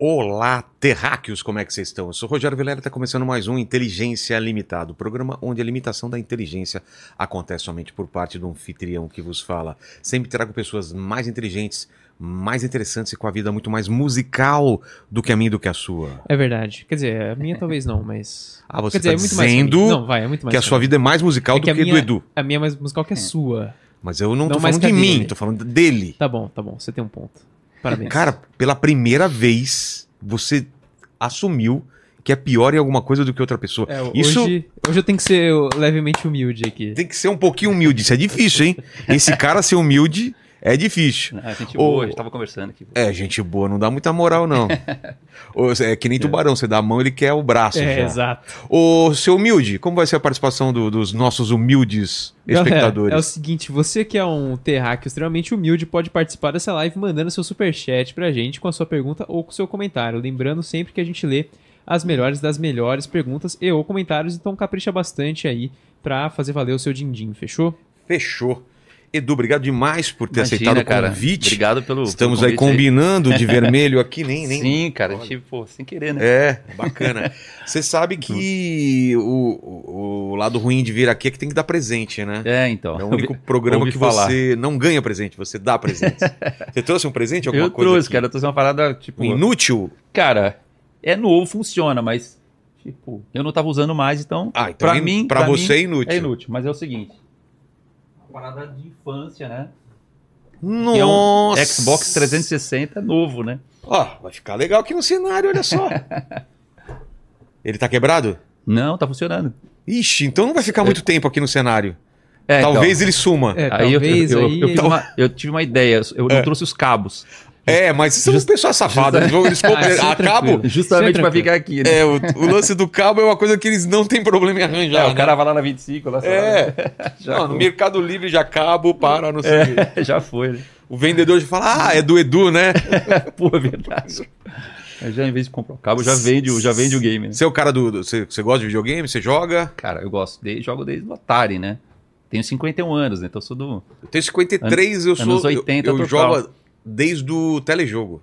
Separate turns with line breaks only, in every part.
Olá, terráqueos, como é que vocês estão? Eu sou Rogério Vilela e está começando mais um Inteligência Limitada, o programa onde a limitação da inteligência acontece somente por parte do anfitrião que vos fala. Sempre trago pessoas mais inteligentes, mais interessantes e com a vida muito mais musical do que a minha e do que a sua.
É verdade. Quer dizer, a minha talvez não, mas.
Ah, você
Quer
está
dizer, é muito mais
dizendo
pra mim. Não, vai, é muito mais
que a
pra
sua
mim.
vida é mais musical
É
do
que
que
a
a
minha-
do Edu.
A minha é mais musical que a sua.
Mas eu não,
Não
estou tô
mais
falando de
que a né?
mim,
dele.
estou tô falando dele.
Tá bom, tá bom. Você tem um ponto. Parabéns.
Cara, pela primeira vez, você assumiu que é pior em alguma coisa do que outra pessoa.
É, hoje,
isso-
hoje eu tenho que ser levemente humilde aqui.
Tem que ser um pouquinho humilde, isso é difícil, hein? Esse cara ser humilde é difícil.
Ah, gente
Ô-
boa, a gente tava conversando aqui.
É, gente boa, não dá muita moral, não. Ô, É que nem tubarão, você dá a mão, ele quer o braço.
É,
já.
exato.
Ô, seu humilde, como vai ser a participação do- dos nossos humildes
Galera,
espectadores?
é o seguinte, você que é um terráqueo extremamente humilde pode participar dessa live mandando seu superchat pra gente com a sua pergunta ou com o seu comentário. Lembrando sempre que a gente lê as melhores das melhores perguntas e ou comentários, então capricha bastante aí pra fazer valer o seu din-din, fechou?
Fechou. Edu, obrigado demais por ter aceitado o convite.
Obrigado pelo.
Estamos
pelo
aí
convite
combinando de vermelho aqui, nem, nem
Sim, cara, a gente, pô, sem querer, né?
É, bacana. Você sabe que o, o- o lado ruim de vir aqui é que tem que dar presente, né?
É, então.
É o único programa
ouvi
que
falar.
você não ganha presente, você dá presente. você trouxe um presente, alguma
Eu
coisa?
trouxe,
aqui?
cara, eu trouxe uma parada, tipo.
Um inútil?
Cara, é novo, funciona, mas, tipo, eu não tava usando mais, então.
Ah, então
pra
in-
mim.
pra você é
mim
inútil.
É inútil, mas é o seguinte. uma Parada de infância, né? Que é um
Nossa!
Xbox 360 novo, né?
Ó, vai ficar legal aqui no cenário, olha só. Ele tá quebrado?
Não, tá funcionando.
Ixi, então não vai ficar muito tempo aqui no cenário.
É, então.
Talvez ele suma. É,
É,
Aí eu,
talvez
eu, eu,
aí...
eu tive uma, eu tive uma ideia, eu não trouxe os cabos.
É, mas são pessoas safadas. eles vão- Eles compram,
Ah, isso é
a cabo,
tranquilo.
Justamente
Isso é
pra
tranquilo.
ficar aqui, né?
É, o, o lance do cabo é uma coisa que eles não têm problema em
Já,
arranjar.
É, o cara vai lá na 25, lá, sei lá, né?
É.
Já É.
Não, no Mercado Livre já cabo, para, não sei o quê.
Já foi, né?
O vendedor já fala, ah, é do Edu, né?
Pô, é verdade. Mas já em vez de comprar o cabo, já vende, o- já vende o game, né?
Você é o cara do. do- Você, você gosta de videogame? Você joga?
Cara, eu gosto, de, jogo desde o Atari, né? Tenho 51 anos, né? Então sou do.
Eu tenho 53, eu sou.
anos 80
eu eu
total.
jogo desde o telejogo.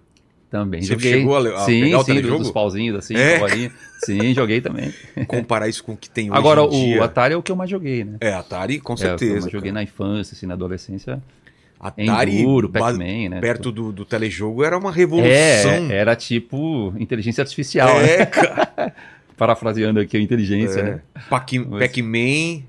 Também
Você
joguei.
chegou a le- a
sim,
pegar o
sim,
telejogo?
dos, dos pauzinhos, assim,
É.
com a bolinha. Sim, joguei também.
Comparar isso com o que tem hoje.
Agora,
em
o
dia.
Atari é o que eu mais joguei, né?
É, Atari, com
É, o que eu
certeza.
mais joguei na infância, assim, na adolescência.
cara. Atari,
Enduro,
ba-
Pac-Man, né?
perto do, do telejogo, era uma revolução.
É, era tipo inteligência artificial, né?
É, cara.
Parafraseando aqui a inteligência, né?
Pac-
Mas-
Pac-Man,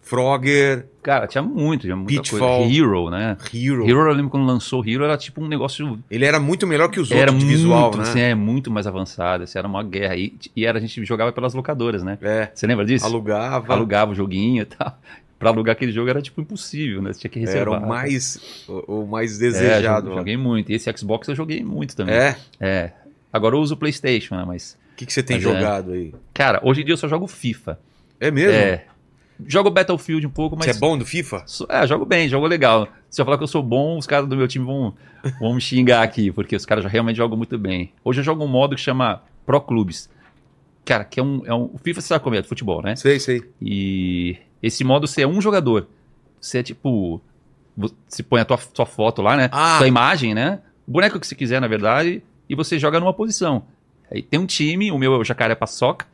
Frogger,
Cara, tinha muito, tinha muita
Pitfall.
coisa. Hero, né?
Hero.
Hero, eu lembro quando lançou Hero, era tipo um negócio.
Ele era muito melhor que os
era
outros de
muito,
visual, né?
assim, é, muito mais avançado. Assim, era uma guerra. E, e era, a gente jogava pelas locadoras, né?
É.
Você lembra disso?
Alugava.
Alugava o joguinho e tal. Pra alugar aquele jogo era tipo impossível, né? Você tinha que
Era
reservar.
o mais, o, o mais
É,
desejado.
jo-
lá.
joguei muito. E esse Xbox eu joguei muito também.
É?
É. Agora eu uso o PlayStation, né? Mas.
O que, que você tem
Mas é.
jogado aí?
Cara, hoje em dia eu só jogo FIFA.
É mesmo?
É. Jogo Battlefield um pouco, mas.
Você é bom do FIFA?
Sou- É, jogo bem, jogo legal. Se eu falar que eu sou bom, os caras do meu time vão, vão me xingar aqui, porque os caras já realmente jogam muito bem. Hoje eu jogo um modo que chama Pro Clubes. Cara, que é um. É um o FIFA você sabe como é, de futebol, né?
Sei, sei.
E esse modo você é um jogador. Você é tipo. Você põe a tua, sua foto lá, né?
Ah.
Sua imagem, né? O boneco que você quiser, na verdade, e você joga numa posição. Aí tem um time, o meu é o Jacaré Paçoca,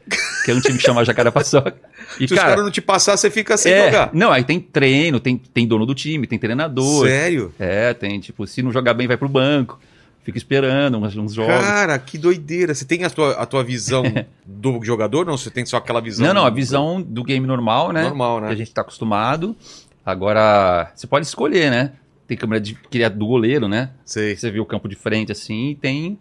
que é um time que chama Jacaré Paçoca. E,
Se os
cara,
caras não te passar, você fica sem
é,
jogar.
Não, aí tem treino, tem, tem dono do time, tem treinador.
Sério?
É, tem, tipo, se não jogar bem, vai pro banco. Fica esperando uns, uns jogos.
Cara, que doideira. Você tem a tua, a tua visão do jogador? Não, você tem só aquela visão.
não, não, a visão do game normal, né?
normal, né?
Que a gente tá acostumado. Agora, você pode escolher, né? Tem câmera de, que é do goleiro, né?
Sei.
Você vê o campo de frente assim, e tem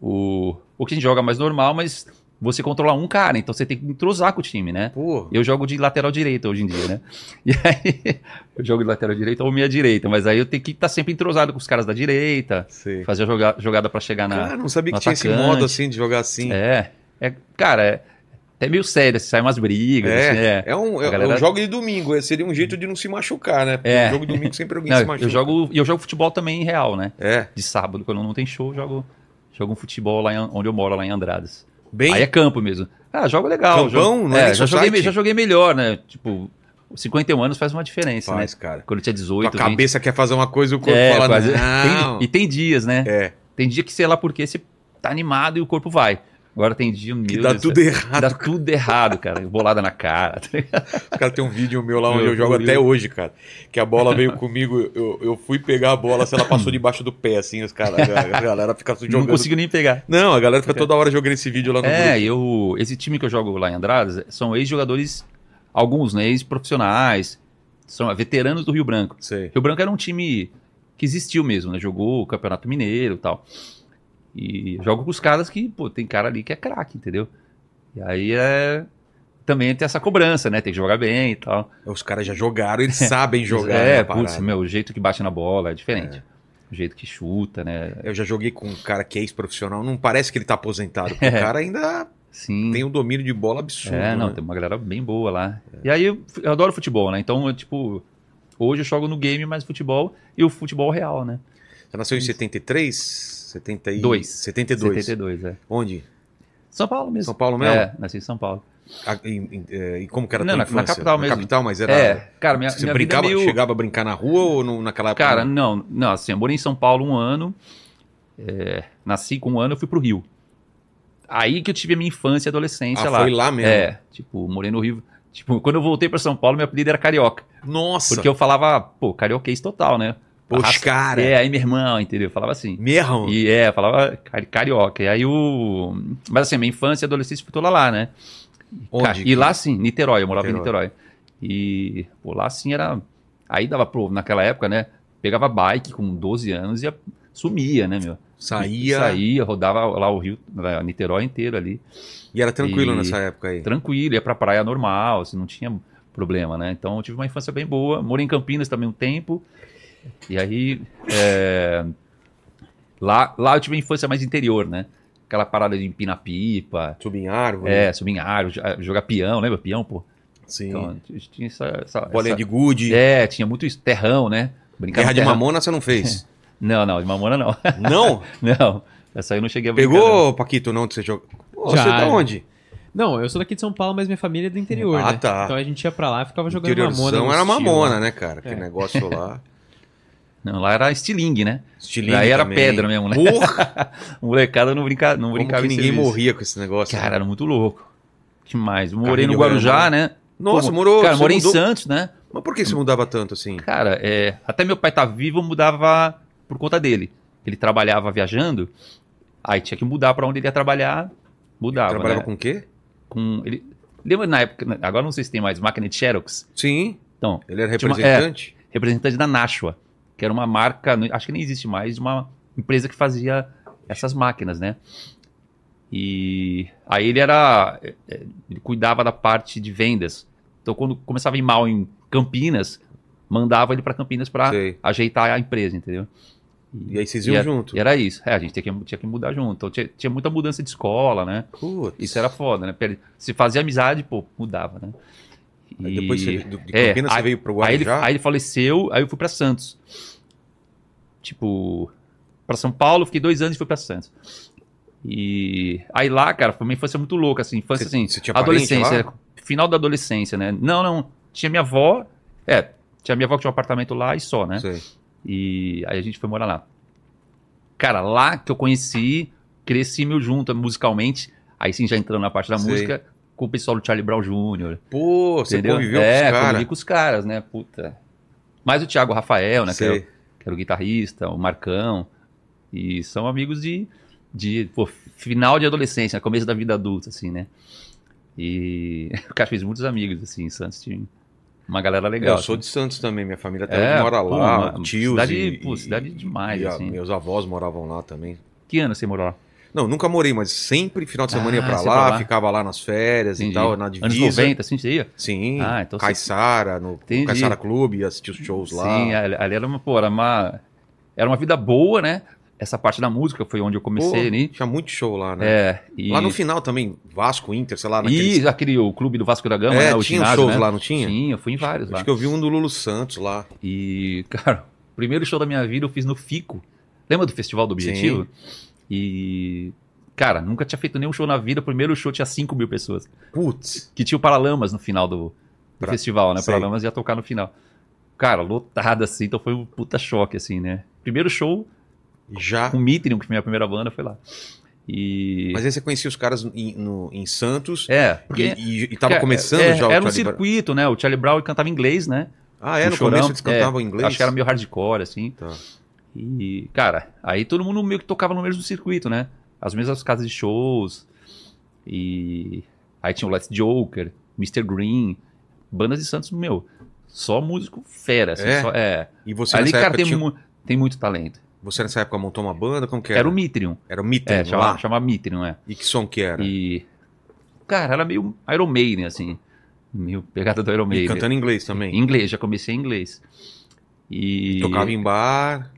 o, o que a gente joga mais normal, mas você controla um cara, então você tem que entrosar com o time, né?
Pô,
Eu jogo de lateral direita hoje em dia, né? E aí, eu jogo de lateral direita ou meia direita, mas aí eu tenho que estar sempre entrosado com os caras da direita,
sei.
fazer a joga- jogada pra chegar na.
Cara, não sabia
no
que tinha esse
atacante.
modo assim de jogar assim. É,
É, é, cara, é até meio sério, assim, sai umas brigas, assim, é.
um, é
A galera-
um jogo de domingo. esse Seria um jeito de não se machucar, né? Porque
É.
no jogo de domingo sempre alguém
Não,
se machuca.
eu jogo, e eu jogo futebol também em real, né?
É.
De sábado, quando não tem show, eu jogo, jogo um futebol lá em- onde eu moro, lá em Andradas.
Bem,
Aí é campo mesmo. Ah, jogo legal.
Campão?
jogo,
Não é nem
já, joguei,
society?
me- já joguei melhor, né? Tipo, 51 anos faz uma diferença,
faz,
né?
cara.
Quando eu tinha
Tua
18, 20,
cabeça quer fazer uma coisa e o corpo
É,
fala,
quase.
não.
Tem- e tem dias, né?
É.
Tem dia que, sei lá por quê, você tá animado e o corpo vai. Agora tem dia, meu
Que
Deus
dá
do
tudo
céu,
errado.
Dá tudo errado, cara. Bolada na cara. tá ligado?
Cara, tem um vídeo meu lá onde
Meu,
eu jogo
meu.
até hoje, cara. Que a bola veio comigo, eu, eu fui pegar a bola, se ela passou debaixo do pé, assim, os caras. A galera fica jogando.
Não consigo nem pegar.
Não, a galera fica toda hora jogando esse vídeo lá no
É,
grupo.
eu. Esse time que eu jogo lá em Andradas são ex-jogadores, alguns, né? Ex-profissionais, são veteranos do Rio Branco.
Sei.
Rio Branco era um time que existiu mesmo, né? Jogou o Campeonato Mineiro e tal. E eu jogo com os caras que, pô, tem cara ali que é craque, entendeu? E aí é. Também tem essa cobrança, né? Tem que jogar bem e tal.
Os caras já jogaram, eles sabem jogar.
é,
né,
putz,
parada.
meu, o jeito que bate na bola é diferente. O jeito que chuta, né?
Eu já joguei com um cara que é ex-profissional, não parece que ele tá aposentado. porque O cara ainda
Sim.
tem um domínio de bola absurdo.
É, não,
né? É.
tem uma galera bem boa lá. E aí, eu, eu adoro futebol, né? Então, eu, tipo, hoje eu jogo no game mais futebol e o futebol real, né?
Você nasceu em 73? 70 e...
Dois.
72.
72, é.
Onde?
São Paulo mesmo.
São Paulo mesmo?
É, nasci em São Paulo.
A- em- em- é, E como que era a
Não,
tua
na- na
infância?
capital mesmo.
capital, mas era...
É, cara, minha,
Você
minha
brincava,
vida é meio...
chegava a brincar na rua ou no- naquela época?
Cara, não, não, assim, eu morei em São Paulo um ano, é, nasci com um ano, eu fui pro Rio. Aí que eu tive a minha infância e adolescência
ah,
lá.
foi lá mesmo.
É, tipo, morei no Rio. Tipo, quando eu voltei pra São Paulo, meu apelido era Carioca.
Nossa,
Porque eu falava, pô, carioquês total, né?
pô, os
Arras-
cara,
É, aí meu irmão, entendeu? Eu falava assim.
merram.
E é, falava cari- carioca. E aí o. Mas assim, minha infância e adolescência foi toda lá, né?
Onde
Cara,
que-
E lá sim, Niterói, eu morava
Niterói.
em Niterói. E pô, lá sim era. Aí dava pro. Naquela época, né? Pegava bike com 12 anos e ia- sumia, né, meu?
Saía,
Saía, rodava lá o Rio, lá, Niterói inteiro ali.
e era tranquilo
E-
nessa época aí.
Tranquilo, ia pra praia normal, assim, não tinha problema, né? Então eu tive uma infância bem boa. Morei em Campinas também um tempo. E aí. é, Lá, lá eu tive uma infância mais interior, né? Aquela parada de empinar pipa,
Subir em árvore,
é, subir em árvore, jo- jogar peão, lembra peão, pô?
sim.
Então, t- tinha essa... essa
Bolinha
essa-
de gude,
É, tinha muito isso, terrão, né? Brincar
guerra
no
de
terrão.
mamona você não fez.
Não, não, de mamona não.
não?
não, essa aí eu não cheguei a brincar. não.
Pegou, Paquito, não, que você jogou? Pô,
Já, é.
você tá
já.
onde?
Não, eu sou daqui de São Paulo, mas minha família é do interior,
Ah,
né?
tá.
Então a gente ia pra lá e ficava jogando mamona.
Interiorzão
no
era
estilo.
mamona, né, cara? Que
É.
negócio lá.
Não, lá era estilingue, né?
Estilingue
Daí era
também.
pedra mesmo, né?
Porra,
Molecada não brincava, não
como
brincava
que
em
ninguém
serviço.
morria com esse negócio.
Cara, era muito louco. Demais. Eu Morei
Carrinho
no
grande,
Guarujá, né?
Nossa,
Pô,
morou.
Cara,
você
morei
mudou-
em Santos, né?
Mas por que você mudava tanto assim?
Cara, é, até meu pai tá vivo, eu mudava por conta dele. Ele trabalhava viajando, aí tinha que mudar pra onde ele ia trabalhar, mudava.
Trabalhava
né?
com o quê?
com ele lembra na época agora não sei se tem mais máquina de xerox
Sim.
então
Ele era
Tinha uma- é.
representante?
representante da Nashua que era uma marca não- acho que nem existe mais uma empresa que fazia essas máquinas né e aí ele era é, é, ele cuidava da parte de vendas então quando começava a ir mal em Campinas mandava ele para Campinas para
Sei.
ajeitar a empresa entendeu
E aí vocês iam
era-
junto?
tá. e era isso é, a gente tinha que, tinha que mudar junto então tinha, tinha muita mudança de escola né
Putz.
isso era foda né Per- se fazia amizade pô mudava né
Aí
E-
depois você, do- de
é,
Campinas você
aí-
veio pro
Aí ele,
Guarujá?
aí ele faleceu, aí eu fui pra Santos. Tipo, pra São Paulo, fiquei dois anos e fui pra Santos. E aí lá, cara, foi uma infância muito louca, assim, infância
Você-
assim,
você tinha parente
adolescência, final da adolescência, né? Não, não, tinha minha avó, é, tinha minha avó que tinha um apartamento lá e só, né?
Sei.
E aí a gente foi morar lá. Cara, lá que eu conheci, cresci meu junto musicalmente, aí sim já entrando na parte da
Sei.
música, com o pessoal do Charlie Brown Jr.,
Pô, você
Entendeu?
conviveu
é,
com os
convivi
caras.
com os caras, né? Puta. Mas o Thiago Rafael, né? Que era,
Sei.
o- que era o guitarrista, o Marcão. E são amigos de, de pô, final de adolescência, começo da vida adulta, assim, né? E o cara fez muitos amigos, assim, em Santos tinha uma galera legal.
É, Eu sou
assim.
de Santos também, minha família até
É,
hoje mora
pô,
lá,
uma-
tios
cidade-
e,
pô,
e-
cidade demais,
e a-
assim.
meus avós moravam lá também.
Que ano você morou lá?
Não, nunca morei, mas sempre final de semana ia
Ah,
pra
você
lá,
pra lá.
ficava lá nas férias e
Entendi.
tal, na divisa.
Anos 90, assim, você ia?
Sim,
Ah, então você-
Caissara, no
Entendi.
Caissara Clube, ia assistir os shows lá.
Sim, é, ali, ali era uma, pô, era uma, era uma vida boa, né? Essa parte da música foi onde eu
Pô,
comecei, né?
Tinha muito show lá, né?
É, e...
Lá no final também, Vasco, Inter, sei lá, naqueles...
E aquele o clube do Vasco da Gama,
É,
né?
tinha
O
os
ginásio,
shows
né?
lá, não tinha?
Tinha, eu fui em vários lá.
Acho que eu vi um do Lulu Santos lá.
E, cara, o primeiro show da minha vida eu fiz no Fico. Lembra do Festival do Objetivo? E, cara, nunca tinha feito nenhum show na vida. O primeiro show tinha 5 mil pessoas.
Putz,
Que tinha o Paralamas no final do, do
Pra-
festival, né?
sei.
Paralamas ia tocar no final. Cara, lotado assim, então foi um puta choque, assim, né? Primeiro show
já
com o Mitrium, que foi minha primeira banda, foi lá. E.
Mas aí você conhecia os caras em, no- em Santos
é,
e,
porque.
e- e tava
é,
começando
é,
já o
Era um
Charlie Brown.
circuito, né? O Charlie Brown cantava em inglês, né?
Ah, é?
um
No
chorão,
começo eles cantavam em inglês?
Acho que era meio hardcore, assim.
Tá.
E, cara, aí todo mundo meio que tocava no mesmo circuito, né? As mesmas casas de shows. E aí tinha o Let's Joker, Mr. Green, bandas de Santos, meu, só músico fera, assim,
É?
só- é.
E você
Ali,
nessa
cara,
época
tem,
tinha- um,
mu- tem muito talento.
Você nessa época montou uma banda? Como que
Era,
era?
o Mitrium.
Era o Mitten,
É,
lá.
chamava, chamava Mitrium, é.
E que som que era? E,
E, cara, era meio Iron Maiden, assim. Meio pegada do Iron Maiden.
cantando em inglês também.
Em inglês, já comecei em inglês. E...
Tocava em bar,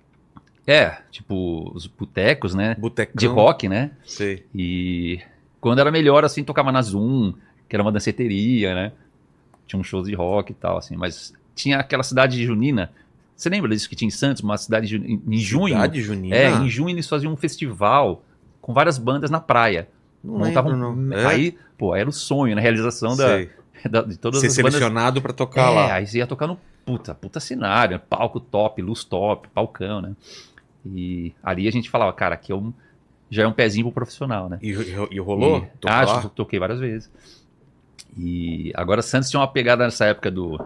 É, tipo, os botecos, né?
botecão.
De rock, né?
Sei.
E quando era melhor, assim, tocava na Zoom, que era uma danceteria, né? Tinha um show de rock e tal, assim, mas tinha aquela cidade junina. Você lembra disso que tinha em Santos? Uma cidade ju- em em junho?
Cidade junina?
É, em junho eles faziam um festival com várias bandas na praia.
Não
Montavam.
lembro, não. É?
Aí, pô, era o sonho, na realização um da,
Sei.
da- de todas
Ser
as bandas.
selecionado pra tocar
É,
lá.
aí você ia tocar no puta, puta cenário, palco top, luz top, palcão, né? E ali a gente falava, cara, aqui é um, já é um pezinho pro profissional, né?
E, e- e rolou?
E,
Tocou
ah,
lá?
acho que toquei várias vezes. E agora Santos tinha uma pegada nessa época do,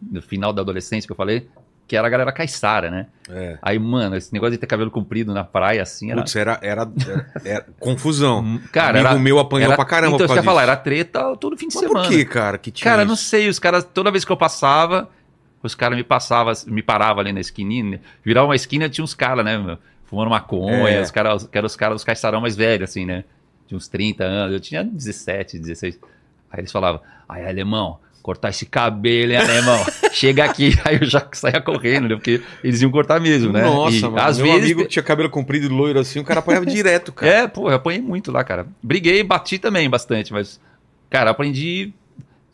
do final da adolescência que eu falei, que era a galera caiçara, né?
É.
Aí, mano, esse negócio de ter cabelo comprido na praia, assim, era...
Putz, era, era, era- era confusão.
cara,
Amigo
era...
meu apanhou
era-
pra caramba
então,
por
você
causa
ia falar,
disso.
era treta todo fim de
Mas
semana.
por que, cara, que tinha
Cara,
isso?
não sei, os caras, toda vez que eu passava, os caras me passavam, me paravam ali na esquininha, né? virava uma esquina, tinha uns caras, né, meu, fumando maconha,
É.
os caras, que eram os caras, os caixarão mais velhos, assim, né, de uns 30 anos, eu tinha 17, 16, aí eles falavam, ai, alemão, cortar esse cabelo, hein, alemão, chega aqui, aí eu já saía correndo, né, porque eles iam cortar mesmo, né,
Nossa,
E
mano.
às
meu
vezes...
amigo que tinha cabelo comprido e loiro assim, o cara apanhava direto, cara.
É, pô, eu apanhei muito lá, cara. Briguei, bati também bastante, mas, cara, aprendi,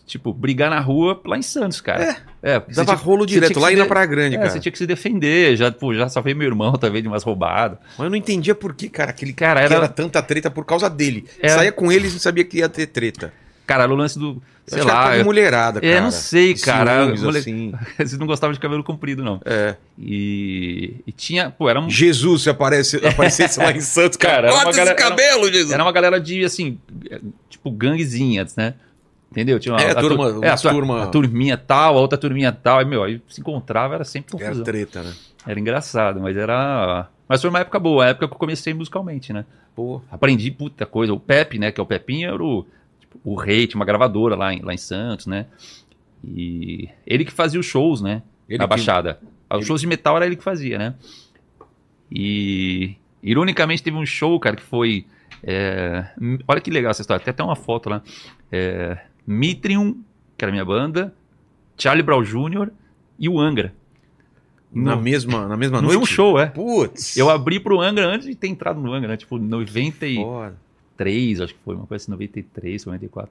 tipo, brigar na rua lá em Santos, cara. É, porque você
Dava
tinha-
rolo
você
direto,
tinha que
lá
se
e na
de-
Praia Grande,
é,
cara.
você tinha que se defender, já, pô, já salvei meu irmão também de umas roubadas.
Mas eu não entendia por que, cara, aquele cara
Cara,
era...
era,
tanta treta por causa dele.
Era-
Saía com eles e não sabia que ia ter treta.
cara, era o lance do,
Eu
sei
acho que era
lá,
coisa de
eu,
mulherada, cara.
é, não sei,
De
cara,
ciúmes,
mole-
assim.
eles não gostavam de cabelo comprido, não.
É.
E, e tinha, pô, era um,
Jesus, se aparece, aparecesse lá em Santos, cara.
Cara, era uma
Corta esse
galera-
cabelo, Jesus!
era uma galera de, assim, tipo, ganguezinhas, né? Entendeu? Tinha uma,
É,
tur-
turma-
é, a,
umas
sua-
turma-
a turminha tal, a outra turminha tal. Aí, meu, aí se encontrava, era sempre
Era
confusão.
treta, né?
Era engraçado, mas era. Mas foi uma época boa, a época que eu comecei musicalmente, né?
Pô,
Aprendi puta coisa. O Pepe, né? Que é o Pepinho, era o, tipo, o rei, tinha uma gravadora lá em, lá em Santos, né? E ele que fazia os shows, né?
ele
na
que-
Baixada. Os
ele-
shows de metal era ele que fazia, né? E ironicamente teve um show, cara, que foi. é, m- Olha que legal essa história. Tem até uma foto lá. É... Mitrium, que era a minha banda, Charlie Brown Jr. e o Angra.
na
no,
mesma, na mesma
no
noite.
mesmo show, é.
Putz.
Eu abri pro Angra antes de ter entrado no Angra, né? Tipo, 93,
Foda.
acho que foi, uma coisa assim, 93, 94.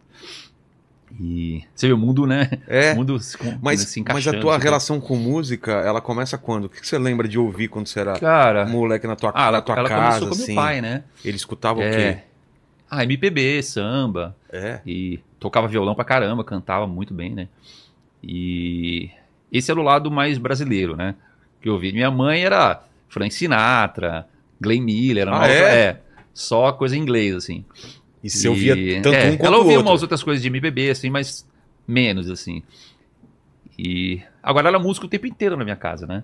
E você vê o mundo, né?
É.
O mundo se, con-
Mas,
se
mas
encaixando.
a tua
assim.
relação com música, ela começa quando? O que que você lembra de ouvir quando você era
Cara,
moleque na tua,
Ah, ela,
na tua
ela
casa?
começou com
assim?
meu pai, né?
Ele escutava o
É.
quê?
Ah, MPB, samba,
É.
e tocava violão pra caramba, cantava muito bem, né? E esse era o lado mais brasileiro, né? Que eu vi. Minha mãe era Frank Sinatra, Glenn Miller, era uma
Ah,
outra-
é?
só coisa em inglês, assim.
E se ouvia
E-
tanto
é,
um quanto
Ela
o
ouvia
outro.
umas outras coisas de MPB, assim, mas menos, assim. E agora ela era música o tempo inteiro na minha casa, né?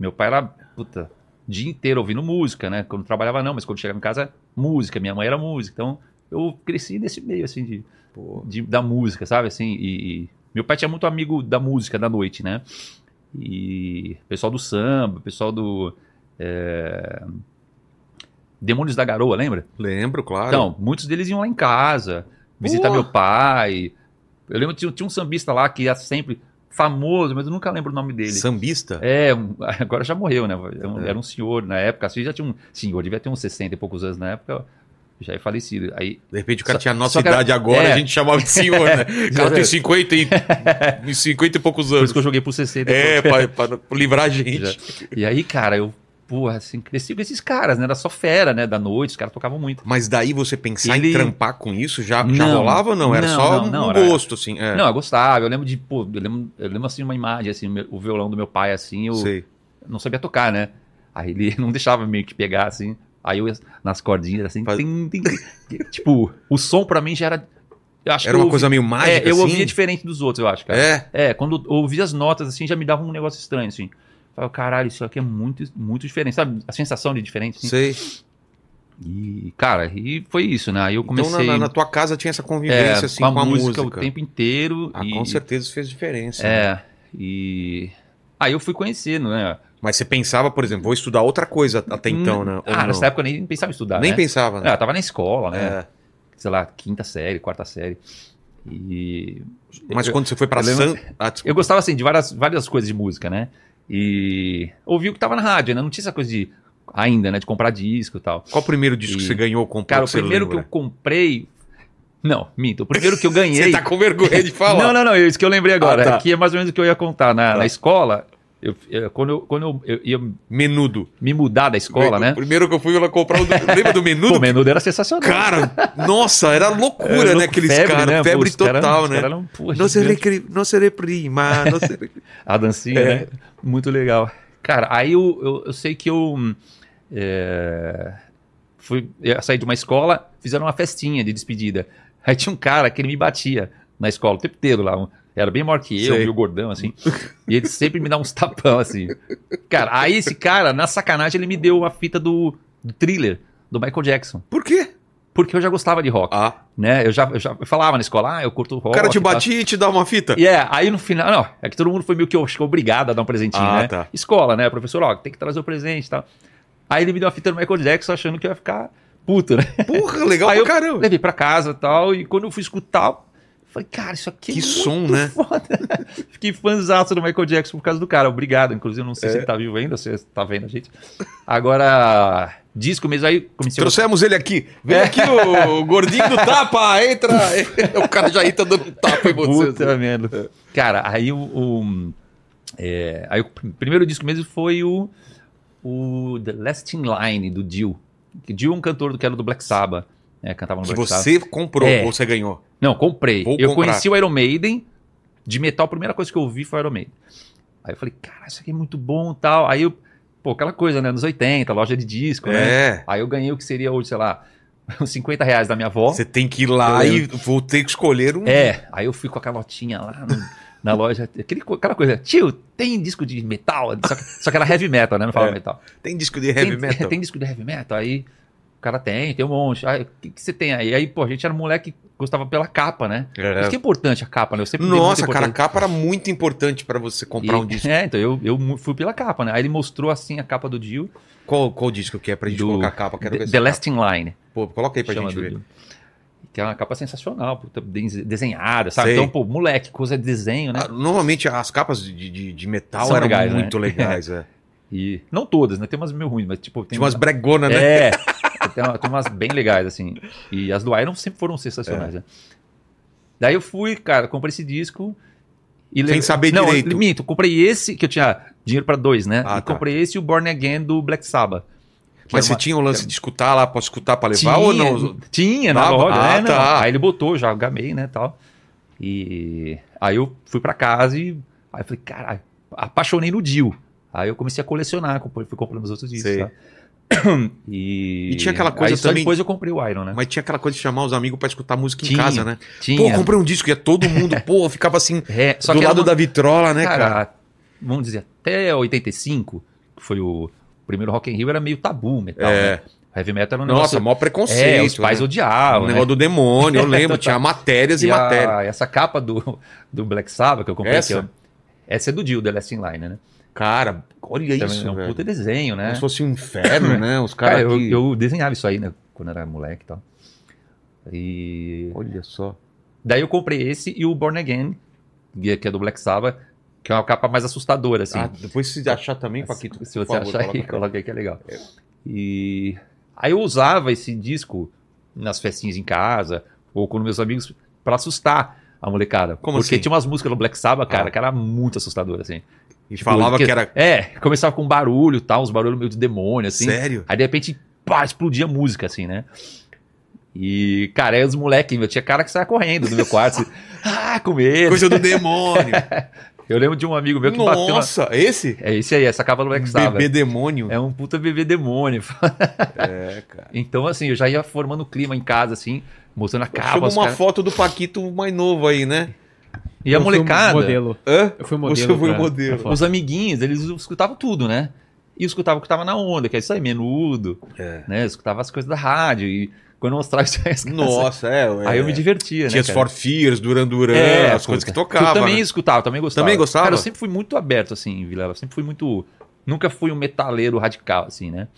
Meu pai era, puta, o dia inteiro ouvindo música, né? Quando trabalhava não, mas quando chegava em casa, música. Minha mãe era música, então eu cresci nesse meio, assim, de,
Pô,
de- da música, sabe? Assim, e, e meu pai tinha muito amigo da música da noite, né? E pessoal do samba, pessoal do... é, Demônios da Garoa, lembra?
lembro, claro.
Então, muitos deles iam lá em casa, visitar
Boa.
meu pai. Eu lembro que tinha, tinha um sambista lá que era sempre famoso, mas eu nunca lembro o nome dele.
Sambista?
É, um- agora já morreu, né? Era um,
É.
era um senhor na época, assim, já tinha um senhor, devia ter uns 60 e poucos anos na época, já é falecido. Aí,
De repente o cara
Só-
tinha a nossa
só que era-
idade agora,
é.
a gente chamava de senhor, né? O cara tem 50 e, em 50 e poucos
por
anos.
isso que eu joguei pro 60 depois.
É, pra, pra livrar a gente.
Já. E aí, cara, eu, porra, assim, cresci com esses caras, né? Era só fera, né? Da noite, os caras tocavam muito.
Mas daí você pensar em
Ele-
trampar com isso já, já
Não.
rolava ou não? Era
Não,
só
não,
um
não, era-
gosto, assim. É,
Não, eu gostava, eu lembro de, pô, eu lembro, eu lembro assim, uma imagem, assim, meu- o violão do meu pai, assim, eu,
sei.
não sabia tocar, né? Aí ele não deixava meio que pegar assim. Aí eu ia nas cordinhas, assim,
Faz-
tim, tim, tim. tipo, o som pra mim já era... eu acho que
Era
eu
uma
ouvi-
coisa meio mágica,
É, eu
assim?
ouvia diferente dos outros, eu acho, cara.
É,
É, quando eu ouvi as notas, assim, já me dava um negócio estranho, assim. Falei, caralho, isso aqui é muito, muito diferente. Sabe, a sensação de diferente, assim.
sei.
E, cara, e foi isso, né? Aí eu comecei
Então, na- na, na tua casa tinha essa
é,
convivência, assim,
com, a, música, o tempo inteiro.
Ah,
e,
com certeza isso fez diferença. né?
É, e... Aí eu fui conhecendo, né?
Mas você pensava, por exemplo, vou estudar outra coisa até então, né? Ou
Ah,
não?
nessa época eu nem pensava em estudar,
Nem
né?
pensava, né?
Ah, eu tava na escola, né?
É.
Sei lá, quinta série, quarta série. E...
Mas quando você foi pra
eu lembro-
Santos... Ah, desculpa.
Eu gostava assim de várias, várias coisas de música, né? E ouvi o que tava na rádio, né? Não tinha essa coisa de ainda, né? De comprar disco e tal.
Qual o primeiro disco que
E-
você ganhou, comprou,
Cara, o
que você
primeiro que eu
lembra?
comprei. Não, minto. O primeiro que eu ganhei.
Você tá com vergonha de falar.
Não, não, não. Isso que eu lembrei agora.
Ah, tá.
Aqui é mais ou menos o que eu ia contar. Na,
Tá.
na escola, eu- eu- quando, eu, quando eu, eu ia
Menudo.
me mudar da escola,
o
né?
primeiro que eu fui lá comprar o... do- Lembra do Menudo?
O menudo era sensacional.
Cara, nossa, era loucura,
Era
né?
louco,
Aqueles
febre,
caras,
né? Pô,
febre
os
total,
caras- os
né?
caras eram, pô,
Não se,
gigantes.
recri... não se reprima, não se... recri-
A dancinha,
É.
né? Muito legal. Cara, aí eu, eu, eu sei que eu, hum, é, fui, eu saí de uma escola, fizeram uma festinha de despedida. Aí tinha um cara que ele me batia na escola o tempo inteiro lá. um- Era bem maior que eu,
Sei.
meio gordão, assim. E ele sempre me dá uns tapão, assim. Cara, aí esse cara, na sacanagem, ele me deu uma fita do, do thriller, do Michael Jackson.
Por quê?
Porque eu já gostava de rock,
Ah,
né? Eu já, eu já falava na escola, ah, eu curto rock.
o cara te
e tal.
batia e te dá uma fita?
E é, aí no final, não, é que todo mundo foi meio que acho que obrigado a dar um presentinho,
Ah,
né?
tá.
Escola, né? Professor, ó, tem que trazer o presente e tal. Aí ele me deu uma fita do Michael Jackson achando que eu ia ficar puto, né?
Porra, legal
Aí
pra
eu
caramba.
Levei pra casa e tal, e quando eu fui escutar, eu falei, cara, isso aqui é
Que
muito
som, né?
foda. Fiquei fãzaço do Michael Jackson por causa do cara, obrigado. Inclusive, eu não
É.
sei se ele tá vivo ainda, se tá vendo a gente. Agora, disco mesmo, aí comecei a
Trouxemos ele aqui. Vem
É.
aqui o gordinho do tapa, entra. o cara já entra dando tapa em né? você.
Puta merda. Cara, aí o. o, é, aí o pr- primeiro disco mesmo foi o, o The Last in Line, do Dio. Que Dio é um cantor do que era do Black Sabbath. né, cantava no
Que
Black Sabbath.
você comprou
É.
ou você ganhou.
Não, comprei.
Vou
eu
comprar.
conheci o Iron Maiden. De metal, a primeira coisa que eu ouvi foi Iron Maiden. Aí eu falei, cara, isso aqui é muito bom e tal. Aí eu. Pô, aquela coisa, né? Nos 80, loja de disco, né?
É.
Aí eu ganhei o que seria hoje, sei lá, uns 50 reais da minha avó.
Você tem que ir lá e vou ter que escolher um.
É, aí eu fui com aquela notinha lá no- na loja, aquele co- aquela coisa, tio, tem disco de metal? Só que, só que era heavy metal, né? Não falava
É,
metal.
Tem disco de heavy
tem,
metal.
tem disco de heavy metal? Aí o cara tem, tem um monte. Aí, o que, que você tem aí? Aí, pô, a gente era um moleque que gostava pela capa, né?
É.
Isso que é importante, a capa, né? Eu sempre dei
Nossa,
muita
cara, a
importância.
capa era muito importante pra você comprar
E-
um disco.
É, então eu, eu mu- fui pela capa, né? Aí ele mostrou assim a capa do Dio,
Qual, qual disco que é pra gente
Do-
colocar a capa? Quero
The,
ver
The
essa
Last in Line.
capa. Pô, coloca aí pra
chama
gente
do
ver.
Dio. Que é uma capa sensacional, puta, de- desenhada, sabe?
Sei.
Então, pô, moleque, coisa de desenho, né?
Ah, normalmente as capas de, de- de metal
São
eram
legais, né?
muito legais. É.
E não todas, né? Tem umas meio ruins, mas tipo, tem
Tinha umas bregonas, né?
É, tem, uma- tem umas bem legais, assim. E as do Iron sempre foram sensacionais,
É.
né? Daí eu fui, cara, comprei esse disco. E
Sem saber
não,
direito.
Minto, comprei esse, que eu tinha dinheiro pra dois, né?
Ah,
e
tá.
comprei esse e o Born Again do Black Sabbath. que
Mas
era
você
uma-
tinha o lance de escutar lá, posso escutar pra levar ou não?
Tinha, na
Dava?
loja,
Ah,
né? não.
tá.
Aí ele botou, já gamei, né, tal. E aí eu fui pra casa e aí eu falei, caralho, apaixonei no Dio. Aí eu comecei a colecionar, comp- fui comprando os outros discos,
Sei.
tá? E,
E tinha aquela coisa
aí só
também-
depois eu comprei o Iron, né?
Mas tinha aquela coisa de chamar os amigos pra escutar música em
Tinha,
casa, né?
tinha.
Pô, comprei um disco e todo mundo, pô, ficava assim,
É, só
do
que era
lado
uma-
da vitrola, né, cara?
cara, vamos dizer, até 85, que foi o primeiro Rock in Rio, era meio tabu o metal,
É.
né? Heavy metal era um
Nossa,
negócio...
mó preconceito.
é, os pais
né? O
odiavam, né?
negócio do demônio, eu lembro, tinha matérias e,
E a-
matérias.
essa capa do, do Black Sabbath que eu comprei
Essa?
aqui, ó. Essa é do Dio, The Last in Line, né?
Cara, olha
Também
isso,
é um
velho.
puta desenho, né?
Como se fosse um inferno, né? Os
Cara,
caras
eu,
aqui-
eu desenhava isso aí, né? Quando era moleque e tal. E...
Olha só.
Daí eu comprei esse e o Born Again, que é- que é do Black Sabbath, que é uma capa mais assustadora, assim.
Ah, depois se achar também,
se,
Paquito,
se
por
você
favor,
achar aí,
coloca pra-
coloca aí que é legal. E aí eu usava esse disco nas festinhas em casa ou com meus amigos pra assustar a molecada.
Como
porque
assim?
tinha umas músicas do Black Sabbath, cara,
Ah.
que era muito assustadora, assim.
E falava
Porque-
que era
É, começava com barulho e tal, uns barulhos meio de demônio, assim.
sério.
Aí de repente, pá, explodia a música, assim, né? E, cara, aí os moleques, meu, tinha cara que saia correndo do meu quarto, assim, ah, com medo.
Coisa do demônio.
Eu lembro de um amigo meu que bateu. na-
Nossa, esse?
É esse aí, essa capa do Black Sabbath.
Bebê demônio.
É um puta bebê demônio.
É, cara.
Então, assim, eu já ia formando clima em casa, assim, mostrando a capa.
Chegou
os
uma
caras-
foto do Paquito mais novo aí, né?
E a
Eu fui um
molecada,
Modelo.
Hã?
Eu fui um modelo.
Você foi o
pra-
um modelo.
pra foto.
os amiguinhos, eles escutavam tudo, né? E escutavam o que tava na onda, que é isso aí, menudo,
É.
né? Escutava as coisas da rádio. E quando eu mostrava isso aí, as crianças-
Nossa, é. é.
aí eu me divertia,
Tinha
né?
as
cara?
For Fears, Duran Duran,
É,
as coisas que
puta.
tocava.
Eu também
né?
escutava, também gostava.
Também gostava?
Cara, eu sempre fui muito aberto, assim, Vilela. Eu Sempre fui muito. Nunca fui um metaleiro radical, assim, né?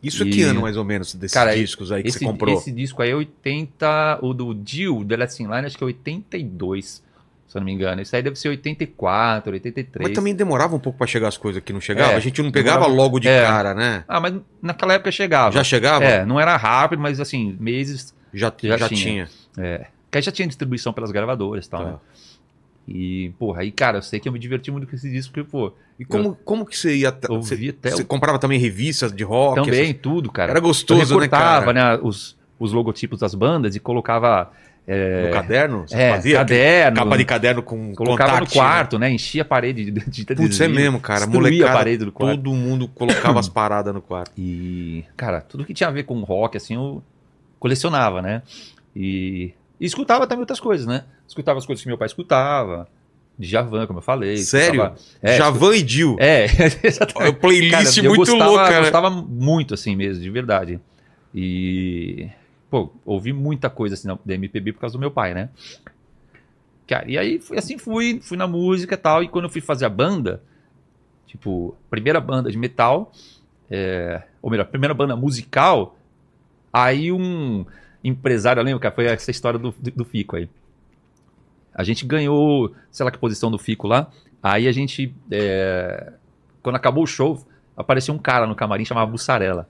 Isso é que
E-
ano, mais ou menos, desses
Cara,
discos aí que
esse,
você comprou?
esse disco aí é 80. O do Dio, The Last In Line, acho que é 82, se eu não me engano. Esse aí deve ser 84, 83.
Mas também demorava um pouco pra chegar as coisas que não chegava.
É,
a gente não pegava
demorava-
logo de
é.
cara, né?
Ah, mas naquela época chegava.
Já chegava?
É, não era rápido, mas assim, meses.
Já, já,
Já
tinha.
tinha. Que aí já tinha distribuição pelas gravadoras e tal,
Tá.
né? E, porra, aí, cara, eu sei que eu me diverti muito com esse disco, porque, pô,
E como, como que você ia. tra-
eu
Você,
ouvi até
você
o...
comprava também revistas de rock?
também,
essas-
tudo, cara.
Era gostoso,
eu
né, cara?
recortava, né, os, os logotipos das bandas e colocava é,
No caderno? Você
é,
fazia?
caderno,
Capa de caderno com
colocava
contact,
no quarto, né? enchia a parede de, de, de
Né? Putz, é
adesivo,
mesmo, cara.
destruía a
Molecada,
parede do quarto.
todo mundo colocava as paradas no quarto.
E, cara, tudo que tinha a ver com rock, assim, eu colecionava, né? E, e escutava também outras coisas, né? Escutava as coisas que meu pai escutava, de Javan, como eu falei.
Sério?
escutava- É,
Javan e Dil.
É, exatamente.
Olha, Playlist
Cara, eu
muito
gostava,
louca, né?
gostava muito, assim mesmo, de verdade. E, pô, ouvi muita coisa assim na- da MPB por causa do meu pai, né? Cara, e aí fui, assim fui, fui na música e tal. E quando eu fui fazer a banda, tipo, primeira banda de metal, é, ou melhor, primeira banda musical, aí um empresário, eu lembro, cara, foi essa história do, do Fico aí. A gente ganhou, sei lá que posição do Fico lá. Aí a gente, é, quando acabou o show, apareceu um cara no camarim chamava Bussarela.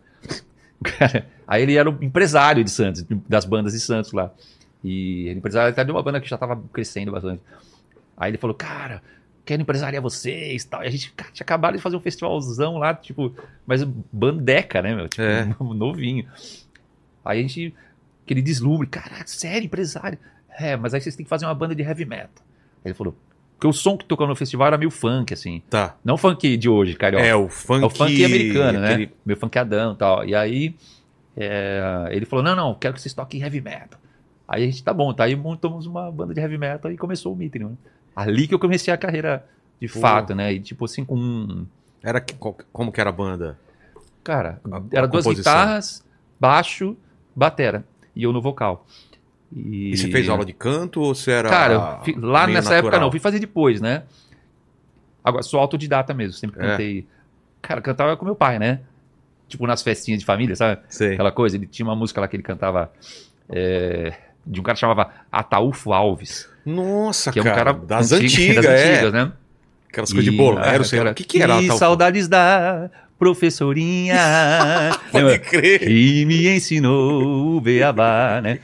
O cara- Aí ele era o empresário de Santos, das bandas de Santos lá. E ele empresário até de uma banda que já tava crescendo bastante. Aí ele falou, cara, quero empresariar vocês tal. E a gente cara, tinha acabado de fazer um festivalzão lá, tipo, mas bandeca, né, meu? Tipo,
É.
novinho. Aí a gente, aquele deslumbre, caraca, sério, empresário? É, mas aí vocês têm que fazer uma banda de heavy metal. Aí ele falou, porque o som que tocava no festival era meio funk, assim.
Tá.
Não funk de hoje, carioca.
É, o funk.
É o funk americano, né?
aquele-
Meu funkeadão e tal. E aí é, ele falou: não, não, quero que vocês toquem heavy metal. Aí a gente tá bom, tá? Aí montamos uma banda de heavy metal e começou o Mitrium. Ali que eu comecei a carreira de
Pô.
fato, né? E tipo assim, com. um-
Era que- qual- como que era a banda?
Cara,
A- a
era duas
composição.
guitarras, baixo, batera. E eu no vocal.
E você fez aula de canto ou você era.
Cara, fi- lá
meio
nessa época
natural?
não, eu fui fazer depois, né? Agora, sou autodidata mesmo, sempre
É.
cantei. Cara, cantava com meu pai, né? Tipo nas festinhas de família, sabe?
Sei.
Aquela coisa, ele tinha uma música lá que ele cantava é, de um cara que chamava Ataúfo Alves,
Nossa,
que é um
cara,
cara
das
antigo-
antigas,
das
é.
antigas, né?
Aquelas coisas de
E- ah,
bolero, sei lá.
aquela-
O que que era?
"Que
tal-
saudades da professorinha
Pode
lembra?
crer.
que me ensinou o beabá, né?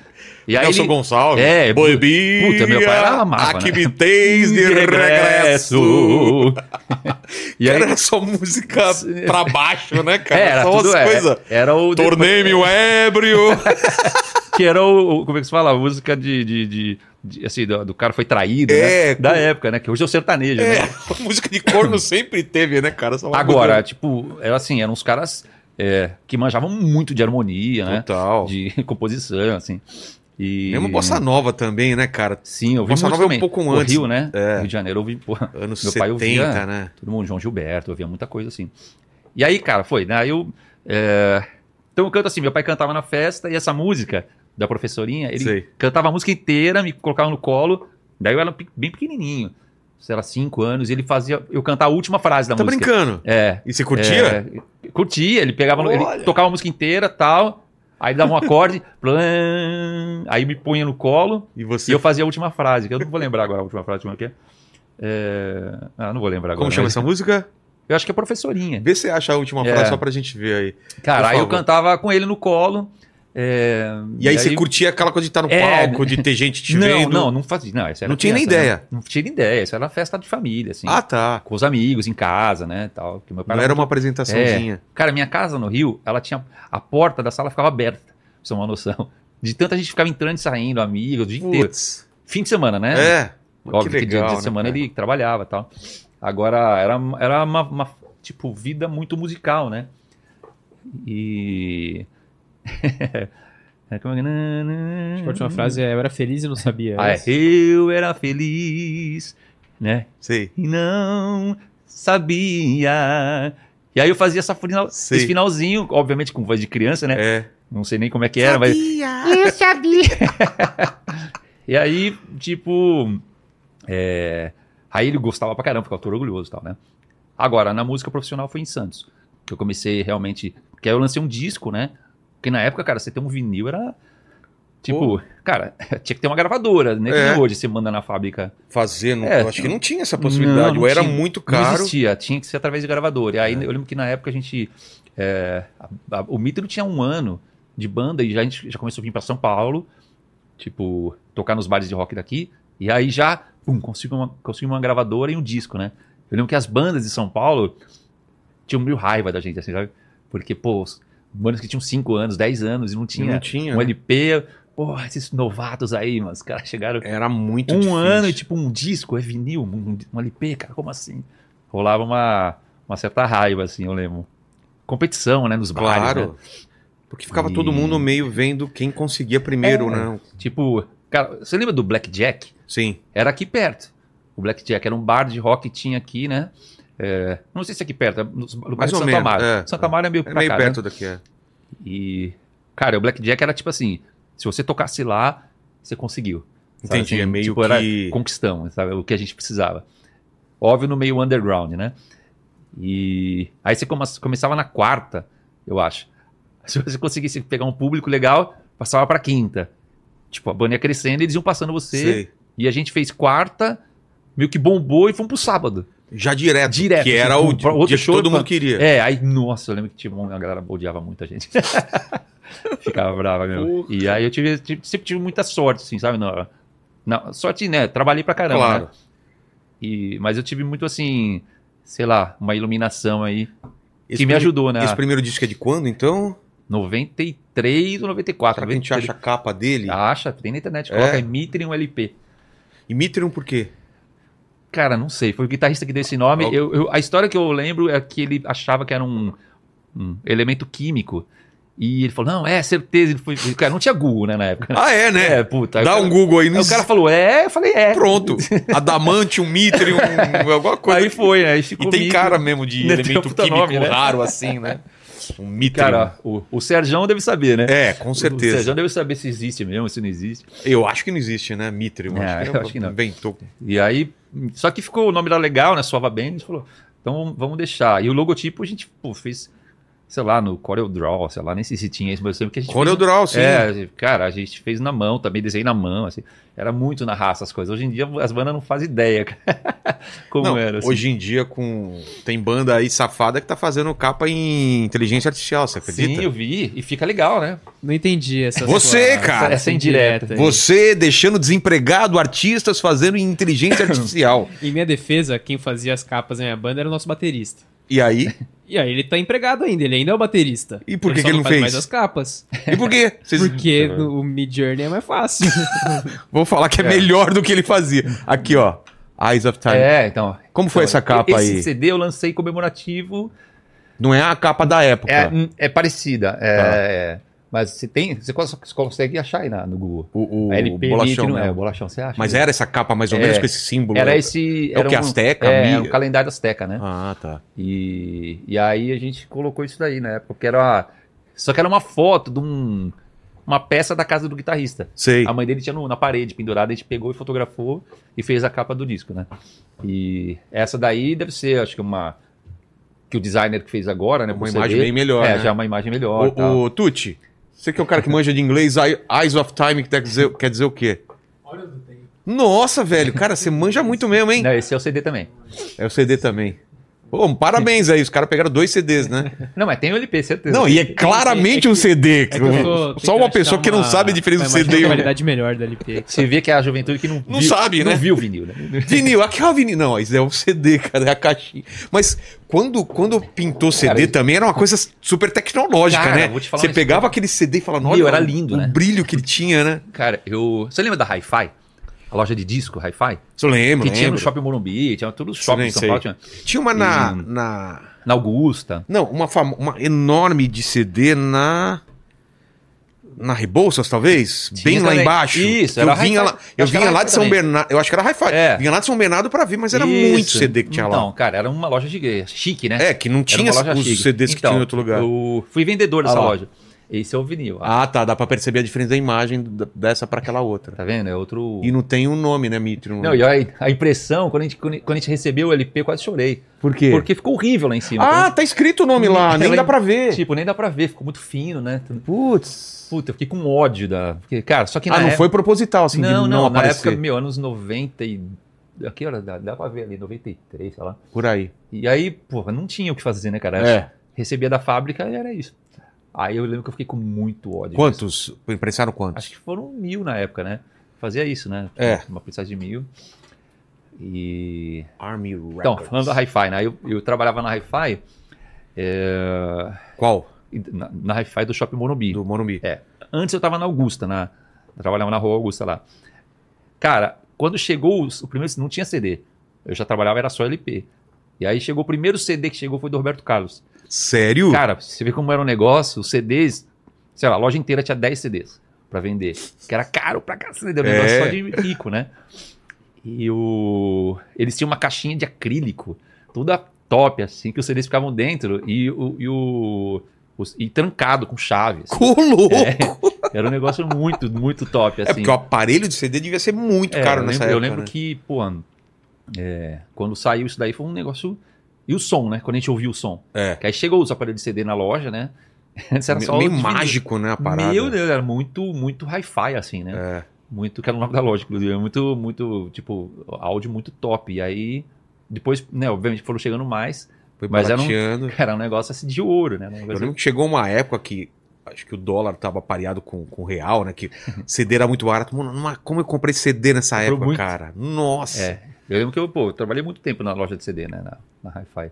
E aí
Nelson
ele-
Gonçalves.
É,
Bebia,
puta, meu pai era amava, né?
Activities de regresso.
e aí,
Era só música pra baixo, né, cara?
era,
só
tudo, é,
coisas.
era o
Tornei-me o ébrio.
que era o, o- como é que se fala, a música de, de, de- de- assim, do, do cara foi traído,
É,
né? Da
com-
época, né? Que hoje é o sertanejo,
É,
né?
música de corno sempre teve, né, cara? Só uma
Agora,
coisa-
tipo, era assim, eram uns caras é, que manjavam muito de harmonia, né?
Total.
De composição, assim. E...
Mesmo Bossa Nova também, né, cara?
Sim, eu ouvi
Bossa
muito
Nova é um
também.
pouco
O
antes. é.
Rio, né? Rio de Janeiro, eu ouvi, porra,
Anos
Meu
70,
pai ouvia-
né?
todo mundo, João Gilberto, eu via muita coisa assim. E aí, cara, foi, né? Aí eu. é, Então eu canto assim, meu pai cantava na festa e essa música da professorinha, ele
Sei.
cantava a música inteira, me colocava no colo, daí eu era pe- bem pequenininho, sei lá, cinco anos, e ele fazia eu cantar a última frase da
Tá
música.
brincando.
É.
E você curtia?
é, curtia, ele pegava, no-
Olha.
ele tocava a música inteira tal, aí dava um acorde, plan, aí me punha no colo,
E
e
você.
eu fazia a última frase, que eu não vou lembrar agora a última frase, como é que é? É, Ah, não vou lembrar agora.
Como chama
mas-
essa música?
Eu acho que é professorinha.
Vê se você acha a última
É.
frase só pra gente ver aí.
Cara,
Por
aí eu
favor.
cantava com ele no colo. é,
E aí, você curtia aquela coisa de estar no
É.
palco, de ter gente te
Não,
vendo.
não, não fazia. Não, isso era
Não tinha nem
criança,
ideia.
né? Não tinha nem ideia. Isso era festa de família, assim.
Ah, tá.
Com os amigos, em casa, né? Tal, porque meu pai
Não
era um
era uma apresentaçãozinha.
Cara, minha casa no Rio, ela tinha. A porta da sala ficava aberta, pra você É, ter uma noção. De tanta gente ficava entrando e saindo, amigos, o dia inteiro.
Putz.
Fim de semana, né?
É. Mas
Óbvio que, dia
legal,
de
né,
semana
cara?
ele trabalhava e tal. Agora, era, era uma, uma, tipo, vida muito musical, né? E... É, como é que...
Acho que a última frase é: Eu era feliz e não sabia.
Ah, é, eu era feliz, né?
Sei.
E não sabia. E aí eu fazia essa final,
Sei.
esse finalzinho, obviamente com voz de criança, né?
É.
Não sei nem como é que era, mas
Eu sabia.
E aí, tipo. é, Aí ele gostava pra caramba, ficava todo orgulhoso e tal, né? Agora, na música profissional foi em Santos. Que eu comecei realmente. Que aí eu lancei um disco, né? Porque na época, cara, você ter um vinil era. Tipo, cara, tinha que ter uma gravadora, né? Que
É.
nem hoje você manda na fábrica.
Fazer, não,
É,
eu acho que não tinha essa possibilidade.
não
ou era
tinha.
muito
Não
caro. É.
existia, tinha que ser através de gravadora. E aí eu lembro que na época a gente. é, a- a- o Mitro tinha um ano de banda e já, a gente já começou a vir pra São Paulo, tipo, tocar nos bares de rock daqui. E aí já, pum, conseguimos uma, conseguimos uma gravadora e um disco, né? Eu lembro que as bandas de São Paulo tinham meio raiva da gente, assim, sabe? Porque, pô, os bandas que tinham 5 anos, 10 anos e não
Tinha,
tinha,
não tinha.
um
né?
LP. Pô, esses novatos aí, mano, os caras chegaram
Era muito
um
difícil.
ano e tipo um disco, é vinil, um, um LP, cara, como assim? Rolava uma, uma certa raiva, assim, eu lembro. Competição, né, nos bares,
Claro.
né?
Porque ficava
E- É.
todo mundo meio vendo quem conseguia primeiro, né?
Tipo, cara, você lembra do Blackjack?
Sim.
Era aqui perto. O Blackjack era um bar de rock que tinha aqui, né? É, não sei se aqui perto, é no, no
Mais
bairro de
ou
Santo
menos,
Amaro.
é.
Santo Amaro é meio,
É
pra
meio
cá, né?
perto daqui. É.
E, cara, o Blackjack era tipo assim, se você tocasse lá, você conseguiu. Sabe
Entendi.
assim?
é meio
Tipo, era-
que.
conquistamos, sabe? O que a gente precisava. Óbvio no meio underground, né? E aí você come- começava na quarta, eu acho. Se você conseguisse pegar um público legal, passava pra quinta. Tipo, a banda ia crescendo e eles iam passando você.
Sei.
E a gente fez quarta, meio que bombou e fomos pro sábado.
Já direto.
Direto,
Que
assim,
era o
um pra- outro
dia que
show,
todo
pra-
mundo queria.
É, aí, nossa, eu lembro que tinha uma galera odiava muito a gente. Ficava brava mesmo. E aí eu tive, tive- sempre tive muita sorte, assim, sabe? Na, na- sorte, né? Trabalhei pra caramba. né?
claro.
E, mas eu tive muito assim, sei lá, uma iluminação aí
Esse
que me
prime-
ajudou, né?
Esse primeiro disco é de quando, então?
93 ou 94.
Será que a gente um acha a capa dele?
Acha, tem na internet,
É?
coloca aí Mitre um LP.
E Mitrium por quê?
Cara, não sei, foi o guitarrista que deu esse nome.
Al-
Eu, eu- a história que eu lembro é que ele achava que era um, um elemento químico. E ele falou, não, é certeza. Ele foi, cara, não tinha Google, né, na época.
Ah, é, né?
É, puta. aí
Dá
o
um
cara,
Google aí.
aí
Não...
o cara falou, é, eu falei, é.
Pronto. Adamantium, Mitrium, um alguma coisa.
Aí foi, né? Aí ficou
E tem
Mitre.
cara mesmo de
Né, tem um
elemento
puta
químico
nome, né?
raro assim, né? Um Mitrium.
Cara, o, o Serjão deve saber, né?
é, com
O
certeza.
Serjão deve saber se existe mesmo, se não existe.
Eu acho que não existe, né? Mitrium.
É,
acho, que
eu acho que não.
Inventou.
E aí, só que ficou o nome era legal, né? Suava bem, a gente falou, então vamos deixar. E o logotipo a gente pô, fez, sei lá, no Corel Draw, sei lá, nem sei se tinha isso, mas eu sempre que a gente
Corel
fez,
Draw, sim.
É, cara, a gente fez na mão, também desenhei na mão, assim. Era muito na raça as coisas. Hoje em dia as bandas não fazem ideia cara, como
Não,
era. assim.
Hoje em dia com tem banda aí safada que tá fazendo capa em inteligência artificial, você acredita?
Sim, eu vi, e fica legal, né?
Não entendi essa
Você,
sua-
cara,
essa é indireta.
aí.
Você deixando desempregado artistas fazendo em inteligência artificial.
Em minha defesa, quem fazia as capas da minha banda era o nosso baterista.
E aí?
E aí ele tá empregado ainda, ele ainda é o baterista.
E por que
só
que ele não
faz
fez?
mais as capas.
E por quê? Vocês-
Porque no, o Mid Journey é mais fácil.
Vou falar que é,
É.
melhor do que ele fazia. Aqui, ó. Eyes of Time.
É, então.
Como Tá foi essa capa
esse
aí?
CD eu lancei comemorativo
Não é a capa da época.
É, hum, é parecida. É,
Tá.
é. mas você tem. Você cons- consegue achar aí na- no Google.
O, o, o
A LP
bolachão,
Nitro,
né?
É, o bolachão, você acha?
Mas era essa capa mais ou
É.
menos com esse símbolo.
Era esse.
É o
era
que?
um-
Azteca?
É,
Mi-
era o calendário Azteca, né?
Ah, tá.
E, e aí a gente colocou isso daí, né? Porque era. Só que era uma foto de um, uma peça da casa do guitarrista.
Sei.
A mãe dele tinha no- na parede pendurada, a gente pegou e fotografou e fez a capa do disco, né? E essa daí deve ser, acho que uma. Que o designer que fez agora, né?
Uma
pro
imagem
CD.
bem melhor,
É,
né?
já uma imagem melhor. e tal.
Ô, ô, Tucci, você que é o cara que manja de inglês, eye- Eyes of Time que quer dizer, quer dizer o quê? Nossa, velho, cara, você manja muito mesmo, hein?
Não, esse é o CD também.
É o CD também. Pô, parabéns aí, os caras pegaram dois CDs, né?
Não, mas tem o LP, certeza.
Não, e é claramente um CD.
É que eu tô
Só
tentando
uma
achar
pessoa que não
uma-
sabe a diferença do
uma
CD. e um-
qualidade melhor da LP.
Você vê que é a juventude que não,
Não sabe, né?
Não viu o vinil, né?
Vinil, aqui é o vinil. Não, isso é um CD, cara, é a caixinha. Mas quando, quando pintou CD
Cara,
também era uma coisa super tecnológica,
Cara,
né?
vou te falar
Você
uma
pegava aquele CD e falava,
Meu,
olha
era
o-
lindo,
o
né?"
brilho que ele tinha, né?
Cara, eu. Você lembra da Hi-Fi? a loja de disco, Hi-Fi,
Você lembra?
que tinha no
lembro.
Shopping Morumbi, tinha tudo shopping em São
sei.
Paulo, tinha,
Tinha uma na.
Hum.
na...
na Augusta.
Não, uma, famo... uma enorme de CD na. Na Rebouças, talvez?
Tinha
Bem lá
também.
embaixo.
Isso,
Que
era
eu vinha
Hi-Fi.
lá,
Eu
eu
acho que
vinha
era
lá
Hi-Fi
de São
também.
Bernardo. Eu acho que era Hi-Fi.
É.
Vinha lá de São Bernardo pra vir, mas era
Isso.
muito CD que tinha
Então,
lá.
cara, era uma loja gigante, chique, né?
É, que não
Era
tinha
uma loja
os
chique.
CDs que
Então,
tinha em outro lugar.
Eu fui vendedor dessa
Ah lá.
loja. Esse é o vinil. Ah,
Ah, tá. Dá pra perceber a diferença da imagem d- dessa pra aquela outra.
tá vendo? É outro.
E não tem um nome, né, Mitrium?
Não, e olha, a impressão, quando a gente, quando a gente recebeu o LP, eu quase chorei.
Por quê?
Porque ficou horrível lá em cima.
Ah, tá escrito o nome lá. Nem
Ela-
dá pra ver.
Então, tipo, nem dá pra ver, ficou muito fino, né? Tudo-
Putz.
Puta, eu fiquei com ódio da. Porque, cara, só que na
Ah, não
época-
foi proposital, assim, de não,
não, não, na
aparecer.
época, meu, anos 90 e. Aqui, olha, dá, dá pra ver ali, 93, sei lá.
Por aí.
E aí, porra, não tinha o que fazer, né, cara?
É.
Recebia da fábrica e era isso. Aí eu lembro que eu fiquei com muito ódio. disso.
Quantos? Emprestaram quantos?
Acho que foram mil na época, né? Fazia isso, né?
É.
Uma prensagem de mil. E.
Army Records.
Então, falando da Hi-Fi, né? Eu, eu trabalhava na Hi-Fi, é,
Qual?
e- na, na Hi-Fi do Shopping Morumbi.
Do Morumbi.
É. Antes eu tava na Augusta, na, eu trabalhava na Rua Augusta lá. Cara, quando chegou os- o primeiro, não tinha CD. Eu já trabalhava, era só LP. E aí chegou o primeiro CD que chegou foi do Roberto Carlos.
Sério?
Cara, você vê como era o negócio, os CDs, sei lá, a loja inteira tinha 10 CDs pra vender. Que era caro pra cacete, era um
É.
negócio só de rico, né? E o... eles tinham uma caixinha de acrílico, toda top, assim, que os CDs ficavam dentro e o. E, o- os- e trancado com chaves.
Colou!
É, era um negócio muito, muito top,
É
assim.
porque o aparelho de CD devia ser muito
É,
caro
eu lembro,
nessa
Eu
época.
lembro
né?
que, pô, é, quando saiu isso daí foi um negócio. E o som, né? Quando a gente ouviu o som.
É.
Que aí chegou os aparelhos de CD na loja, né? Antes era só
meio
os de vinil.
mágico, né, a parada.
Meu Deus, era muito, muito hi-fi, assim, né?
É.
Muito, que era o nome da loja, inclusive. era Muito, muito, tipo, áudio muito top. E aí, depois, né, obviamente foram chegando mais.
Foi
Mas era um-
barateando.
Cara, era um negócio assim de ouro, né? Era um
Eu
negócio-
lembro que chegou uma época que acho que o dólar tava pareado com, com o real, né? Que CD era muito barato. Mano, mas como eu comprei CD nessa
Uhum. Comprou
época,
muito.
cara? Nossa!
É. Eu lembro que eu, pô, eu trabalhei muito tempo na loja de CD, né? Na, na hi-fi.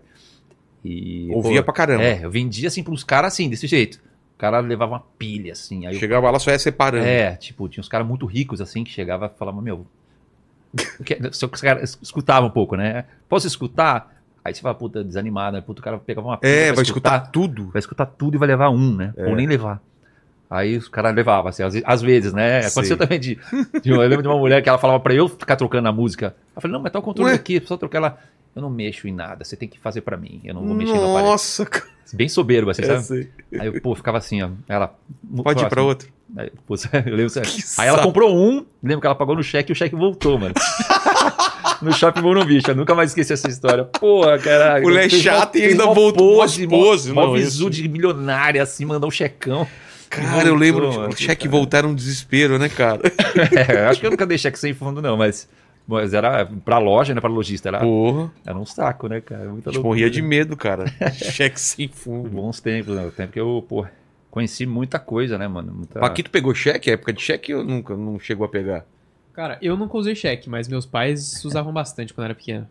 E.
Ouvia
pô,
pra caramba.
É, eu vendia assim pros caras assim, desse jeito. O cara levava uma pilha, assim. Aí eu
Chegava lá, só ia separando.
É, tipo, tinha uns caras muito ricos assim que chegava e falava, meu. que- Só que os caras escutavam um pouco, né? Posso escutar? Aí você fala, puta, desanimado, né? Puta, o cara pegava uma
É,
pra
vai escutar, É. tudo.
Vai escutar tudo e vai levar um, né? Ou nem levar. Aí os caras levavam, assim, às, ve- às vezes, né?
Sei.
Aconteceu também de, de uma- Eu lembro de uma mulher que ela falava pra eu ficar trocando a música. Eu falei, não, mas tá o controle
Ué?
aqui, só trocar ela. Eu não mexo em nada, você tem que fazer pra mim. Eu não vou mexer no aparelho.
Nossa, cara.
Bem soberbo, assim,
eu
sabe?
sei.
Aí eu, pô, ficava assim, ó. Ela.
Pode ir pra
próximo.
outro.
Aí, pô, eu lembro, aí
saco.
ela comprou um, lembro que ela pagou no cheque e o cheque voltou, mano. no shopping Morumbi, eu nunca mais esqueci essa história. Porra, caralho.
Mulher
Fez mó-
chata e
fez
ainda
mó
voltou
pose,
mó pose,
mó,
não,
mó
isso.
visu de milionária, assim, mandou um checão.
Cara, eu
Voltou,
lembro. tipo,
mano.
o cheque voltar um desespero, né, cara?
É, acho que eu nunca dei cheque sem fundo, não, mas, mas era pra loja, né, pra lojista, era,
Porra.
era um saco, né, cara? Muita
A gente
loucura.
morria de medo, cara. cheque sem fundo.
Bons tempos, né, o tempo que eu, pô, conheci muita coisa, né, mano? Muita...
Paquito pegou cheque? Época de cheque ou nunca não chegou a pegar?
Cara, eu nunca usei cheque, mas meus pais usavam bastante quando era pequeno.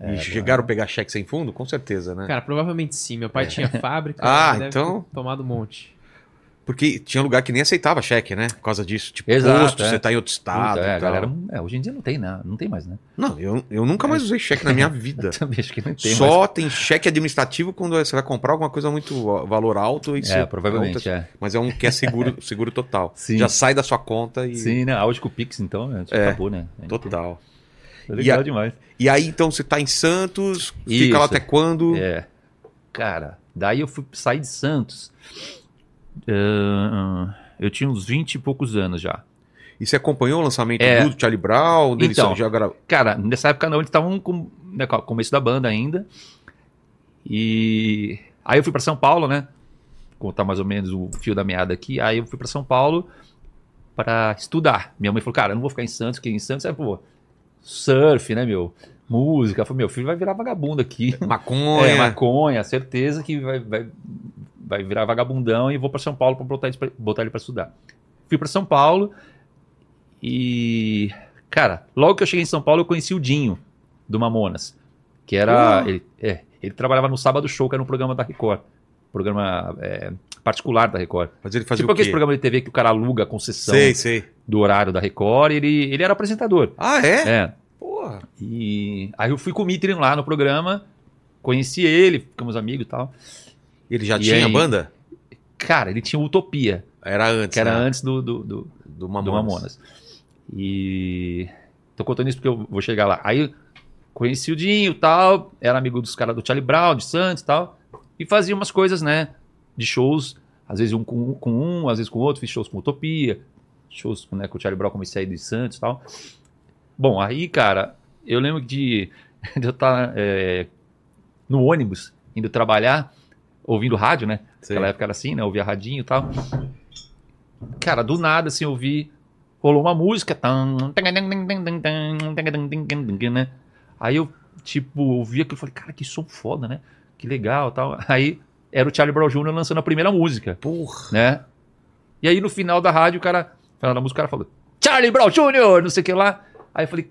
É,
E chegaram a pegar cheque sem fundo? Com certeza, né?
Cara, provavelmente sim. Meu
É.
pai tinha fábrica.
Ah,
ele deve
então-
ter Tomado um monte.
Porque tinha lugar que nem aceitava cheque, né? Por causa disso. Tipo,
Exato,
posto,
é.
você tá em outro estado.
Puta, é,
e tal.
a galera, é, hoje em dia não tem, né? Não tem mais, né?
Não, eu, eu nunca mais usei cheque na minha vida.
Também acho que não tem mais.
Só tem cheque administrativo quando você vai comprar alguma coisa muito ó, valor alto. E
É,
você-
provavelmente, é.
Mas é um que é seguro, seguro total.
Sim.
Já sai da sua conta e.
Sim, né? Áudio com o Pix, então, né?
É.
acabou, né?
Total.
É legal
E a-
demais.
E aí, então, você tá em Santos, fica
Isso.
lá até quando?
É. Cara, daí eu fui sair de Santos. Ah, eu tinha uns 20 e poucos anos já.
E você acompanhou o lançamento
É.
do Charlie Brown, dele
Então.
já gravou.
Cara, nessa época não, eles estavam com né, com o começo da banda ainda. E aí eu fui pra São Paulo, né? Contar mais ou menos o fio da meada aqui. Aí eu fui pra São Paulo pra estudar. Minha mãe falou: "Cara, eu não vou ficar em Santos, porque em Santos é, pô, surf, né, meu? Música". Eu falei: "Meu filho vai virar vagabundo aqui".
Maconha.
É, maconha, certeza que vai, vai, vai virar vagabundão e vou pra São Paulo pra botar ele pra, botar ele pra estudar. Fui pra São Paulo e. Cara, logo que eu cheguei em São Paulo, eu conheci o Dinho, do Mamonas. Que era.
Uh!
Ele, é, ele trabalhava no Sábado Show, que era um programa da Record. Programa. é, particular da Record.
Mas ele fazia
tipo
o quê?
aquele programa de TV que o cara aluga a concessão
Sei, sei.
do horário da Record, ele, ele era apresentador.
Ah, é?
É.
Porra.
E aí eu fui com o Mitrin lá no programa, conheci ele, ficamos amigos e tal.
Ele já
E
tinha
aí?
banda?
Cara, ele tinha Utopia,
Era antes,
que era
né?
antes do, do, do,
Do
do
Mamonas.
Mamonas. E tô contando isso porque eu vou chegar lá. Aí conheci o Dinho e tal, era amigo dos caras do Charlie Brown, de Santos e tal, e fazia umas coisas, né, de shows, às vezes um com, com um, às vezes com outro, fiz shows com Utopia, shows né, com o Charlie Brown, comecei a ir de Santos e tal. Bom, aí, cara, eu lembro de, de eu estar no ônibus, indo trabalhar, ouvindo rádio, né,
Sei.
Naquela época era assim, né? Ouvia radinho e tal. Cara, do nada, assim, eu vi. Rolou uma música. tan, né? Aí eu, tipo, ouvi aquilo e falei, cara, que som foda, né? Que legal e tal. Aí era o Charlie Brown Jr. lançando a primeira música,
Porra.
né? E aí no final da rádio, o cara. Final da música, o cara falou, Charlie Brown Jr., não sei o que lá. Aí eu falei,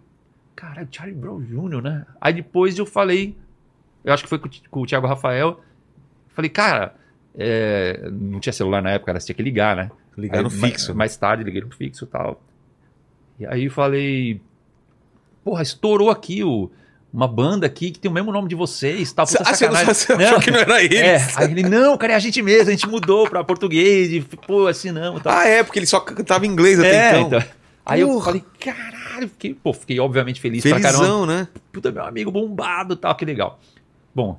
caralho, Charlie Brown Jr., né? Aí depois eu falei, eu acho que foi com o Ti- com o Thiago Rafael. Falei, cara, é, não tinha celular na época, era, você tinha que ligar, né?
Ligaram
Aí,
um fixo.
ma- Mais tarde liguei no fixo e tal. E aí eu falei, porra, estourou aqui o, uma banda aqui que tem o mesmo nome de vocês, tal, puta
Ah, você não-
sacanagem.
você achou que não era ele?
É, aí ele, não, cara, é a gente mesmo, a gente mudou pra português, e, pô, assim não, tal.
Ah, é, porque ele só cantava inglês até
É,
então.
então. Aí eu
Porra.
falei, caralho, fiquei, pô, fiquei obviamente feliz pra caramba.
Felizão, né?
Puta, meu amigo bombado e tal, que legal. Bom,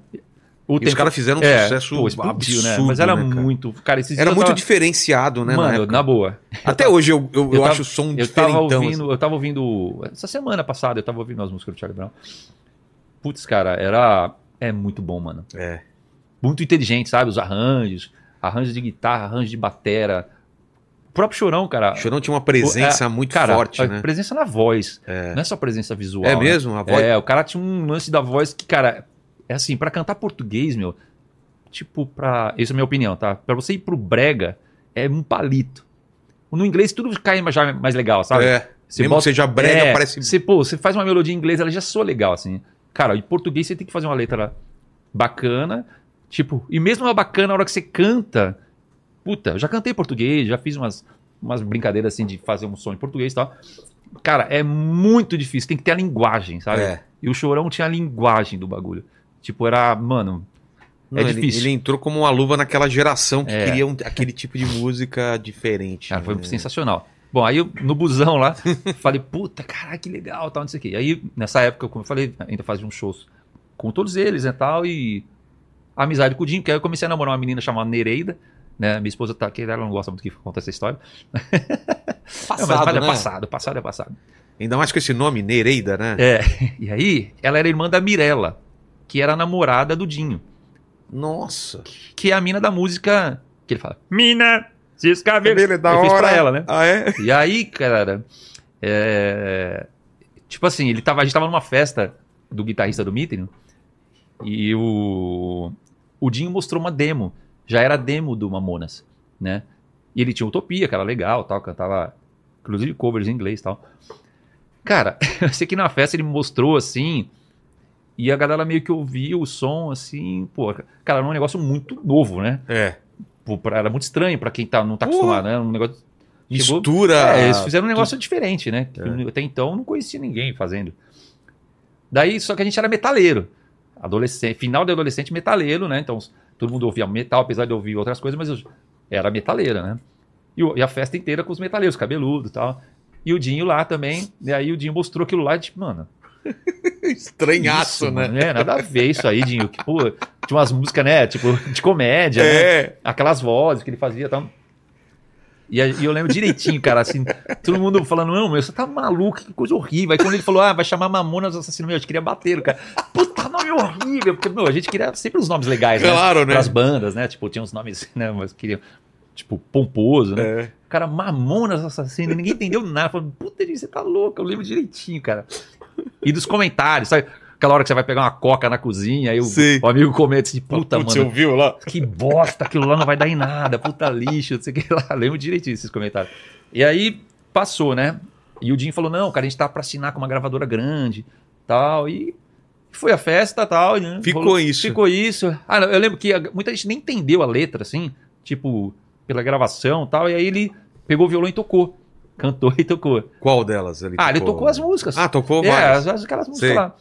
o
E os caras fizeram um
é,
sucesso
pô, explodiu,
absurdo,
né? Mas era
né, cara?
muito, cara, esses
Era
dias eu
muito
tava-
diferenciado, né? na
Mano,
época.
na boa.
Até hoje eu, eu, eu,
eu tava-
acho o som
Eu tava
diferentão. assim.
ouvindo, eu tava ouvindo. Essa semana passada eu tava ouvindo as músicas do Charlie Brown. Putz, cara, era. É muito bom, mano.
assim. É.
Muito inteligente, sabe? Os arranjos, arranjos de guitarra, arranjos de batera. O próprio Chorão, cara.
O Chorão tinha uma presença
É,
muito
cara,
forte,
a
né?
Presença na voz.
É.
Não é só presença visual.
É
né?
mesmo? A voz.
É, o cara tinha um lance da voz que, cara, é assim, pra cantar português, meu, tipo, pra. Isso é a minha opinião, tá? Pra você ir pro Brega, é um palito. No inglês tudo cai mais- já mais legal, sabe?
É.
Você
Mesmo que
bota-
seja brega,
É,
parece.
Você, pô, você faz uma melodia em inglês, ela já soa legal, assim. Cara, em português você tem que fazer uma letra bacana, tipo, e mesmo uma bacana na hora que você canta. Puta, eu já cantei português, já fiz umas, umas brincadeiras assim de fazer um som em português e tal. Cara, é muito difícil, tem que ter a linguagem, sabe?
É.
E o Chorão tinha a linguagem do bagulho. Tipo, era, mano,
Não, ele-
É difícil.
Ele, entrou como uma luva naquela geração que
É.
queria um- aquele tipo de música diferente.
Cara, foi
né?
sensacional. Bom, aí eu, no busão lá, falei, puta, caralho, que legal, tal, não sei o quê. Aí, nessa época, como eu falei, ainda fazia uns shows com todos eles, né, tal, e amizade com o Dinho, que aí eu comecei a namorar uma menina chamada Nereida, né, minha esposa tá aqui, ela não gosta muito que conta essa história. Não, mas
Passado,
vale,
né?
é passado, passado é passado.
Ainda mais com esse nome, Nereida, né?
É, e aí, ela era irmã da Mirella, que era a namorada do Dinho,
Nossa.
que é a mina da música, que ele fala, Mina, se escavele.
é
Ele fez pra ela, né?
Ah, é?
E aí, cara, é, tipo assim, ele tava, a gente tava numa festa do guitarrista do Mitrin e o, o Dinho mostrou uma demo. Já era demo do Mamonas, né? E ele tinha Utopia, que era legal, tal, cantava inclusive covers em inglês e tal. Cara, eu sei que na festa ele mostrou assim, e a galera meio que ouvia o som assim, pô, cara, era um negócio muito novo, né?
É.
Pô, pra- Era muito estranho pra quem tá, não tá
Porra.
acostumado, né? Era Um negócio Chegou-
Mistura.
é, eles fizeram um negócio diferente, né? Que
Ah. É.
Até então eu não conhecia ninguém fazendo. Daí, só que a gente era metaleiro. Adolescente, final de adolescente, metaleiro, né? Então, todo mundo ouvia metal, apesar de ouvir outras coisas, mas eu era metaleira, né? E, o- e a festa inteira com os metaleiros, cabeludo e tal. E o Dinho lá também. E aí o Dinho mostrou aquilo lá e tipo, mano,
estranhaço,
isso,
né?
mano, É, nada a ver isso aí, Dinho. Que, pô, tinha umas músicas, né? Tipo, de comédia, né?
É.
aquelas vozes que ele fazia e tal. E, a- e eu lembro direitinho, cara, assim, todo mundo falando, não, meu, você tá maluco, que coisa horrível. Aí quando ele falou, ah, vai chamar Mamonas Assassino, meu, a gente queria bater, o cara. Puta, nome horrível, porque, meu, a gente queria sempre os nomes legais, né?
Claro, né?
Pras bandas, né? Tipo, tinha uns nomes, né, mas queria, tipo, pomposo, né?
É.
O cara, Mamonas Assassino, ninguém entendeu nada. Falando, puta, gente, você tá louco, eu lembro direitinho, cara. E dos comentários, sabe? Aquela hora que você vai pegar uma coca na cozinha, aí o,
Sei.
o amigo comenta assim,
Putz,
puta, mano,
você ouviu lá?
que bosta, aquilo lá não vai dar em nada, puta lixo, não sei o que lá. Lembro direitinho esses comentários. E aí passou, né? E o Jim falou: não, cara, a gente tá pra assinar com uma gravadora grande, tal. E foi a festa, tal. e, né,
Ficou
rolou-
isso.
Ficou isso. Ah, não, eu lembro que a- muita gente nem entendeu a letra, assim. tipo, pela gravação e tal. E aí ele pegou o violão e tocou. Cantou e tocou.
Qual delas? Ele
ah, ele tocou as músicas.
Ah, tocou
é,
várias.
as, as, aquelas músicas
Sei.
lá.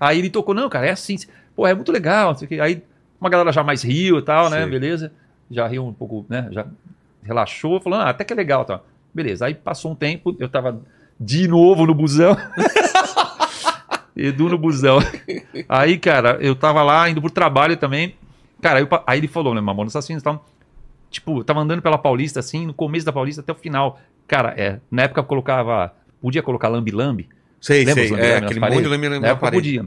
Aí ele tocou, não, cara, é assim. Pô, é muito legal. não sei o quê. Aí uma galera já mais riu e tal, né?
Sei.
Beleza. Já riu um pouco, né? Já relaxou, falando, ah, até que é legal. Tal. Beleza. Aí passou um tempo, eu tava de novo no busão. Edu no busão. Aí, cara, eu tava lá indo pro trabalho também. Cara, aí, eu pa- aí ele falou, né? Mamona Assassinos e tal. Tipo, eu tava andando pela Paulista, assim, no começo da Paulista até o final. Cara, é, na época eu colocava. Podia colocar lambi-lambi.
Sei,
Lembra
sei.
os
É,
lambe-lambe
aquele
nas paredes?
monte de lambe-lambe
Na
na
época
parede.
podia.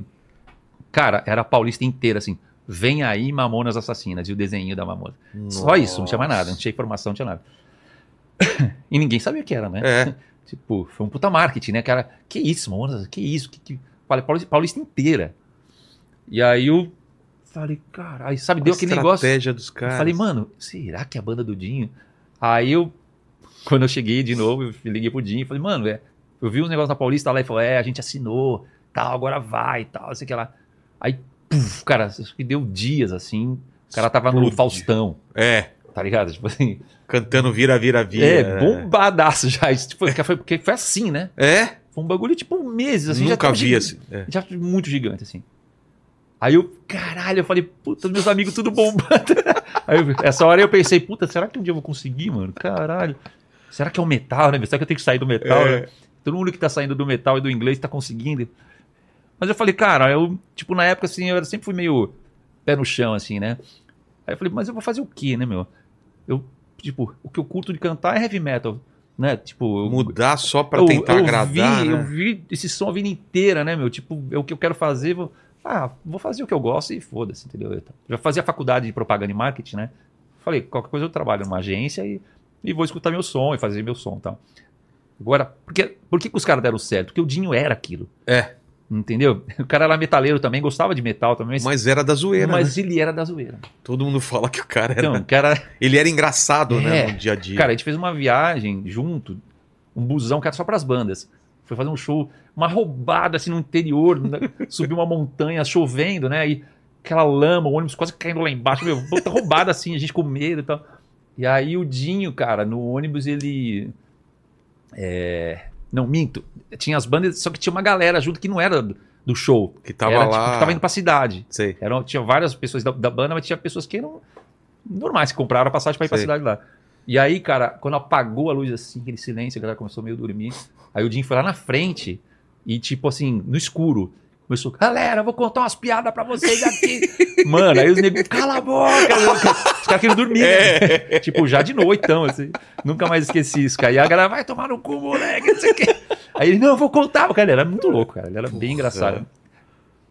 Cara, era a paulista inteira, assim. Vem aí Mamonas Assassinas e o desenho da Mamona. Só isso, não tinha mais nada, não tinha informação, não tinha nada. e ninguém sabia o que era, né?
É.
Tipo, foi um puta marketing, né, cara? Que isso, Mamonas, que isso? Que, que... Falei, paulista, paulista inteira. E aí eu falei, cara, aí sabe, deu aquele negócio.
estratégia dos
Eu
caras.
falei, mano, será que é a banda do Dinho? Aí eu, quando eu cheguei de novo, eu liguei pro Dinho e falei, mano, é, eu vi uns negócios na Paulista lá e falou, é, a gente assinou, tal, agora vai, tal, não sei o que lá. Aí, puf, cara, acho que deu dias assim, o cara tava no
Explodiu.
Faustão,
É,
tá ligado? Tipo assim,
cantando vira, vira, vira.
é, bombadaço já. Isso foi, foi, porque foi assim, né?
É?
Foi um bagulho tipo meses, assim, já
Nunca
tava
vi
gigante.
assim. É.
Já fui muito gigante, assim. Aí eu, caralho, eu falei, puta, meus amigos tudo bombando. Aí eu, essa hora eu pensei, puta, será que um dia eu vou conseguir, mano? Caralho. Será que é o metal, né? meu? Será que eu tenho que sair do metal?
É.
né? Todo mundo que tá saindo do metal e do inglês tá conseguindo. Mas eu falei, cara, eu, tipo, na época, assim, eu era- sempre fui meio pé no chão, assim, né? Aí eu falei, mas eu vou fazer o quê, né, meu? Eu, tipo, o que eu curto de cantar é heavy metal, né? Tipo, eu,
É, Mudar só pra
eu-
tentar
eu
agradar.
Vi,
né?
Eu vi esse som a vida inteira, né, meu? Tipo, é o que eu quero fazer. Vou, ah, vou fazer o que eu gosto e foda-se, entendeu? Eu já fazia faculdade de propaganda e marketing, né? Falei, qualquer coisa eu trabalho numa agência e, e vou escutar meu som e fazer meu som e tal. Agora, porque, por que, que os caras deram certo? Porque o Dinho era aquilo.
É.
Entendeu? O cara era metaleiro também, gostava de metal também, mas,
Mas era da zoeira, né?
mas ele era da zoeira.
Todo mundo fala que o cara era.
Então, o cara
Ele era engraçado, né?
É.
No dia a dia.
Cara, a gente fez uma viagem junto, um busão que era só pras bandas. Foi fazer um show, uma roubada assim no interior, né? subiu uma montanha, chovendo, né? E aquela lama, o ônibus quase caindo lá embaixo, meu, puta roubada assim, a gente com medo e tal. E aí o Dinho, cara, no ônibus ele. É... Não, minto. Tinha as bandas, só que tinha uma galera junto que não era do- do show.
que tava
era, tipo,
lá.
que tava indo pra cidade.
Sei.
Eram, tinha várias pessoas da, da banda, mas tinha pessoas que eram normais, que compraram a passagem pra ir pra
Sei.
cidade lá. E aí, cara, quando apagou a luz assim, aquele silêncio, a galera começou meio a dormir. Aí o Jim foi lá na frente e, tipo assim, no escuro, começou, galera, eu vou contar umas piadas pra vocês aqui. Mano, aí os negros, cala a boca. Os caras queriam dormir,
É.
né? Tipo, já de noitão, assim. Nunca mais esqueci isso, cara. E a galera, vai tomar no cu, moleque, não sei o quê. Aí ele, não, eu vou contar. Cara, ele era muito louco, cara. Ele era bem engraçado.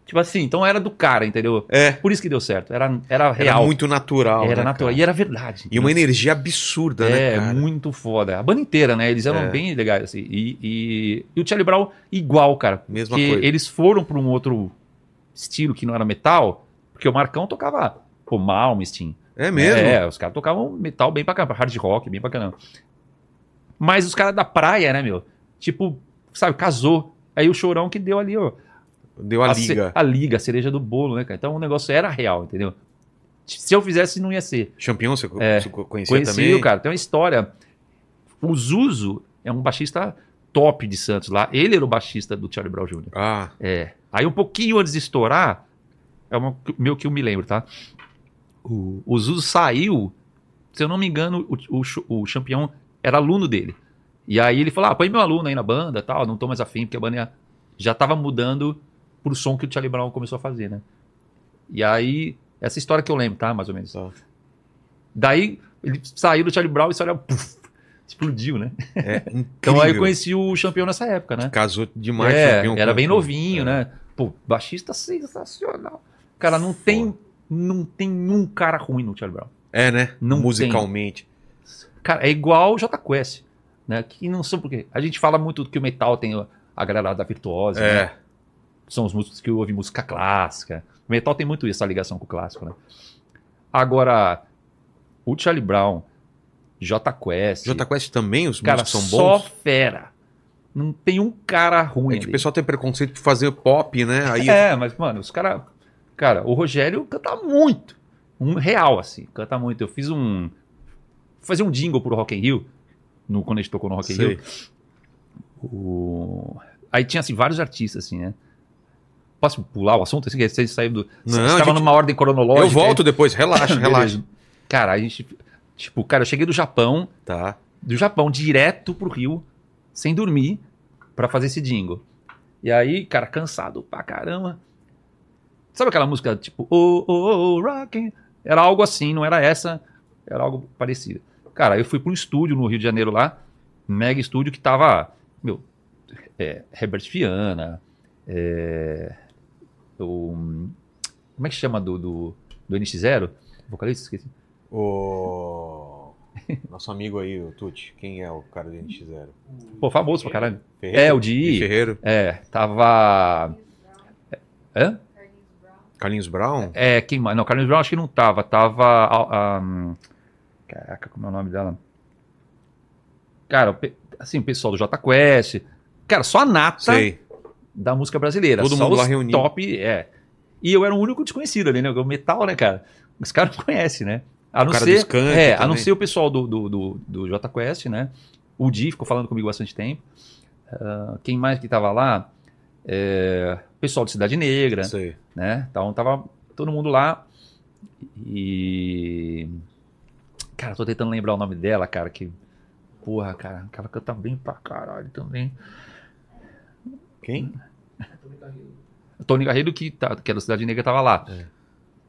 Tipo assim, então era do cara, entendeu?
É.
Por isso que deu certo. Era, era
Era
real. Era,
muito natural. né,
natural.
cara?
E era verdade.
E uma energia absurda, né?
É,
Cara?
muito foda. A banda inteira, né? Eles eram
É.
bem legais. Assim. E, e, e o Charlie Brown, igual, cara.
Mesma
Porque
coisa.
eles foram pra um outro estilo que não era metal. Porque o Marcão tocava, pô, Malmsteen.
É mesmo?
É, os caras tocavam metal bem pra caramba, hard rock bem pra caramba. Mas os caras da praia, né, meu? Tipo, sabe, casou. Aí o chorão que deu ali, ó.
Deu a,
ce-
liga.
a liga, a cereja do bolo, né, cara? Então o negócio era real, entendeu? Se eu fizesse, não ia ser.
Champion, você, co-
É.
você co- conhecia
Conheci,
também?
cara. Tem uma história. O Zuzo é um baixista top de Santos lá. Ele era o baixista do Charlie Brown Jr.
Ah,
É. Aí um pouquinho antes de estourar, é uma, meu que eu me lembro, tá? O, o Zuzo saiu, se eu não me engano, o, o, Ch- o campeão era aluno dele. E aí ele falou: ah, põe meu aluno aí na banda tal, não tô mais afim, porque a banda ia- já tava mudando pro som que o Charlie Brown começou a fazer, né? E aí, essa história que eu lembro, tá? Mais ou menos.
Tá.
Daí ele saiu do Charlie Brown e saiu, puf, explodiu, né?
é
Então aí eu
incrível.
conheci o campeão nessa época, né?
Casou demais
É,
Champion
era
com-
bem
com-
novinho,
é.
né? Pô, baixista sensacional. Cara, não tem, não tem um cara ruim no Charlie Brown.
É, né?
Não tem.
Musicalmente.
Cara, é igual o Jota Quest, né? Que não são porque a gente fala muito que o metal tem a galera da virtuosa, né?
É.
são os músicos que ouvem música clássica. O metal tem muito essa ligação com o clássico, né? Agora, o Charlie Brown, Jota Quest,
Jota Quest também, os
cara,
músicos são
só
bons.
fera. Não tem um cara ruim.
É que o
ali.
pessoal tem preconceito por fazer pop, né? Aí
É, mas, mano, os caras. Cara, o Rogério canta muito. Um real, assim, canta muito. Eu fiz um. fazer um jingle pro Rock in Rio, no, quando a gente tocou no Rock in Rio.
Sei.
O- Aí tinha assim, vários artistas, assim, né? Posso pular o assunto? Assim, que Você saiu do.
Não,
você
a
estava
gente-
numa ordem cronológica.
eu volto depois, relaxa,
é. Beleza.
relaxa.
Cara, a gente. Tipo, cara, eu cheguei do Japão,
Tá.
do Japão direto pro Rio, sem dormir, pra fazer esse jingle. E aí, cara, cansado pra caramba. Sabe aquela música tipo, oh, oh, oh, rockin'? Era algo assim, não era essa, era algo parecido. Cara, eu fui pra um estúdio no Rio de Janeiro lá, mega estúdio que tava, meu, é, Herbert Fiana, é, o, como é que chama do, do, do NX0? Vocalista? Esqueci.
O nosso amigo aí, o Tuti, quem é o cara do NX0?
Pô, famoso pra caralho.
Ferreiro?
É, o de...
Ferreiro.
É, tava. Hã?
Carlinhos Brown?
É, quem mais? Não, Carlinhos Brown acho que não tava. Tava. a- a- hum, caraca, como é o nome dela? Cara, o pe- assim, o pessoal do J Quest. Cara, só a nata
Sei.
da música brasileira.
Todo
só
mundo lá
os
reunido.
Top, é. E eu era o único desconhecido ali, né? O metal, né, cara? Os caras não conhecem, né? A não
cara
ser.
do Skank
é, a
também.
não ser o pessoal do, do, do, do J Quest, né? O Di ficou falando comigo bastante tempo. Ah, quem mais que tava lá? É, o pessoal de Cidade Negra
Sei.
né? Então tava todo mundo lá e cara, tô tentando lembrar o nome dela, cara, que porra, cara, que ela canta bem pra caralho também.
Quem?
Tony Garrido que tá, que é da Cidade Negra tava lá.
É.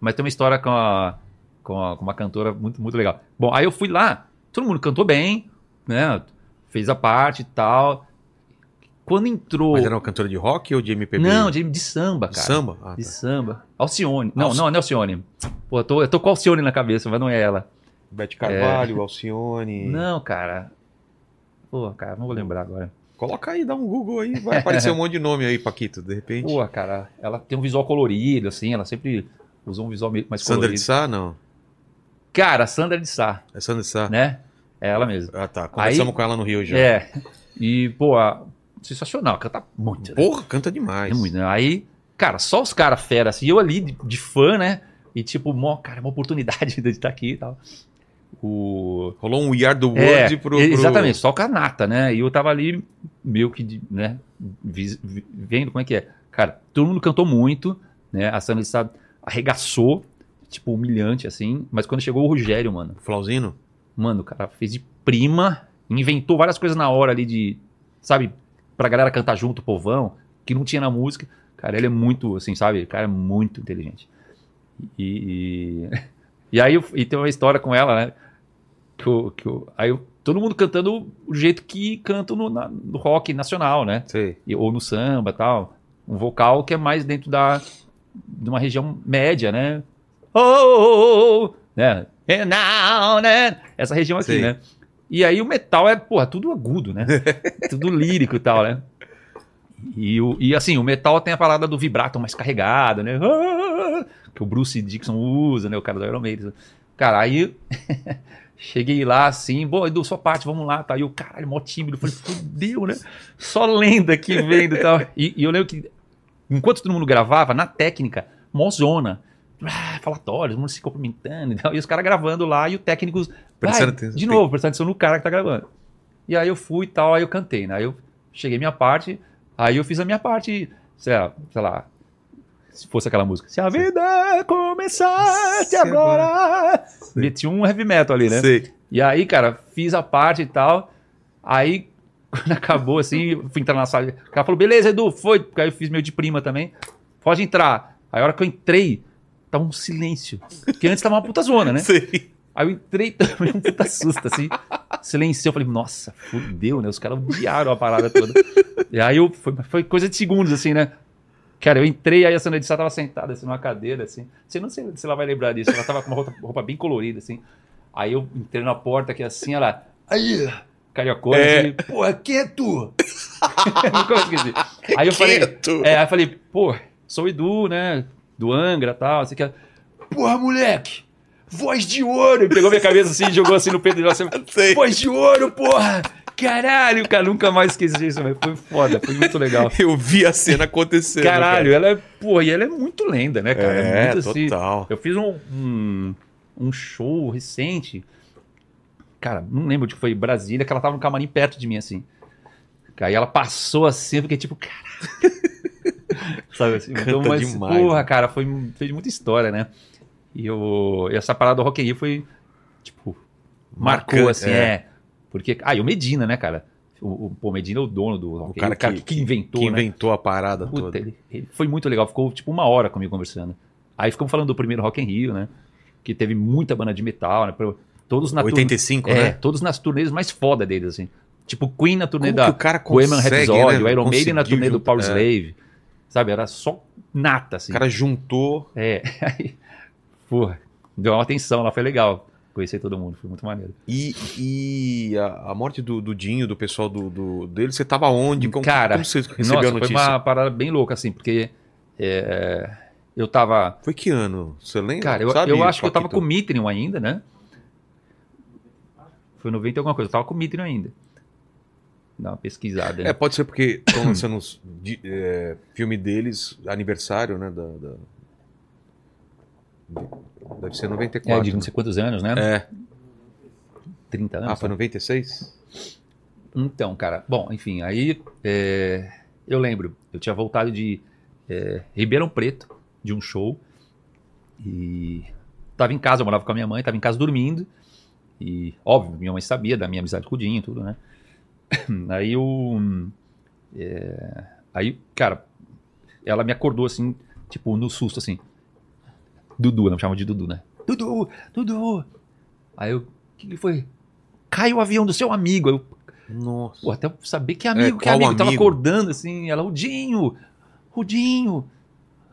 Mas tem uma história com a, com a- com uma cantora muito muito legal. Bom, aí eu fui lá, todo mundo cantou bem, né? Fez a parte e tal. Quando entrou
Mas era uma cantora de rock ou de MPB?
Não, de, de samba,
de
cara.
samba? Ah,
De
tá.
samba. Alcione. Não,
Alci-
não, não é Alcione. Pô, eu tô, eu tô com Alcione na cabeça, mas não é ela.
Bete Carvalho, Alcione.
É. Não, cara. Pô, cara, não vou lembrar agora.
Coloca aí, dá um Google aí, vai aparecer um monte de nome aí, Paquito, de repente.
Pô, cara, ela tem um visual colorido, assim, ela sempre usou um visual meio mais
Sandra de
colorido.
Sá, não.
Cara, Sandra de Sá,
É Sandra de Sá.
né? É ela mesma.
Ah, tá. Conversamos
Aí-
com ela no Rio já.
É. E, pô, a- sensacional, canta muito. né?
Porra, canta demais.
É muito, né? Aí, cara, só os caras fera, assim, eu ali de, de fã, né? E tipo, mó, cara, uma oportunidade de estar aqui e tal. O...
Rolou um We Are the World
É,
pro, pro.
Exatamente, só com a nata, né? E eu tava ali meio que, de- né, vis- vi- vendo como é que é. Cara, todo mundo cantou muito, né? A Sandra Sá arregaçou, tipo, humilhante, assim. Mas quando chegou o Rogério, mano,
Flauzino?
mano, o cara fez de prima, inventou várias coisas na hora ali de, sabe, pra galera cantar junto, o povão, que não tinha na música. Cara, ele é muito, assim, sabe? O cara é muito inteligente. E, e, e aí eu- e tem uma história com ela, né? Que eu, que eu, aí eu- todo mundo cantando o jeito que cantam no, na- no rock nacional, né?
Sei.
E- ou no samba tal. Um vocal que é mais dentro da, de uma região média, né? Oh, oh, oh, oh, né? And now, né? Essa região aqui,
Sim.
né? E aí o metal é, porra, tudo agudo, né? tudo lírico e tal, né? E, o, e assim, o metal tem a parada do vibrato mais carregado, né? Ah, Que o Bruce Dixon usa, né? O cara do Iron Maiden. Cara, aí cheguei lá assim, bom, Edu, sua parte, vamos lá, tá? E o caralho, mó tímido. Falei, fudeu, né? Só lenda que vendo e tal. E, e eu lembro que, enquanto todo mundo gravava, na técnica, mó zona. Ah, falatório, todo mundo se cumprimentando e tal. E os caras gravando lá e o técnico.
Prestando
vai,
atenção.
de novo, prestando atenção no cara que tá gravando. E aí eu fui e tal, aí eu cantei, né? Aí eu cheguei à minha parte, aí eu fiz a minha parte, sei lá, sei lá, se fosse aquela música. Se a vida começasse
Se
agora. Meti um heavy metal ali, né?
Sei.
E aí, cara, fiz a parte e tal. Aí, quando acabou, assim, eu fui entrar na sala. O cara falou, beleza, Edu, foi. Porque aí eu fiz meio de prima também. Pode entrar. Aí, a hora que eu entrei, tava um silêncio. Porque antes tava uma puta zona, né?
Sei.
Aí eu entrei também um puta susto, assim. Silenciou. Eu falei, nossa, fudeu, né? Os caras odiaram a parada toda. E aí eu, foi, foi coisa de segundos, assim, né? Cara, eu entrei, aí a Sandra de Sá tava sentada, assim, numa cadeira, assim. Você não sei se ela vai lembrar disso. Ela tava com uma roupa, roupa bem colorida, assim. Aí eu entrei na porta aqui, assim, ela... Aí, cariocona,
É.
assim. Porra, quem é tu? Nunca mais esqueci. Aí eu falei...
Quieto.
É, aí eu falei, pô, sou o Edu, né? Do Angra e tal, sei que. Porra, moleque! Voz de ouro! Ele Pegou minha cabeça assim e jogou assim no peito dele assim.
Sei.
Voz de ouro, porra! Caralho, cara, nunca mais esqueci isso, velho. Foi foda, foi muito legal.
Eu vi a cena acontecendo.
Caralho, ela é, porra, e ela é muito lenda, né,
cara.
cara?
É,
muito assim-
total.
eu fiz um, um, um show recente Cara, não lembro de que foi Brasília, que ela tava no camarim perto de mim, assim. Aí ela passou assim, eu fiquei tipo, caraca. Sabe assim?
Canta
então, mas,
demais, né?
porra, cara, foi, fez muita história, né? E, eu, e essa parada do Rock in Rio foi, tipo, marcou,
Marcante,
assim, é. Porque, ah, e o Medina, né, cara? O, o, pô, o Medina é o dono do Rock in
cara
Rio, o cara
que-
que, inventou,
que
né?
inventou a parada
Puta,
toda.
ele- ele foi muito legal, ficou tipo uma hora comigo conversando. Aí ficamos falando do primeiro Rock in Rio, né? Que teve muita banda de metal, né? pro- Todos na turnê.
85,
É,
né?
todos nas turnês mais foda deles, assim. Tipo Queen na turnê
Como
da
que o cara
Bohemian
consegue,
Rhapsody,
né?
o Iron Maiden na
Conseguiu
turnê do
juntar-
Power
é.
Slave. Sabe, era só nata,
O
assim.
cara juntou
É, aí, porra, deu uma atenção lá, foi legal. Conhecer todo mundo, foi muito maneiro.
E, e a, a morte do, do Dinho, do pessoal do, do- dele, você tava onde? Como,
Cara,
como você recebeu
Nossa,
a
foi
notícia?
uma parada bem louca, assim, porque é, eu tava...
Foi que ano? Você lembra?
Cara, eu,
Sabe,
eu acho que eu tava com
Paquito?
o Mitrium ainda, né? Foi 90 e alguma coisa, eu tava com o Mitrium ainda. Dá uma pesquisada. né?
É, pode ser porque estão lançando uns di- é, filme deles, aniversário, né? Da, da- Deve ser 94.
É, de não
né?
sei quantos anos, né?
É.
30 anos.
Ah, foi 96?
Então, cara, bom, enfim, aí é, eu lembro, eu tinha voltado de é, Ribeirão Preto, de um show, e tava em casa, eu morava com a minha mãe, tava em casa dormindo, e óbvio, minha mãe sabia da minha amizade com o Dinho e tudo, né? Aí eu. é, aí, cara, ela me acordou assim, tipo, no susto, assim. Dudu, não chama de Dudu, né? Dudu, Dudu! Aí eu, o que, que foi? Caiu o avião do seu amigo. Aí eu,
Nossa.
Pô, até saber que amigo, que
É, qual
amigo. Tava
amigo?
acordando assim, ela, Rudinho, Rudinho,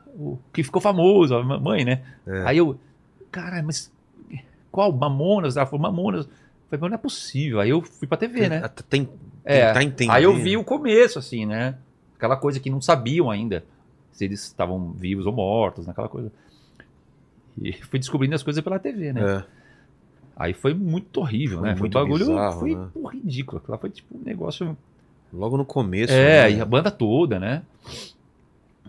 o que ficou famoso, a mamãe, né?
É.
Aí eu, caralho, mas qual? Mamonas? Ela falou, Mamonas. Eu Falei, mas não é possível. Aí eu fui pra TV, né?
Tá- Tem,
É.
Tá entendendo.
Aí eu vi o começo, assim, né? Aquela coisa que não sabiam ainda se eles estavam vivos ou mortos, naquela coisa. E fui descobrindo as coisas pela TV, né?
É.
Aí foi muito horrível,
Foi
né? Foi um
muito
bagulho
bizarro,
foi
né?
pô, ridículo. Lá foi tipo um negócio
Logo no começo.
É,
né?
e a banda toda, né?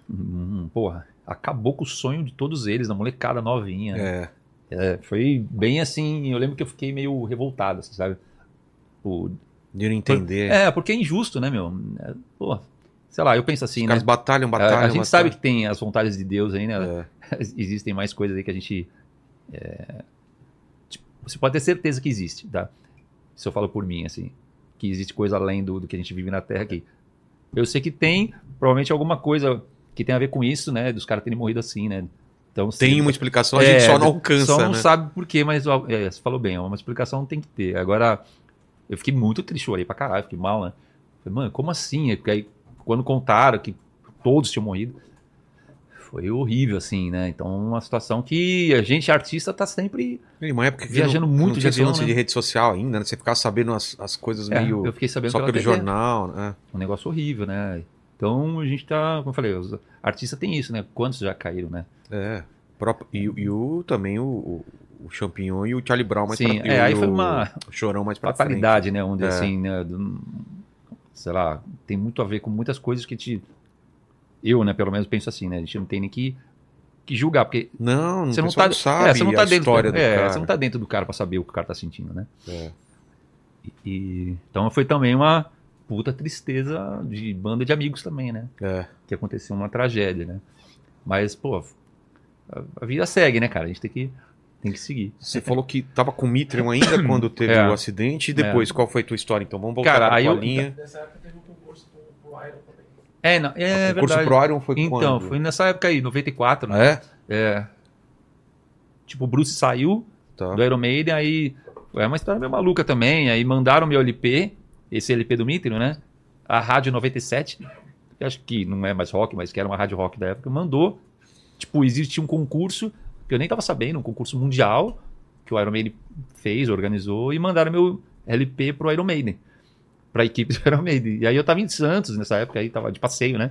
Hum, porra, acabou com o sonho de todos eles, da molecada novinha. né?
É.
É, foi bem assim, eu lembro que eu fiquei meio revoltado, assim, sabe? O-
De não entender.
É, porque é injusto, né, meu? É, pô, sei lá, eu penso assim,
Os
né?
caras batalham,
A,
batalham.
a gente
batalham.
sabe que tem as vontades de Deus aí, né?
É.
Existem mais coisas aí que a gente. é, tipo, você pode ter certeza que existe, tá? Se eu falo por mim, assim. Que existe coisa além do, do que a gente vive na Terra aqui. Eu sei que tem, provavelmente, alguma coisa que tem a ver com isso, né? Dos caras terem morrido assim, né? Então, se-
Tem uma explicação, a gente
É,
só não alcança,
só não
né?
sabe por quê, mas ó, é, você falou bem, uma explicação tem que ter. Agora, eu fiquei muito triste, chorei pra caralho, fiquei mal, né? Falei, mano, como assim? É Porque aí, quando contaram que todos tinham morrido, foi horrível, assim, né? Então, uma situação que a gente, artista, tá sempre
Em uma época que
Viajando
não,
muito
não
de
tinha esse
avião,
lance
né?
de rede social ainda, né? Você ficava sabendo as, as coisas
É,
meio
eu fiquei sabendo
só
pela
pelo
TV.
jornal, né?
Um negócio horrível, né? Então, a gente tá, como eu falei, os artistas tem isso, né? Quantos já caíram, né?
É. Próprio- E, e o também o, o, o Champignon e o Charlie Brown mais
Sim,
pra
é,
e
aí
o
foi uma-
Chorão mais pra frente.
fatalidade, né? Onde
É.
assim, né? do- sei lá, tem muito a ver com muitas coisas que te. Eu, né, pelo menos penso assim, né? A gente não tem nem que, que julgar, porque
Não,
você
Hum, o
não
pessoal
tá,
não sabe
é, você não tá
a
dentro,
história do
é,
cara.
você não tá dentro do cara pra saber o que o cara tá sentindo, né?
É.
E- e- então foi também uma puta tristeza de banda de amigos também, né?
É.
Que aconteceu uma tragédia, né? Mas, pô, a, a vida segue, né, cara? A gente tem que, tem que seguir.
Você falou que tava com o Mitrium ainda quando teve
É.
o acidente. E depois, qual foi a tua história? Então vamos voltar
Cara,
pra
aí
tua
eu-
linha.
Nessa época teve um concurso pro, pro Iron também.
É, não, é
o curso
verdade.
pro Iron foi
então,
quando?
foi nessa época aí, 94, né?
Ah, É?
É. Tipo, o Bruce saiu
Tá.
do Iron Maiden, aí. É uma história meio maluca também. Aí mandaram meu LP, esse LP do Mitrio, né? A Rádio 97, que acho que não é mais rock, mas que era uma rádio rock da época, mandou. Tipo, existia um concurso, que eu nem tava sabendo, um concurso mundial, que o Iron Maiden fez, organizou, e mandaram meu LP pro Iron Maiden. Pra equipe do Iron Maiden. E aí eu tava em Santos nessa época, aí tava de passeio, né?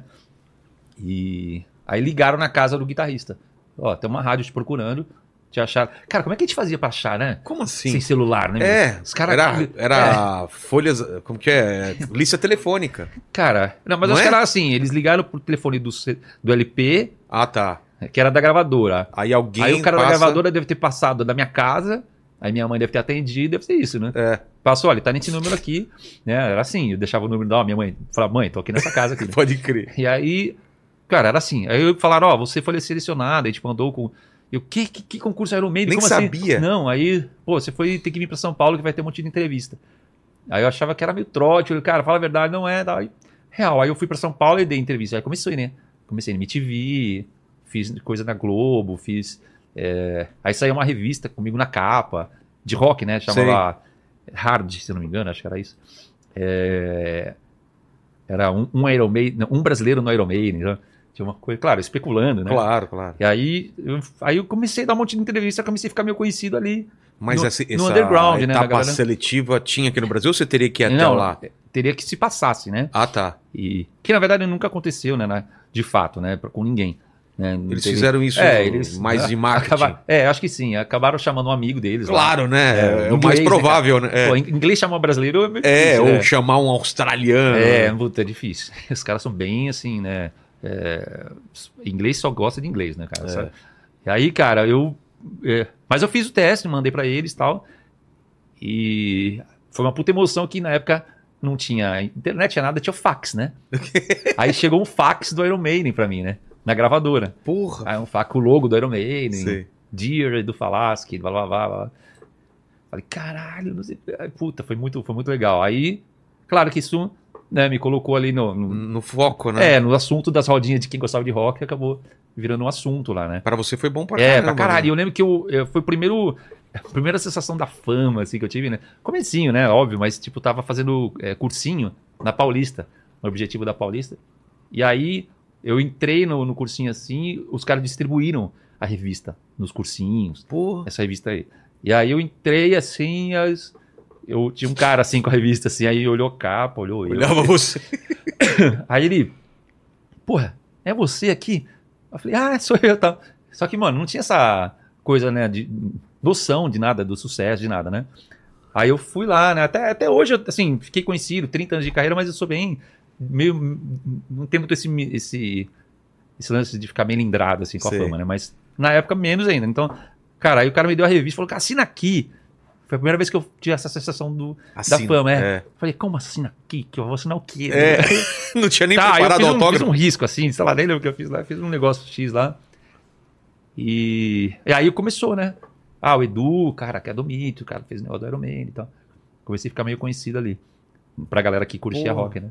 E aí ligaram na casa do guitarrista. Ó, tem uma rádio te procurando, te acharam. Cara, como é que a gente fazia pra achar, né?
Como assim?
Sem celular, né? meu?
É,
Os cara- É.
era, era folhas, como que é? Lista telefônica.
Cara, não, mas
Não
acho
é?
que era assim, eles ligaram pro telefone do, C- do LP,
Ah, tá.
que era da gravadora.
Aí alguém
aí o cara
passa...
da gravadora deve ter passado da minha casa, Aí minha mãe deve ter atendido, deve ser isso, né?
É.
Passou, olha, tá nesse número aqui, né? Era assim, eu deixava o número da minha mãe, falava, mãe, tô aqui nessa casa aqui. né?
Pode crer.
E aí, cara, era assim. Aí falaram, ó, você foi selecionado, aí te mandou com. Eu, que, que, que concurso era o meio?
Nem
Como
sabia.
Assim? Não, aí, pô, você foi ter que vir pra São Paulo que vai ter um monte de entrevista. Aí eu achava que era meio trote, eu, cara, fala a verdade, não é. Daí, real, aí eu fui pra São Paulo e dei entrevista. Aí comecei, né? Comecei no MTV, fiz coisa na Globo, fiz. é, Aí saiu uma revista comigo na capa, de rock, né?
Sei.
Chamava Hard, se eu não me engano, acho que era isso. É, Era um, um Iron Maiden, um brasileiro no Iron Maiden, né? Tinha uma coisa, claro, especulando, né?
Claro, claro.
E aí eu, aí eu comecei a dar um monte de entrevista, comecei a ficar meio conhecido ali.
Mas
No-
essa,
no
essa
underground, né, da
etapa
galera?
seletiva tinha aqui no Brasil ou você teria que ir até
Não, é,
lá?
Teria que se passasse, né?
Ah, tá.
E que na verdade nunca aconteceu, né, na- de fato, né, pra- com ninguém. né? Não
Eles
teve-
fizeram isso
É, eles-
mais de marketing.
Acaba- É, acho que sim, acabaram chamando um amigo deles. lá.
Claro, né? É,
É,
o mais
inglês, né,
provável, né?
Pô, em inglês chamar brasileiro é meio
É,
difícil,
ou
né?
chamar um australiano.
É, puta, é difícil. Os caras são bem assim, né? É, inglês só gosta de inglês, né, cara?
É.
Sabe? E aí, cara, eu. é, mas eu fiz o teste, mandei pra eles e tal. E foi uma puta emoção que na época não tinha internet, tinha nada, tinha o fax, né? aí chegou um fax do Iron Maiden pra mim, né? Na gravadora.
Porra.
Aí um fax com o logo do Iron Maiden.
Sei.
Dear do Falasque, blá blá blá blá. Falei, caralho, não sei. Ai, Puta, foi muito, foi muito legal. Aí, claro que isso né, me colocou ali no, no-
No foco, né?
é, no assunto das rodinhas de quem gostava de rock, acabou virando um assunto lá, né?
Pra você foi bom pra
é,
caramba,
pra caralho. E
né?
Eu lembro que eu, eu- foi o primeiro. A primeira sensação da fama, assim, que eu tive, né? Comecinho, né? Óbvio, mas, tipo, tava fazendo é, cursinho na Paulista, no objetivo da Paulista. E aí, eu entrei no, no cursinho assim, os caras distribuíram a revista nos cursinhos
Porra.
essa revista aí. E aí eu entrei assim, as... eu tinha um cara assim com a revista assim, aí olhou a capa, olhou eu.
Olhava você.
Aí ele, porra, é você aqui? Eu falei, ah, sou eu, tá. Só que, mano, não tinha essa coisa, né, de noção de nada, do sucesso, de nada, né? Aí eu fui lá, né, até, até hoje, eu, assim, fiquei conhecido, 30 anos de carreira, mas eu sou bem, meio, não tem muito esse, esse, esse lance de ficar bem lindrado, assim, com
Sei.
a fama, né? Mas na época, menos ainda. Então, cara, aí o cara me deu a revista, falou, cara, assina aqui. Foi a primeira vez que eu tive essa sensação do...
Assina.
fama, é.
é.
Falei, como assina aqui? Que eu vou assinar o quê?
É, Não tinha nem
Tá, eu
preparado o
fiz um, fiz
autógrafo.
um risco assim, sei lá, nem lembro o que eu fiz lá, fiz um negócio X lá. E, e aí começou, né? Ah, o Edu, cara, que é do mito, cara, fez o negócio do Iron Man e tal. Comecei a ficar meio conhecido ali. Pra galera que curtia
Porra.
rock, né?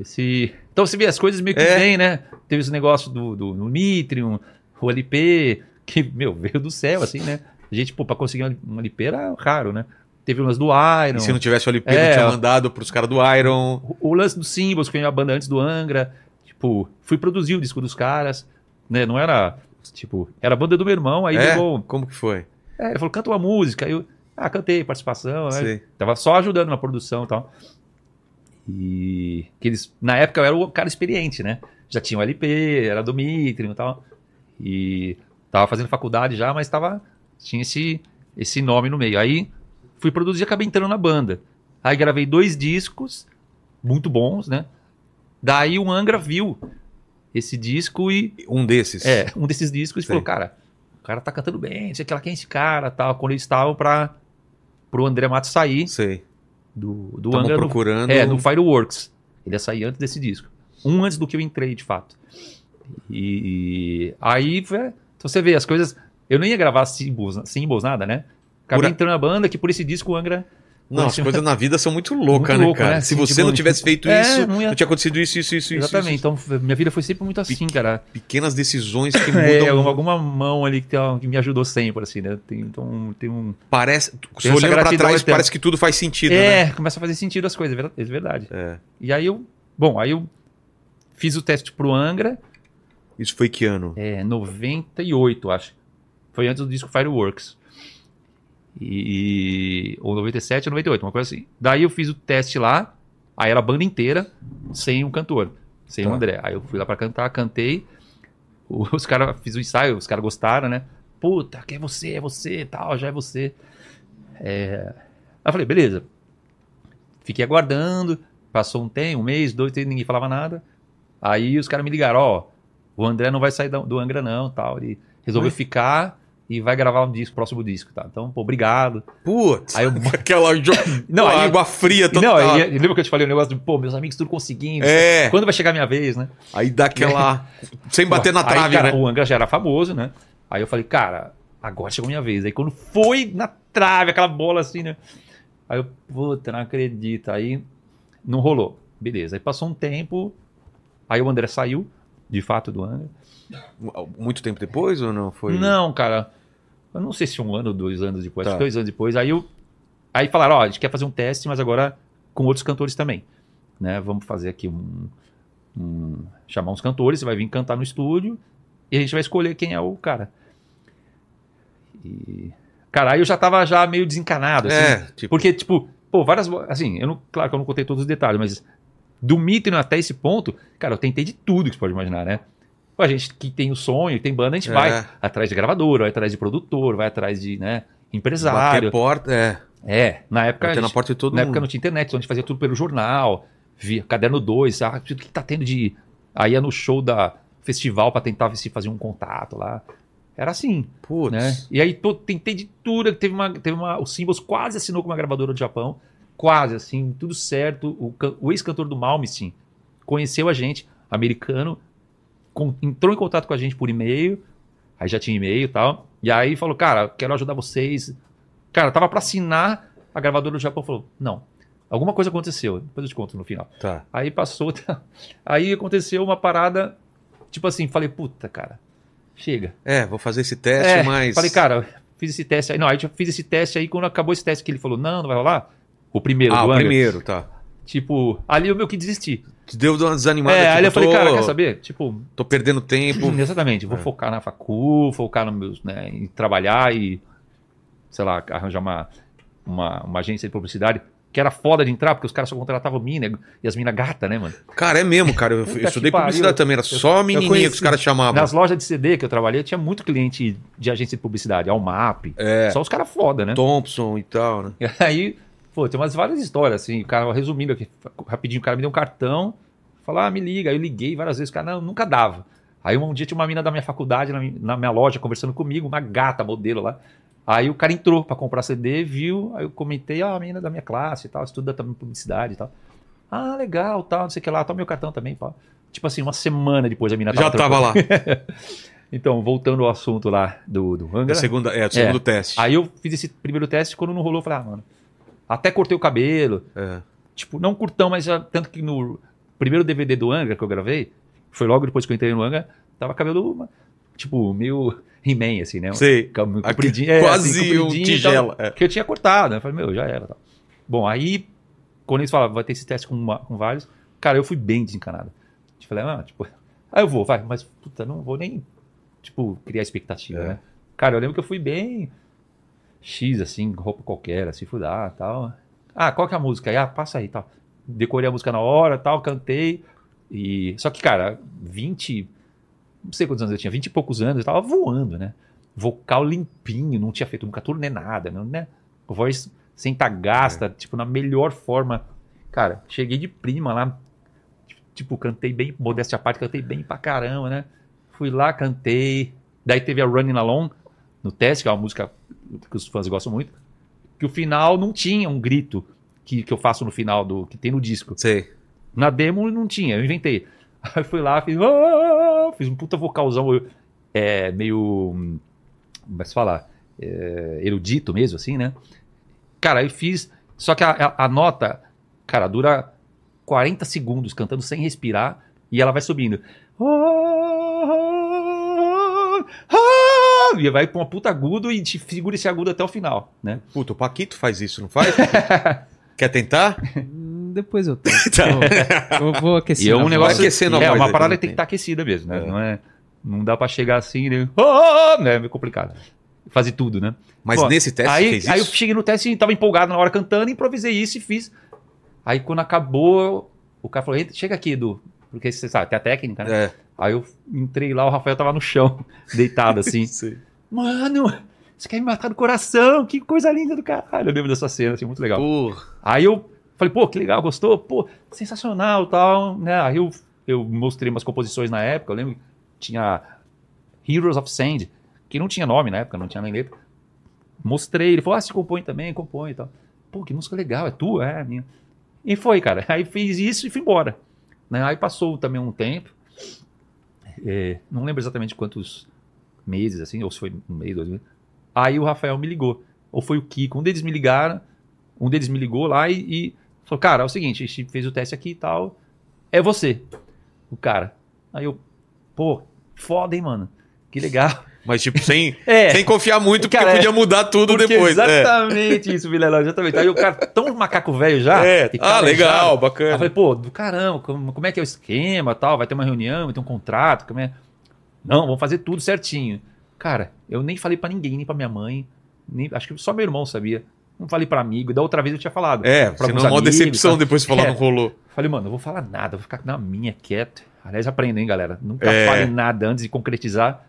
Esse... Então você vê as coisas meio que
É.
vem, né? Teve esse negócio do, do, do Mitrium, o LP, que, meu, veio do céu, assim, né? A gente, pô, pra conseguir um- um LP era raro, né? Teve umas do Iron.
E se não tivesse o LP, não
um- É,
tinha
ó.
mandado pros caras do Iron.
O- o lance dos Symbols, que foi uma banda antes do Angra. Tipo, fui produzir o disco dos caras, né? Não era, tipo, era a banda do meu irmão, aí
é?
pegou.
Como que foi?
É, ele falou, canta uma música. Aí eu, ah, cantei, participação, né?
Sei.
Tava só ajudando na produção e tal. E que eles, na época eu era o cara experiente, né? Já tinha o LP, era do Mitrium e tal. E tava fazendo faculdade já, mas tava, tinha esse, esse nome no meio. Aí fui produzir e acabei entrando na banda. Aí gravei dois discos, muito bons, né? Daí o Angra viu esse disco e
Um desses.
é, um desses discos e
Sei.
falou, cara, o cara tá cantando bem, não sei o que lá, quem é esse cara, tal. Quando eles estavam pra, pro André Matos sair
Sei.
do, do
Estamos
Angra no,
procurando.
é, no Fireworks. Ele ia sair antes desse disco. Um antes do que eu entrei, de fato. E, e aí, foi- então você vê, as coisas... Eu não ia gravar symbols, symbols nada, né? Acabei
Por a-
entrando na banda, que por esse disco o Angra...
Não, as coisas na vida são muito loucas,
Muito
né,
louco,
cara?
né?
Se
Assim,
você
tipo,
não tivesse feito
é,
isso, não,
não ia-
tinha acontecido isso, isso, isso, isso,
Exatamente.
isso.
Então, foi- minha vida foi sempre muito assim, cara.
Pequenas decisões que mudam.
É, alguma, alguma mão ali que, tem uma- que me ajudou sempre, assim, né? Tem, então, tem um...
Parece. Se
essa
olhando pra
gratidão
trás,
eterna.
parece que tudo faz sentido, né?
É, começa a fazer sentido as coisas, é ver- é verdade.
É.
E aí eu, bom, aí eu fiz o teste pro Angra,
Isso foi que ano?
é 98, acho. Foi antes do disco Fireworks. E, e- ou 97 ou 98, uma coisa assim. Daí eu fiz o teste lá, aí era a banda inteira, sem o cantor, sem o
Tá.
André. Aí eu fui lá pra cantar, cantei. o- Os caras fiz o ensaio, os caras gostaram, né? Puta, que é você, é você, tal, já é você. É, Aí eu falei, beleza. Fiquei aguardando, passou um tempo, um mês, dois, três, ninguém falava nada. Aí os caras me ligaram, ó, o André não vai sair da- do Angra não, tal. Ele resolveu
Ué?
ficar, e vai gravar um disco, próximo disco, tá? Então, pô, obrigado.
Putz,
Aí eu-
aquela jo...
Não, aí-
água fria total.
Não, aí, é- lembra que eu te falei o negócio do, pô, meus amigos tudo conseguindo.
É,
Quando vai chegar a minha vez, né?
aí dá aquela... Sem bater na
Aí,
trave,
cara,
né?
O Angra já era famoso, né? Aí eu falei, cara, agora chegou a minha vez. Aí quando foi na trave, aquela bola assim, né? Aí eu, puta, não acredito. Aí não rolou. Beleza. Aí passou um tempo. Aí o André saiu, de fato, do Angra.
Muito tempo depois ou não? Foi...
Não, cara. Eu não sei se um ano ou dois anos depois.
Tá.
acho que Dois anos depois. Aí, eu, aí falaram, ó, a gente quer fazer um teste, mas agora com outros cantores também. Né? Vamos fazer aqui um, um- Chamar uns cantores, você vai vir cantar no estúdio e a gente vai escolher quem é o cara. E... Cara, aí eu já tava já meio desencanado, assim.
É, tipo...
Porque, tipo, pô, várias. bo- Assim, eu não, claro que eu não contei todos os detalhes, mas do Mithril até esse ponto, cara, eu tentei de tudo que você pode imaginar, né? Pô, A gente que tem o sonho, tem banda, a gente
É.
vai atrás de gravador, vai atrás de produtor, vai atrás de, né,
Bater
empresário.
porta, é.
É, na época. a
Bater na
gente-
porta de todo
na época
mundo.
não tinha internet, então a gente fazia tudo pelo jornal, via caderno 2, ah, tudo que tá tendo de. Aí ia no show da festival pra tentar ver se fazia um contato lá. Era assim,
Putz.
né? E aí pô, tentei de tudo, teve uma, teve uma, o Symbols quase assinou com uma gravadora do Japão, quase assim, tudo certo. O, can- o ex-cantor do Malmsteen conheceu a gente, americano, com- entrou em contato com a gente por e-mail, aí já tinha e-mail e tal, e aí falou, cara, quero ajudar vocês. Cara, tava pra assinar, a gravadora do Japão falou, não, alguma coisa aconteceu, depois eu te conto no final.
Tá.
Aí passou. tá? Aí aconteceu uma parada. Tipo assim, falei, puta, cara, chega.
É, vou fazer esse teste,
É,
mas...
Falei, cara, fiz esse teste aí. Não, aí eu fiz esse teste aí. Quando acabou esse teste que ele falou, não, não vai rolar. O primeiro
Ah,
do
o
ano.
primeiro, tá.
Tipo, ali eu meio que desisti.
Te deu uma desanimada.
é,
tipo,
aí eu falei,
tô-
cara, quer saber? Tipo,
Tô perdendo tempo.
exatamente, vou
É.
focar na facu, focar no meus, né, em trabalhar e, sei lá, arranjar uma, uma, uma agência de publicidade. Que era foda de entrar, porque os caras só contratavam mina e as minas gata, né, mano?
Cara, é mesmo, cara. Eu, eu
que
estudei
pariu.
publicidade também, era só menininha que os
conheci-
caras chamavam.
Nas lojas de CD que eu trabalhei, tinha muito cliente de agência de publicidade, Almap.
É.
Só os caras foda, né?
Thompson e tal, né?
E aí, pô, tem umas várias histórias, assim, o cara, resumindo aqui, rapidinho, o cara me deu um cartão, falou, ah, me liga. Aí eu liguei várias vezes, o cara, não, nunca dava. Aí um dia tinha uma mina da minha faculdade, na, mi- na minha loja, conversando comigo, uma gata, modelo lá. Aí o cara entrou pra comprar CD, viu, aí eu comentei, ah, a menina da minha classe e tal, estuda também publicidade e tal. Ah, legal, tal, não sei o que lá, toma meu cartão também, pá. Tipo assim, uma semana depois a mina
Já tava lá.
Então, voltando ao assunto lá do, do
É,
Angra.
segunda, é o segundo teste.
Aí eu fiz esse primeiro teste, quando não rolou, eu falei, ah, mano. Até cortei o cabelo.
É.
Tipo, não curtão, mas já, tanto que no primeiro DVD do Angra que eu gravei, foi logo depois que eu entrei no Angra, tava cabelo, uma- tipo, meio He-Man, assim, né?
Sei.
Cam-
Aqui,
compridinho,
quase um
compridinho é, assim, e
tigela,
tal,
é.
Que eu tinha cortado, né? Falei, meu, já era. Tal. Bom, aí, quando eles falavam, vai ter esse teste com, uma- com vários, cara, eu fui bem desencanado. Eu falei, ah, tipo, ah, eu vou, vai, mas puta, não vou nem, tipo, criar expectativa,
É.
né? Cara, eu lembro que eu fui bem X, assim, roupa qualquer, assim, fui lá tal. Ah, qual que é a música? Aí, Ah, passa aí, tal. Decorei a música na hora, tal, cantei. E... Só que, cara, 20, não sei quantos anos eu tinha, 20 e poucos anos, eu tava voando, né? Vocal limpinho, não tinha feito nunca turnê, nada, não, né? Voz sem tá gasta, tipo, na melhor forma. Cara, cheguei de prima lá, tipo, cantei bem, modéstia à parte, cantei bem pra caramba, né? Fui lá, cantei. Daí teve a Running Along no teste, que é uma música que os fãs gostam muito. Que o final não tinha um grito que, que eu faço no final do que tem no disco.
Sei.
Na demo não tinha, eu inventei. Aí eu fui lá, fiz, "Ah", fiz um puta vocalzão eu- é, meio. hum, Como é que se fala? É, erudito mesmo, assim, né? Cara, aí fiz. Só que a, a- a nota, cara, dura 40 segundos cantando sem respirar e ela vai subindo. E vai pra uma puta agudo e te segura esse agudo até o final, né?
Puta, o Paquito faz isso, não faz? Quer tentar?
Hum, Depois eu tento.
Então.
Eu vou aquecer.
Tá. E é
na
um
voz.
negócio
Vai aquecendo a
é,
voz
uma
aí,
parada
também.
que tem que estar aquecida mesmo, né?
É.
Não é, não dá pra chegar assim, né? Ah, né? É meio complicado. Fazer tudo, né?
Mas
Pô,
nesse teste
aí,
fez
aí eu
isso?
cheguei no teste e tava empolgado na hora cantando, improvisei isso e fiz. Aí quando acabou, o cara falou: "Entra, chega aqui, Edu. Porque você sabe, tem a técnica, né?
É.
Aí eu entrei lá, o Rafael tava no chão, deitado assim.
Sei.
Mano, você quer me matar do coração? Que coisa linda do caralho. Eu lembro dessa cena, assim, muito legal.
Então, Porra.
Aí eu falei, pô, que legal, gostou? Pô, sensacional tal, né? Aí eu, eu mostrei umas composições na época, eu lembro que tinha Heroes of Sand, que não tinha nome na época, não tinha nem letra. Mostrei, ele falou, ah, se compõe também, compõe e tal. Pô, que música legal, é tua? É, é minha. E foi, cara. Aí fiz isso e fui embora. Né? Aí passou também um tempo, é, não lembro exatamente quantos meses, assim, ou se foi um mês, dois meses. Aí o Rafael me ligou, ou foi o Kiko, um deles me ligaram, um deles me ligou lá e, e falou, cara, é o seguinte, a gente fez o teste aqui e tal, é você, o cara. Aí eu, pô, foda, hein, mano, que legal.
Mas, tipo, sem,
É.
sem confiar muito, porque
Cara, é.
podia mudar tudo
Porque
depois. É.
exatamente isso, Vilela, exatamente. Aí o cara, tão macaco velho já.
É.
e tá
Ah,
calejado.
legal,
Aí eu
bacana.
falei, pô, do caramba, como, como é que é o esquema tal? Vai ter uma reunião, vai ter um contrato, como é? Não, vamos fazer tudo certinho. Cara, eu nem falei pra ninguém, nem pra minha mãe, nem, acho que só meu irmão sabia. Não falei pra amigo, da outra vez eu tinha falado.
É,
pra
senão
alguns
é uma
amigos,
decepção
tá?
depois de falar
É.
não rolou.
Falei, mano, eu vou falar nada, eu vou ficar na minha, quieto. Aliás, aprendo, hein, galera? Nunca
É.
fale nada antes de concretizar.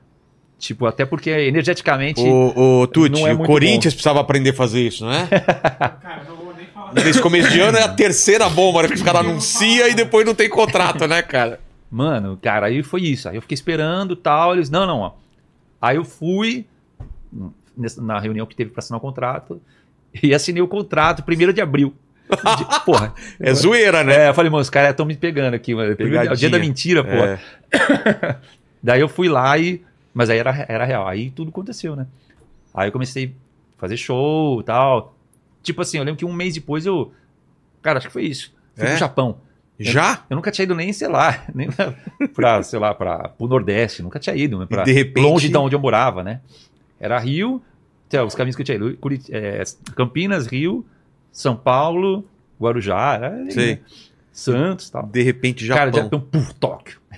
Tipo, até porque energeticamente.
O, o Tuti,
Não é
o
muito
Corinthians precisava aprender a fazer isso, não é?
Cara, eu não vou nem falar.
Nesse começo de ano é a terceira bomba, né? Que os caras anunciam e depois não tem contrato, né, cara?
Mano, cara, aí foi isso. Aí eu fiquei esperando tal. Eles, não, não, ó. Aí eu fui nessa- na reunião que teve pra assinar o contrato e assinei o contrato 1 de abril. De- porra.
É zoeira, né?
É, eu falei, mano, os caras estão me pegando aqui, mano. Primeiro- É o dia
Pegadinha.
da mentira, porra.
É.
Daí eu fui lá e. Mas aí era, era real. Aí tudo aconteceu, né? Aí eu comecei a fazer show e tal. Tipo assim, eu lembro que um mês depois eu. Cara, acho que foi isso. Fui
É?
pro Japão.
Já?
Eu nunca tinha ido nem, sei lá, nem pra- pra, sei lá, pra, pro Nordeste, nunca tinha ido, né? Pra,
E de repente-
Longe de onde eu morava, né? Era Rio, sei lá, os caminhos que eu tinha ido, Curit- é, Campinas, Rio, São Paulo, Guarujá, era ali,
Sei.
né? Santos e tal.
De repente,
um Cara,
Japão.
de Japão, puf, Tóquio.
E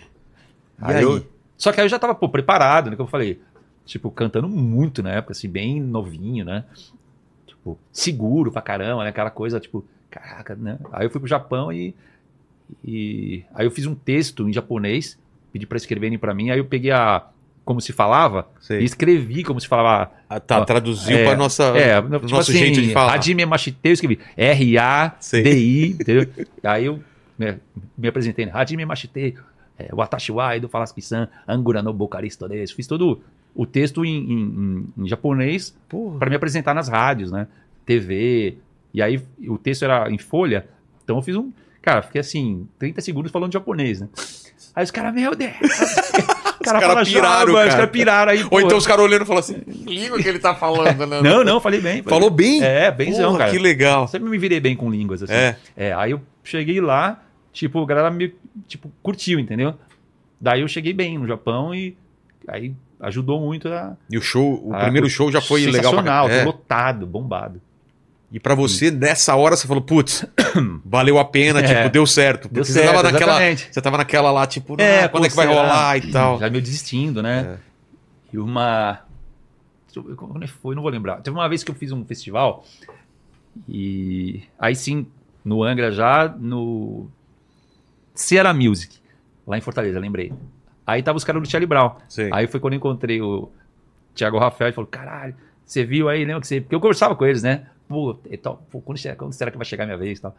aí?
eu- Só que aí eu já tava, pô, preparado, né? Como eu falei, tipo, cantando muito na época, assim, bem novinho, né? Tipo, seguro pra caramba, né? Aquela coisa, tipo, caraca, né? Aí eu fui pro Japão e. e- aí eu fiz um texto em japonês, pedi pra escreverem pra mim, aí eu peguei a. Como se falava,
Sei.
e escrevi como se falava.
Ah, Tá,
Ó,
traduziu
um é,
pra nossa.
É, tipo
nosso
assim,
jeito de falar.
Hajime Mashite, eu escrevi R-A-D-I, entendeu? Aí eu né, me apresentei, né? Hajime Mashite, é, Watashi wa Edo Falasaki-san, Angura no Bokaristo desu. Fiz todo o texto em, em- em- em japonês
Porra.
para me apresentar nas rádios, né? TV, e aí o texto era em folha, então eu fiz um... Cara, fiquei assim, 30 segundos falando japonês, né? Aí os caras, meu Deus! Os
caras piraram,
"Jaba", Os
cara.
caras piraram aí.
Ou
porra.
então os caras olhando e falam assim: língua que ele tá falando, né?
Não, não, falei bem. falei
Falou bem?
é, benzão,
Porra,
cara.
Que legal.
Sempre me virei bem com línguas, assim.
É.
É, aí eu cheguei lá, tipo, a galera me, tipo, curtiu, entendeu? Daí eu cheguei bem no Japão e aí ajudou muito a...
E o show, o
Ah,
primeiro show já foi legal. pra
Sensacional, tá
caralho. É.
lotado, bombado.
E pra você, nessa hora, você falou, putz, valeu a pena,
É.
tipo, deu certo. Porque
Deu
você
certo,
tava naquela.
exatamente.
Você tava naquela lá, tipo,
É,
"Ah, quando
pô,
é que vai
será?"
rolar e tal. É.
Já meio desistindo, né? E uma... deixa eu ver Quando é que foi? Não vou lembrar. Teve uma vez que eu fiz um festival e... Aí sim, no Angra já, no... Ceará Music, lá em Fortaleza, lembrei. Aí tava os caras do Charlie Brown.
Sei.
Aí foi quando eu encontrei o Thiago Rafael e falou: caralho, você viu aí, lembra que você. Porque eu conversava com eles, né? Pô, e tal, pô, quando, che- quando será que vai chegar a minha vez e tal?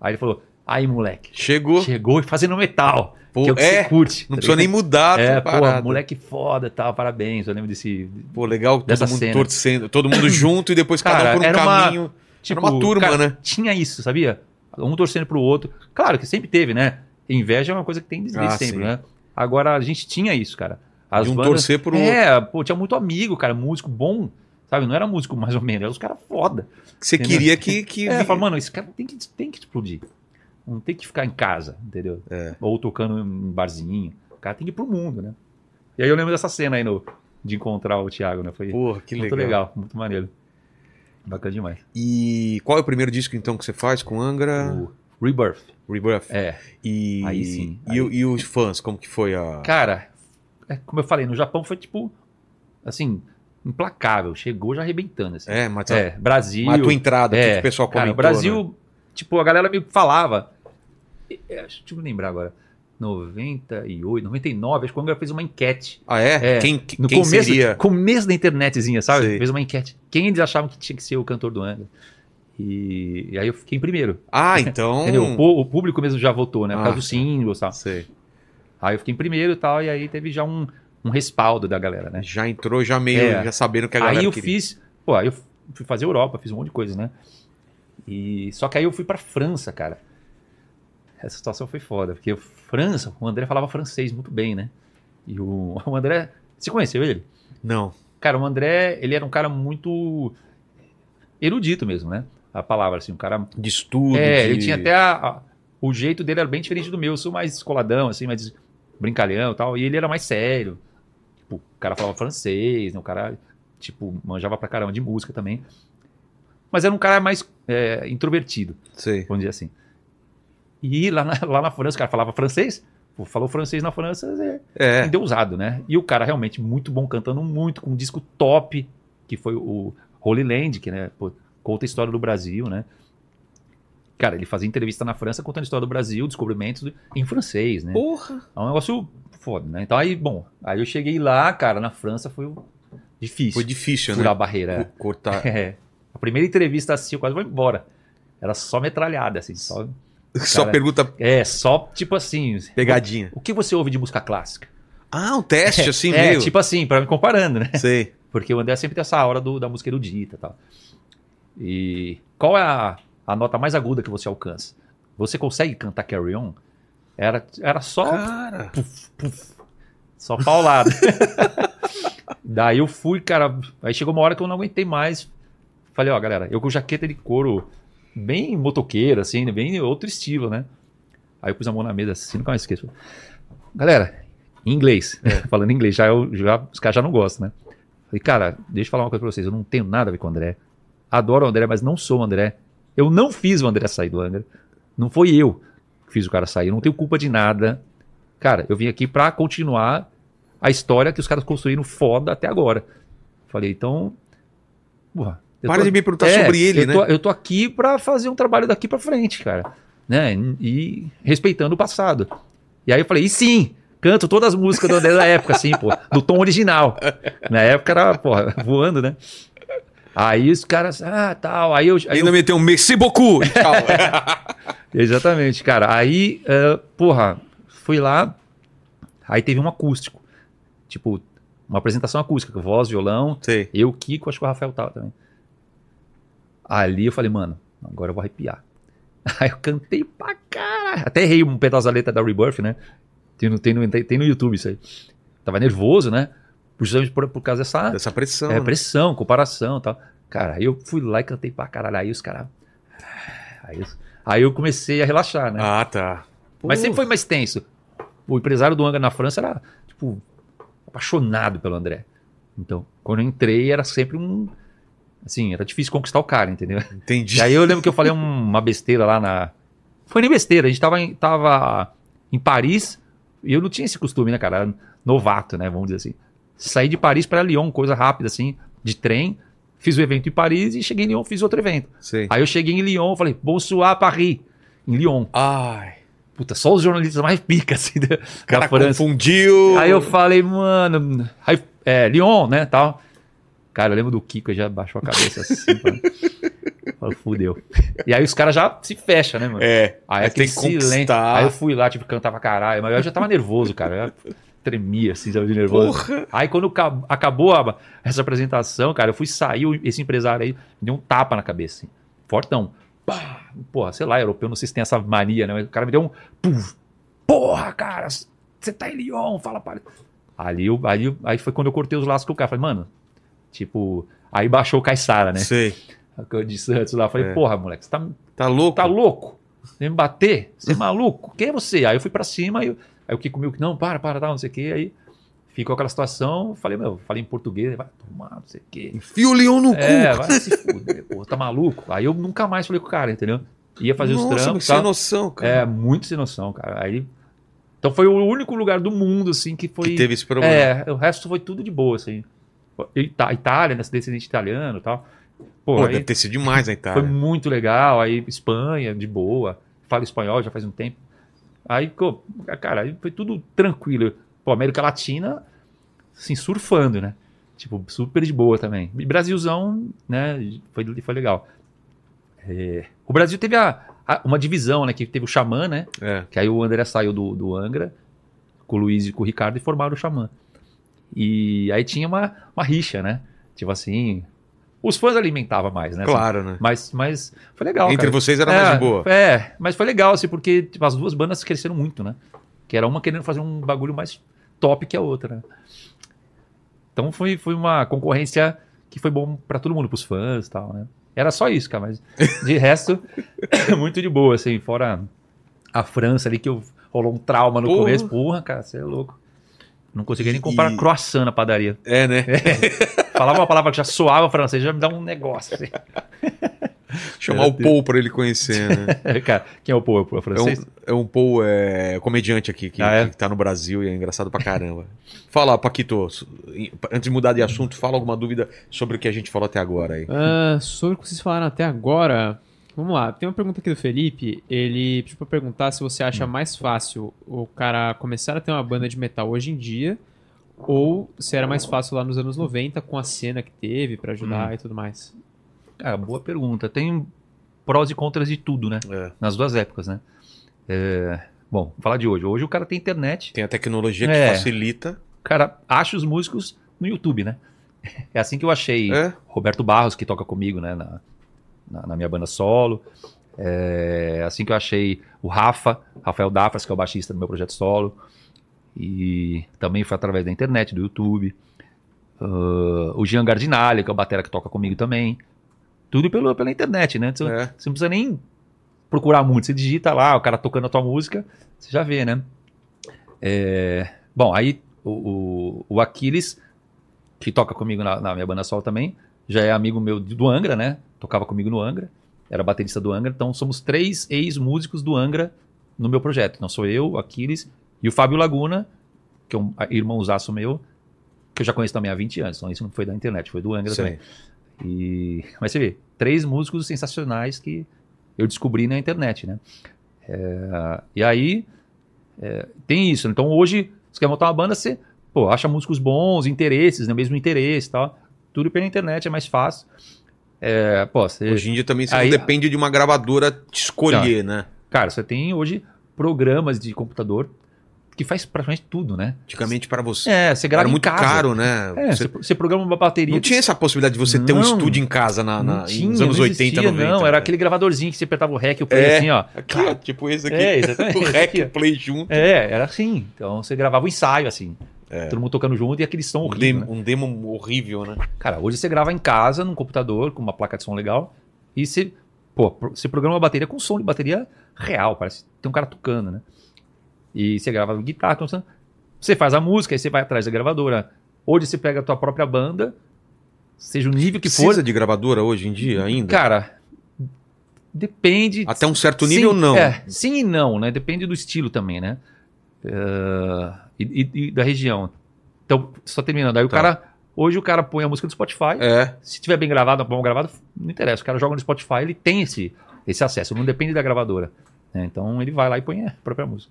Aí ele falou: aí, moleque,
Chegou.
chegou e fazendo metal.
Pô,
que é o que
é,
você curte.
Não
tá
precisa nem
ligado?
mudar,
É,
tá parado.
pô, moleque foda e tal, parabéns. Eu lembro desse.
Pô, legal, todo
Dessa
mundo
cena.
torcendo, todo mundo junto e depois cada
Cara,
um por um
era uma-
caminho.
Tipo,
uma turma,
cara,
né?
Tinha isso, sabia? Um torcendo pro outro. Claro que sempre teve, né? Inveja é uma coisa que tem desde
Ah,
sempre,
sim.
né? Agora a gente tinha isso, cara. As
de um
bandas-
torcer pro outro.
É, pô, tinha muito amigo, cara, músico bom, sabe? Não era músico mais ou menos, era os caras foda.
Que você
entendeu?
queria que. que...
É, fala, mano, esse cara tem que, tem que explodir. Não tem que ficar em casa, entendeu?
É.
Ou tocando em barzinho. O cara tem que ir pro mundo, né? E aí eu lembro dessa cena aí no, de encontrar o Thiago, né? Foi
Porra, que
muito
legal.
legal. muito maneiro. Bacana demais.
E qual é o primeiro disco então que você faz com Angra?
O Rebirth.
Rebirth.
É.
E...
Aí sim,
E,
aí-
o- e os fãs, como que foi a.
Cara, é, como eu falei, no Japão foi tipo, assim, implacável. Chegou já arrebentando, assim.
É, mas a,
É, Brasil.
mas a tua entrada, o que que o pessoal
cara,
comentou. né?
o Brasil, tipo, a galera me falava. é, é, Deixa eu me lembrar agora. 98, 99, acho que o Angra fez uma enquete.
né? Ah, é?
É,
Quem, quem
No começo,
seria?
começo da internetzinha, sabe?
Sei.
Fez uma enquete. Quem eles achavam que tinha que ser o cantor do Angra? E, e aí eu fiquei em primeiro.
Ah, então.
é, Entendeu? O, pô- o público mesmo já votou, né? Por
Ah.
causa do single e tal.
Sei.
Aí eu fiquei em primeiro e tal, e aí teve já um, um respaldo da galera, né?
Já entrou, já meio,
É.
já sabendo que a galera
Aí eu
queria.
fiz, pô, aí eu fui fazer Europa, fiz um monte de coisa, né? E só que aí eu fui pra França, cara. Essa situação foi foda, porque França, o André falava francês muito bem, né? E o, o André, você conheceu ele?
Não.
Cara, o André, ele era um cara muito erudito mesmo, né? A palavra assim, um cara
De estudo.
é,
de...
ele tinha até a- a- o jeito dele era bem diferente do meu. Eu sou mais escoladão, assim, mais brincalhão e tal. E ele era mais sério. Tipo, o cara falava francês, né? O cara, tipo, manjava pra caramba de música também. Mas era um cara mais é, introvertido,
Sei.
vamos dizer assim. E lá na, lá na França, o cara falava francês. Pô, falou francês na França, é,
É.
endeusado, né? E o cara realmente muito bom, cantando muito, com um disco top, que foi o Holy Land, que né, pô, conta a história do Brasil, né? Cara, ele fazia entrevista na França contando a história do Brasil, descobrimentos do- em francês, né?
Porra.
É um negócio foda, né? Então aí, bom, aí eu cheguei lá, cara, na França foi o- difícil.
Foi difícil,
furar
né?
a barreira.
Co- Cortar.
É. A primeira entrevista assim, eu quase vou embora. Era só metralhada, assim, só...
Só
Cara.
pergunta
É, só, tipo assim...
pegadinha.
O que você ouve de música clássica?
Ah, um teste assim
é,
meio.
tipo assim, pra me comparando, né?
Sei.
Porque o André sempre tem essa aura do- da música erudita e tal. E qual é a, a nota mais aguda que você alcança? Você consegue cantar Carry On? Era, era só,
Cara.
só paulada. Daí eu fui, cara. Aí chegou uma hora que eu não aguentei mais. Falei, ó, galera, eu com jaqueta de couro bem motoqueira, assim, né, bem outro estilo, né? Aí eu pus a mão na mesa assim, nunca mais esqueço. Galera, em inglês,
É.
falando em inglês, já, eu- já- os caras já não gostam, né? Falei, cara, deixa eu falar uma coisa pra vocês, eu não tenho nada a ver com o André. Adoro o André, mas não sou o André. Eu não fiz o André sair do André. Não foi eu que fiz o cara sair, eu não tenho culpa de nada. Cara, eu vim aqui pra continuar a história que os caras construíram foda até agora. Falei, então. Porra, eu
Para
tô-
de me perguntar
é,
sobre ele,
eu
né?
tô- eu tô aqui pra fazer um trabalho daqui pra frente, cara. Né? E respeitando o passado. E aí eu falei, e sim, canto todas as músicas do André da época, assim, pô, do tom original. Na época era, porra, voando, né? Aí os caras, ah, tal. Aí eu. Aí eu
Ainda meteu um Merci beaucoup. e Tchau. é,
Exatamente, cara. Aí, eh, porra, fui lá, aí teve um acústico. Tipo, uma apresentação acústica, voz, violão,
Sei.
eu, Kiko, acho que o Rafael tava também. Ali eu falei, mano, agora eu vou arrepiar. Aí eu cantei pra caralho. Até errei um pedaço da letra da Rebirth, né? Tem no, tem no, tem no YouTube isso aí. Tava nervoso, né? Justamente por, por causa dessa,
Dessa pressão.
é,
né?
pressão, comparação e tal. Cara, aí eu fui lá e cantei pra caralho. Aí os caras. Aí, os- aí eu comecei a relaxar, né?
Ah, tá.
Mas sempre foi mais tenso. O empresário do Angra na França era, tipo, apaixonado pelo André. Então, quando eu entrei, era sempre um. Assim, era difícil conquistar o cara, entendeu?
Entendi.
E aí eu lembro que eu falei um- uma besteira lá na. Foi nem besteira, a gente tava em, tava em Paris e eu não tinha esse costume, né, cara? Era Novato, né? Vamos dizer assim. Saí de Paris pra Lyon, coisa rápida, assim, de trem. Fiz o evento em Paris e cheguei em Lyon, fiz outro evento.
Sei.
Aí eu cheguei em Lyon, falei, bonsoir Paris, em Lyon.
Ai.
Puta, só os jornalistas mais pica, assim, da,
O cara
da França.
confundiu.
Aí eu falei, mano. Aí, é, Lyon, né? Tal. Cara, eu lembro do Kiko, já baixou a cabeça assim, mano. Falei, fudeu. E aí os caras já se fecham, né, mano?
É.
aí
mas tem
aquele
que
silêncio.
conquistar.
Aí eu fui lá, tipo, cantar pra caralho, mas eu já tava nervoso, cara. Eu tremia, assim, sabe, de nervoso.
Porra.
Aí quando ca- acabou a- essa apresentação, cara, eu fui sair, o- esse empresário aí me deu um tapa na cabeça, assim, fortão. Pá! Porra, sei lá, europeu, não sei se tem essa mania, né? Mas o cara me deu um. puf. Porra, cara, você tá em Lyon, fala para. Ali, eu- ali, eu- aí foi quando eu cortei os laços com o cara. Falei, mano, tipo. Aí baixou o Caissara, né?
Sei.
De Santos lá. Falei,
É.
porra, moleque, você tá,
Tá louco?
tá louco? Você me bater? Você é maluco? Quem é você? Aí eu fui pra cima, aí, eu- aí o Kiko Milk, não, para, para, tá, não sei o quê. Aí ficou aquela situação, falei, meu, falei em português, vai tomar, não sei o quê.
Enfia o leão no
É,
cu.
vai se fuder, pô, tá maluco? Aí eu nunca mais falei com o cara, entendeu? Ia fazer
Nossa,
os
mas
trampos.
sem
Tá?
noção, cara.
É, muito sem noção, cara. Aí. Então foi o único lugar do mundo, assim, que foi.
Que teve esse problema.
é, o resto foi tudo de boa, assim. Ita Itália, né? Descendente italiano e tal. Pô,
Pô,
aí-
deve ter sido demais na
foi
Itália.
muito legal. Aí Espanha, de boa. Falo espanhol já faz um tempo. Aí, co- cara, aí foi tudo tranquilo. Pô, América Latina, assim, surfando, né? Tipo, super de boa também. E Brasilzão, né? Foi, foi legal. É, o Brasil teve a, a- uma divisão, né? Que teve o Xamã, né?
É.
Que aí o André saiu do, do Angra com o Luiz e com o Ricardo e formaram o Xamã. E aí tinha uma, uma rixa, né? Tipo assim. Os fãs alimentavam mais, né?
Claro, né?
Assim, mas, mas foi legal.
Entre
cara.
vocês era
é,
mais de boa.
É, mas foi legal, assim, porque tipo, as duas bandas cresceram muito, né? Que era uma querendo fazer um bagulho mais top que a outra, né? Então foi, foi uma concorrência que foi bom pra todo mundo, pros fãs e tal, né? Era só isso, cara, mas de resto, muito de boa, assim, fora a França ali, que eu, rolou um trauma no
Porra.
começo. Porra, cara, você é louco. Não conseguia nem
E-
comprar croissant na padaria.
É, né?
Falava uma palavra que já soava francês, já me dá um negócio. assim.
Chamar o Paul pra ele conhecer, né?
Cara, quem é o povo? É o
É um,
francês?
é um Paul é, comediante aqui que,
Ah, é?
que tá no Brasil e é engraçado pra caramba. Fala, Paquito, su- e- antes de mudar de assunto, fala alguma dúvida sobre o que a gente falou até agora aí.
Ah, sobre o que vocês falaram até agora. Vamos lá, tem uma pergunta aqui do Felipe. Ele pediu pra perguntar se você acha mais fácil o cara começar a ter uma banda de metal hoje em dia ou se era mais fácil lá nos anos 90 com a cena que teve pra ajudar
Hum.
e tudo mais.
Cara, Ah, boa pergunta. Tem prós e contras de tudo, né?
É.
Nas duas épocas, né? É, Bom, vou falar de hoje. Hoje o cara tem internet,
Tem a tecnologia que
É.
facilita.
o cara acha os músicos no YouTube, né? É assim que eu achei
É.
Roberto Barros, que toca comigo, né? Na, na, na minha banda solo. É assim que eu achei o Rafa, Rafael Dafras, que é o baixista do meu projeto solo. E também foi através da internet, do YouTube. Ah, o Jean Gardinalli, que é o batera que toca comigo também. Tudo pelo, pela internet, né? Você,
É.
você não precisa nem procurar muito. Você digita lá, o cara tocando a tua música, você já vê, né? É, bom, aí o, o, o Aquiles, que toca comigo na, na minha banda solo também, já é amigo meu de- do Angra, né? Tocava comigo no Angra, era baterista do Angra, então somos três ex-músicos do Angra no meu projeto. Então sou eu, o Aquiles e o Fábio Laguna, que é um a- irmãozaço meu, que eu já conheço também há 20 anos, então isso não foi da internet, foi do Angra
Sei.
também. E... Mas você vê, três músicos sensacionais que eu descobri na internet, né? É, E aí, é, tem isso. Então hoje, você quer montar uma banda, você pô, acha músicos bons, interesses, né? mesmo interesse e tal. Tudo pela internet, é mais fácil. É, pô, você-
Hoje em dia também você
Aí-
não depende de uma gravadora te escolher, né?
Cara, você tem hoje programas de computador que faz praticamente tudo, né?
Antigamente para você.
É, você grava
Era
em
muito
casa.
caro, né?
É,
Você-
você... você programa uma bateria.
Não tinha essa possibilidade de você ter um
Não.
estúdio em casa na, na-
Não tinha,
nos anos
não
80,
existia,
90.
Não,
né?
era aquele gravadorzinho que você apertava o REC e o play
É.
assim, ó.
Aqui, ó, tipo esse aqui.
É, exatamente.
o
Esse
rec
aqui, ó.
play junto.
É, era assim. Então você gravava o ensaio, assim.
É.
Todo mundo tocando junto e aquele som
Um
horrível.
demo,
né?
um demo horrível, né?
Cara, hoje você grava em casa, num computador, com uma placa de som legal, e você, pô, pro- você programa uma bateria com som de bateria real, parece. Tem um cara tocando, né? E você grava guitarra, então você- você faz a música, aí você vai atrás da gravadora. Hoje você pega a tua própria banda, seja o nível que
Precisa
for.
de gravadora hoje em dia ainda?
Cara, depende.
Até um certo nível,
sim,
não.
é, sim e não, né? Depende do estilo também, né? Eh, e, e- e da região. Então, só terminando. Aí o
Tá.
cara. Hoje o cara põe a música do Spotify.
É.
Se tiver bem gravado, bom gravado, não interessa. O cara joga no Spotify, ele tem esse, esse acesso, não depende da gravadora. né? Então ele vai lá e põe a própria música.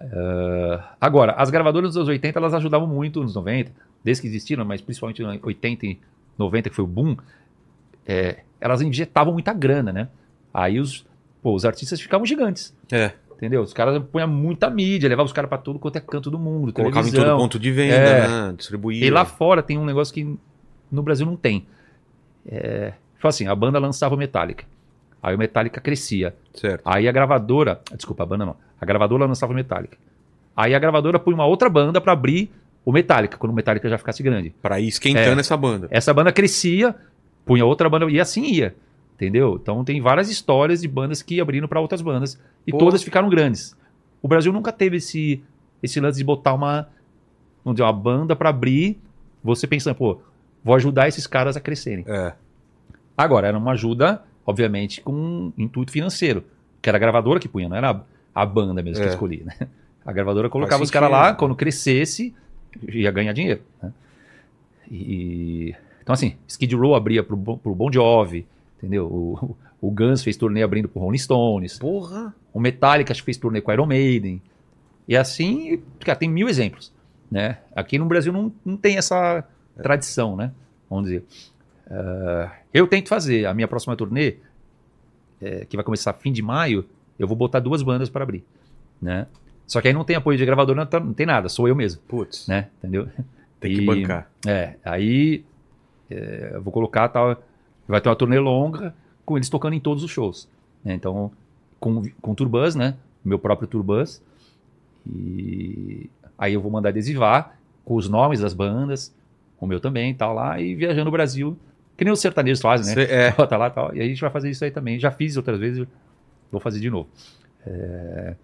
Eh, agora, as gravadoras dos anos 80 elas ajudavam muito nos 90, desde que existiram, mas principalmente em 80 e 90, que foi o boom, eh, elas injetavam muita grana, né? Aí os, pô, os artistas ficavam gigantes,
É.
entendeu? Os caras punham muita mídia, levavam os caras pra todo quanto é canto do mundo,
Colocava em todo
televisão,
ponto de venda,
É.
né? Distribuía.
e lá fora tem um negócio que no Brasil não tem. É, tipo assim, a banda lançava o Metallica. Aí o Metallica crescia.
Certo.
Aí a gravadora. Desculpa, a banda não. A gravadora lançava o Metallica. Aí a gravadora põe uma outra banda pra abrir o Metallica, quando o Metallica já ficasse grande.
Pra ir esquentando
É.
essa banda.
Essa banda crescia, punha outra banda e assim ia. Entendeu? Então tem várias histórias de bandas que abriram pra outras bandas e
Pô.
todas ficaram grandes. O Brasil nunca teve esse, esse lance de botar uma, vamos dizer, uma banda pra abrir, você pensando, pô, vou ajudar esses caras a crescerem.
É.
Agora, era uma ajuda, obviamente, com um intuito financeiro, que era a gravadora que punha, não era a- a banda mesmo
É.
que escolhia, né? A gravadora colocava os caras
sentido.
lá, quando crescesse, ia ganhar dinheiro. Né? E, então, assim, Skid Row abria pro, Bon- pro Bon Jovi, entendeu? O, o Guns fez turnê abrindo pro Rolling Stones,
Porra.
o Metallica acho que fez turnê com Iron Maiden. E assim, cara, tem mil exemplos, né? Aqui no Brasil não, não tem essa tradição, né? Vamos dizer. Ah, eu tento fazer a minha próxima turnê, eh, que vai começar fim de maio, eu vou botar duas bandas para abrir, né? Só que aí não tem apoio de gravador, não, tá- não tem nada, sou eu mesmo,
Putz.
né? Entendeu?
Tem que
E-
bancar.
É, aí é, eu vou colocar tal. Vai ter uma turnê longa com eles tocando em todos os shows. né? Então, com, com turbans, né? Meu próprio turbans. E aí eu vou mandar adesivar com os nomes das bandas, o meu também e tal lá, e viajando o Brasil, que nem os sertanejos fazem, né?
Cê- é.
Bota lá e tal. E aí a gente vai fazer isso aí também. Já fiz outras vezes, vou fazer de novo. É,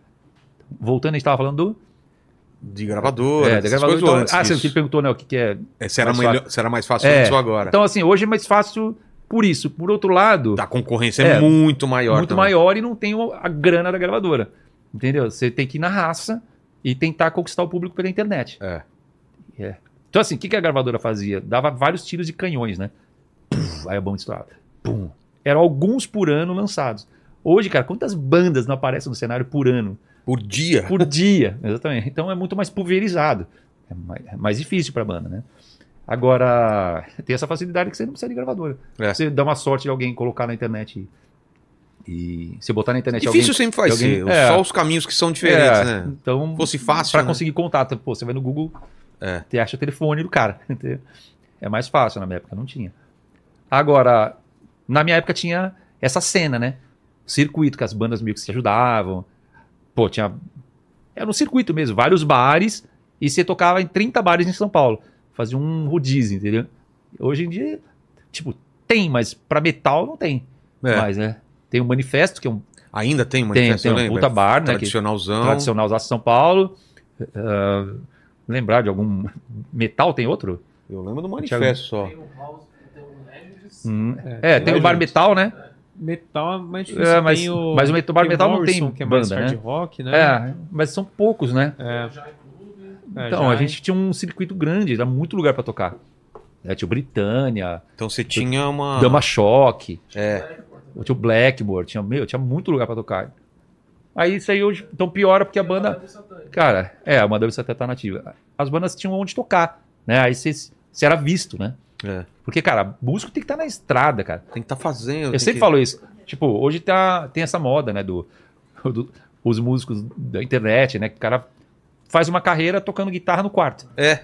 Voltando, a gente estava falando do.
De gravadora.
é, da
essas
gravadora.
coisas
Então,
antes
ah,
disso.
você perguntou, né? O que, que é
É, será,
mais
melhor, será mais fácil
É.
antes ou agora?
Então, assim, hoje é mais fácil por isso. Por outro lado,
a concorrência é,
É,
muito maior.
muito
também.
maior e não tem o- a grana da gravadora. Entendeu? Você tem que ir na raça e tentar conquistar o público pela internet.
É.
É. Então, assim, o que que a gravadora fazia? Dava vários tiros de canhões, né? Puf, aí a bomba estourava. Pum. Eram alguns por ano lançados. Hoje, cara, quantas bandas não aparecem no cenário por ano?
Por dia.
por dia. Exatamente. Então é muito mais pulverizado. É mais, é mais difícil para banda, né? Agora, tem essa facilidade que você não precisa de gravadora.
É.
Você dá uma sorte de alguém colocar na internet e você botar na internet
Difícil sempre vai
alguém-
ser.
É.
Só os caminhos que são
alguém.
diferentes,
É,
né?
Então,
Se fosse fácil.
para
né?
conseguir contato, pô, você vai no Google,
É.
você acha o telefone do cara. entendeu? É mais fácil, na minha época não tinha. Agora, na minha época tinha essa cena, né? Circuito, que as bandas meio que se ajudavam. Pô, tinha. Era um circuito mesmo, vários bares, e você tocava em 30 bares em São Paulo. Fazia um rodízio, entendeu? Hoje em dia, tipo, tem, mas pra metal não tem.
É.
Mais, né? Tem o manifesto, que é um
Ainda tem
tem,
manifesto,
tem
eu
um
lembro.
puta bar, né? que-
Tradicionalzão.
tradicional usasse São Paulo. Ah, lembrar de algum. Metal tem outro?
Eu lembro do manifesto só.
Tem
um-
o House, tem o Legends.
Hum,
É,
É, tem o Bar Metal, né?
Metal é mais difícil.
É, mas-
tem o,
mas o Metal-
tem
Metal não
Morrison,
tem
que é mais
banda,
hard
né?
rock, né?
É, mas são poucos, né?
É,
Jai Clube.
é,
Então,
já-
a gente tinha um circuito grande, dá muito lugar pra tocar. É, tinha o Britânia,
Então você tinha uma.
Dama Choque,
É.
tinha o Blackmore, tinha, meu, tinha muito lugar pra tocar. Aí isso aí hoje, então piora porque a banda. Cara, é, a Madame Satã tá nativa. As bandas tinham onde tocar, né? Aí você você era visto, né?
é.
Porque, cara, músico tem que estar na estrada, cara.
Tem que estar fazendo.
Eu
tem
sempre
que-
falo isso. Tipo, hoje tá, tem essa moda, né? Do, do- os músicos da internet, né? Que o cara faz uma carreira tocando guitarra no quarto.
É,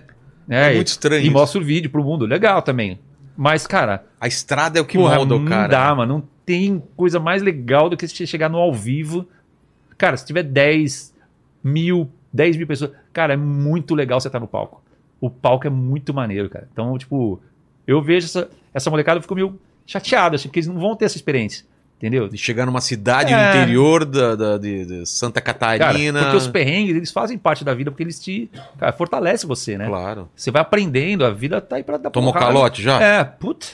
Né?
é, muito
e,
estranho.
e
isso.
mostra o vídeo pro mundo. Legal também. Mas, cara,
A estrada é o que
porra,
molda o
não
cara. né?
dá, mano. Não tem coisa mais legal do que você chegar no ao vivo. Cara, se tiver 10 mil, 10 mil pessoas. Cara, é muito legal você estar no palco. O palco é muito maneiro, cara. Então, tipo, eu vejo essa, essa molecada, eu fico meio chateado, assim, porque eles não vão ter essa experiência. Entendeu?
De chegar numa cidade
É.
do interior da, da- de, de Santa
Cara,
Catarina.
porque os perrengues, eles fazem parte da vida, porque eles te cara, fortalecem você, né?
Claro.
Você vai aprendendo, a vida tá aí pra dar
Tomou
porrada.
calote já?
É, puta,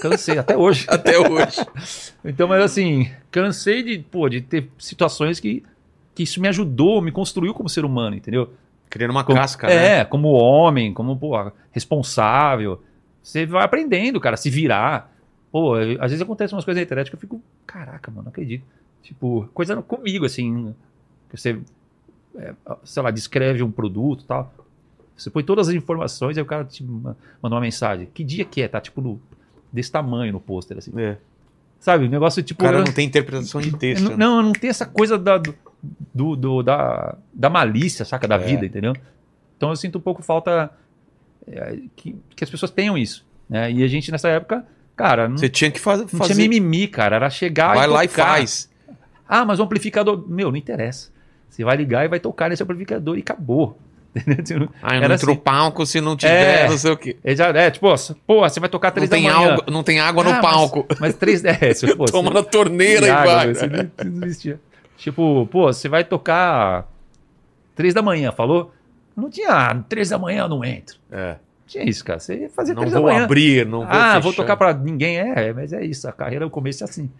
cansei até hoje.
Até hoje.
Então, mas assim, cansei de, pô, de ter situações que, que isso me ajudou, me construiu como ser humano, entendeu?
Criando uma
Como-
casca, né?
é, como homem, como, pô, responsável. Você vai aprendendo, cara, se virar. Pô, eu- às vezes acontecem umas coisas na internet que eu fico, caraca, mano, não acredito. Tipo, coisa comigo, assim, que você, é, sei lá, descreve um produto e tal. Você põe todas as informações, aí o cara te ma- manda uma mensagem. Que dia que é? Tá, tipo, no- desse tamanho no pôster, assim.
É.
Sabe, o negócio, tipo...
O cara
eu-
não tem interpretação de texto.
não,
né?
não, não tem essa coisa da, do, do- do- da, da malícia, saca? Da
É.
vida, entendeu? Então eu sinto um pouco falta é, que, que as pessoas tenham isso. Né? E a gente nessa época, cara, não,
Você tinha que faz-
não
fazer.
tinha mimimi, cara. Era chegar
Vai lá e
tocar.
faz.
Ah, mas o amplificador. Meu, não interessa. Você vai ligar e vai tocar nesse amplificador e acabou. Entendeu? Você não-
Ah, eu não
Era
entro
assim.
palco se não tiver,
É.
não sei o quê.
É, já- é, tipo, ó, pô, você vai tocar
Não
três da
tem,
manhã.
algo, não tem água
Ah,
no
mas-
palco.
Mas três... É, se, pô,
Toma
se-
na torneira
Irado,
e
né?
vai.
Isso não- isso não existia. Tipo, pô, você vai tocar três da manhã, falou? Não tinha, ah, três da manhã eu não entro.
É.
Não tinha isso, cara. Você fazia
Não
é três da
vou
manhã.
abrir, não vou
ah,
fechar.
vou tocar pra ninguém. É, mas é isso. A carreira, o começo é assim.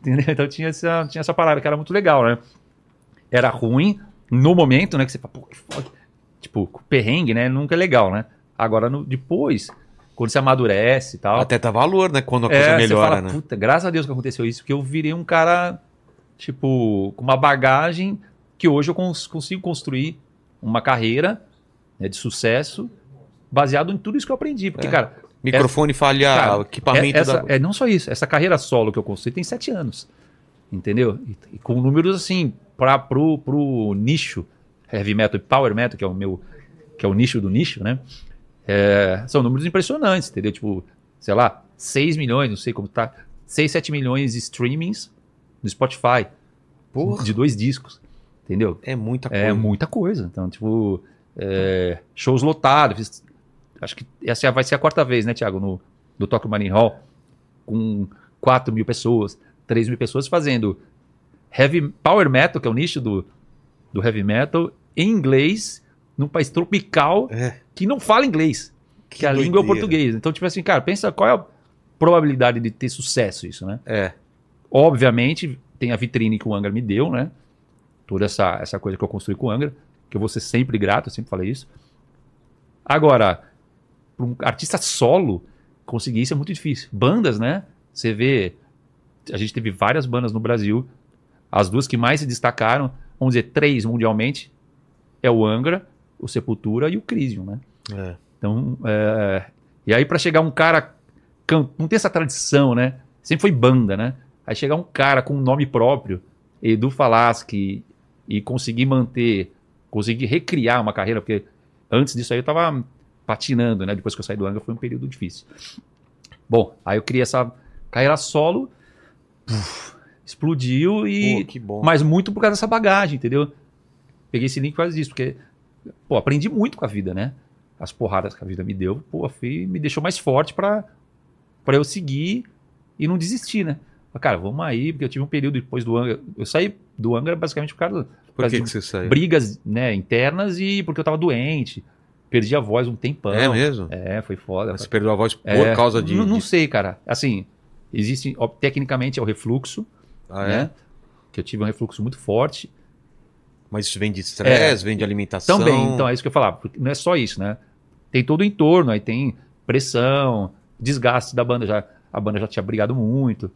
Entendeu? Então tinha essa, tinha essa parada que era muito legal, né? Era ruim no momento, né? Que você fala, pô, que foda. Tipo, perrengue, né? Nunca é legal, né? Agora, no- depois, quando você amadurece e tal
Até dá valor, né? Quando a
É,
coisa melhora, né?
puta, graças a Deus que aconteceu isso, porque eu virei um cara, tipo, com uma bagagem que hoje eu cons- consigo construir uma carreira né, de sucesso baseado em tudo isso que eu aprendi. Porque,
É.
cara,
Microfone falhar,
Cara,
equipamento
é, essa-
da.
é não só isso, essa carreira solo que eu construí tem sete anos. Entendeu? E, e com números assim, pra, pro, pro nicho heavy metal e power metal, que é o meu, que é o nicho do nicho, né? É, são números impressionantes, entendeu? Tipo, sei lá, 6 milhões, não sei como tá. 6, 7 milhões de streamings no Spotify.
Porra.
De dois discos. Entendeu?
É muita coisa.
É muita coisa. Então, tipo, é, shows lotados. Fiz- Acho que essa vai ser a quarta vez, né, Thiago? No, do Tokyo Marine Hall, com 4 mil pessoas, 3 mil pessoas fazendo heavy power metal, que é o nicho do, do heavy metal, em inglês, num país tropical
É.
que não fala inglês. Que, a
doideira.
língua é o português. Então, tipo assim, cara, pensa qual é a probabilidade de ter sucesso isso, né?
É.
Obviamente, tem a vitrine que o Angra me deu, né? Toda essa, essa coisa que eu construí com o Angra, que eu vou ser sempre grato, eu sempre falei isso. Agora, para um artista solo, conseguir isso é muito difícil. Bandas, né? Você vê, a gente teve várias bandas no Brasil, as duas que mais se destacaram, vamos dizer, três mundialmente, é o Angra, o Sepultura e o Crisium, né?
É.
Então, é, e aí para chegar um cara, can- não tem essa tradição, né? Sempre foi banda, né? Aí chegar um cara com um nome próprio, Edu Falaschi, e conseguir manter, conseguir recriar uma carreira, porque antes disso aí eu tava patinando, né? Depois que eu saí do Angra foi um período difícil. Bom, aí eu criei essa carreira solo, puf, explodiu e
Pô, que bom.
mas muito por causa dessa bagagem, entendeu? Peguei esse link por causa disso, porque, pô, aprendi muito com a vida, né? As porradas que a vida me deu, pô, foi, me deixou mais forte pra, pra eu seguir e não desistir, né? Mas, cara, vamos aí, porque eu tive um período depois do Angra. Eu saí do Angra basicamente por causa
Por que,
de
que você
de
saiu?
brigas né, internas e porque eu tava doente. Perdi a voz um tempão.
É mesmo?
É, foi foda.
Você perdeu a voz por
É,
causa de.
Não, não
de-
sei, cara. Assim, existe. ó, Tecnicamente é o refluxo,
Ah, é?
né? Que eu tive um refluxo muito forte.
Mas isso vem de estresse, vem de alimentação.
É. Também, então é isso que eu ia falar, porque não é só isso, né? Tem todo o entorno, aí tem pressão, desgaste da banda, já, a banda já tinha brigado muito,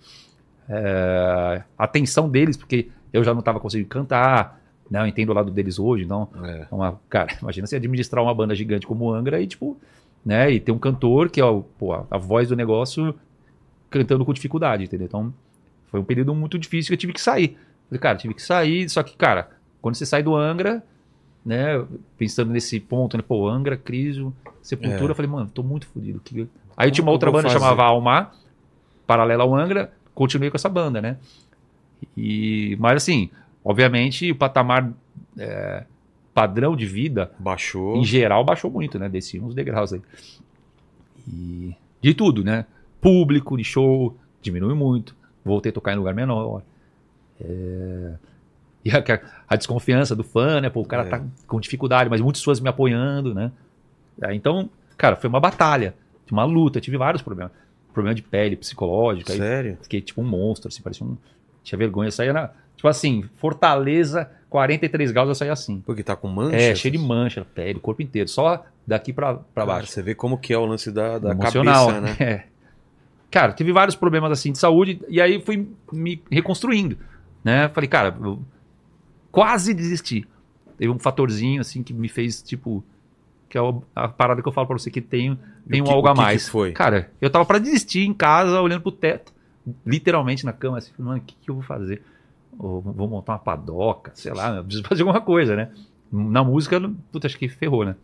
é, a tensão deles, porque eu já não estava conseguindo cantar, né? eu entendo o lado deles hoje, então,
É.
é uma, cara, imagina você administrar uma banda gigante como o Angra e tipo, né? E ter um cantor que é o, pô, a, a voz do negócio cantando com dificuldade, entendeu? Então foi um período muito difícil que eu tive que sair. Falei, cara, tive que sair, só que, cara, quando você sai do Angra, né, pensando nesse ponto, né, pô, Angra, Criso, Sepultura,
É.
eu falei, mano, tô muito fodido. que- Aí tinha
Como que
uma outra
eu vou
banda que
fazer?
chamava Almar, paralela ao Angra, continuei com essa banda, né? E, mas assim, obviamente, o patamar é, padrão de vida,
Baixou.
em geral, baixou muito, né? Desci uns degraus aí. E de tudo, né? Público de show diminuiu muito. Voltei a tocar em lugar menor. É, E a, a desconfiança do fã, né? Pô, o cara
É.
tá com dificuldade, mas muitas pessoas me apoiando, né? Aí, Então, cara, foi uma batalha, uma luta. Eu tive vários problemas. Problema de pele, psicológica. aí
Sério?
Fiquei tipo um monstro, assim, parecia um. Tinha vergonha, eu saía na. Tipo assim, Fortaleza, 43 graus, eu saía assim.
Porque tá com mancha?
É, cheio de mancha, na pele, o corpo inteiro, só daqui pra, pra
Cara,
baixo.
Você vê como que é o lance da, da
Emocional,
cabeça, né?
É. Cara, tive vários problemas assim de saúde e aí fui me reconstruindo, né? Falei, cara, eu quase desisti. Teve um fatorzinho assim que me fez tipo que é o- a parada que eu falo pra você que tem tem
E o
um
que-
algo
o
a
que que
mais.
foi?
Cara, eu tava pra desistir em casa, olhando pro teto, literalmente na cama, assim, mano, o que, que eu vou fazer? Ou vou montar uma padoca, sei lá, eu preciso fazer alguma coisa, né? Na música, puta, acho que ferrou, né?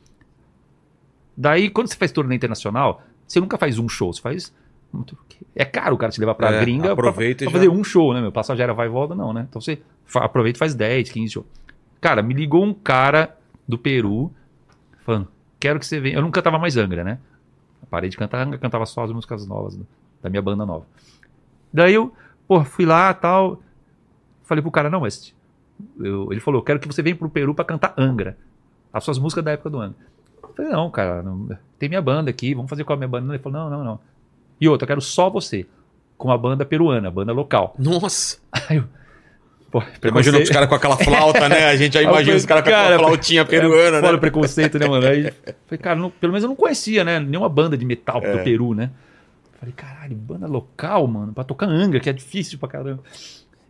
Daí, quando você faz turnê internacional, você nunca faz um show, você faz. muito- É caro o cara te levar pra
É,
gringa pra, pra
aproveita e já-
fazer um show, né? Meu passagem era vai e volta, não, né? Então você fa- aproveita e faz 10, 15 shows. Cara, me ligou um cara do Peru falando: quero que você venha. Eu nunca tava mais Angra, né? Parei de cantar Angra, cantava só as músicas novas do- da minha banda nova. Daí eu, pô, fui lá tal. Falei pro cara, não, mas. eu- ele falou, eu quero que você venha pro Peru pra cantar Angra. As suas músicas da época do Angra. Eu falei, não, cara, não- tem minha banda aqui, vamos fazer com a minha banda. Ele falou, não, não, não. E outra, eu quero só você, com a banda peruana, a banda local.
Nossa!
Pô,
Imagina
preconceito-
os caras com aquela flauta, né? A gente já
Aí eu
imagina
falei,
os caras com
cara, é,
aquela flautinha peruana,
Fora o
né?
um preconceito, né, mano? Aí, falei, cara, não- pelo menos eu não conhecia, né? Nenhuma banda de metal
É.
do Peru, né? Falei, caralho, banda local, mano, pra tocar Angra, que é difícil pra caramba.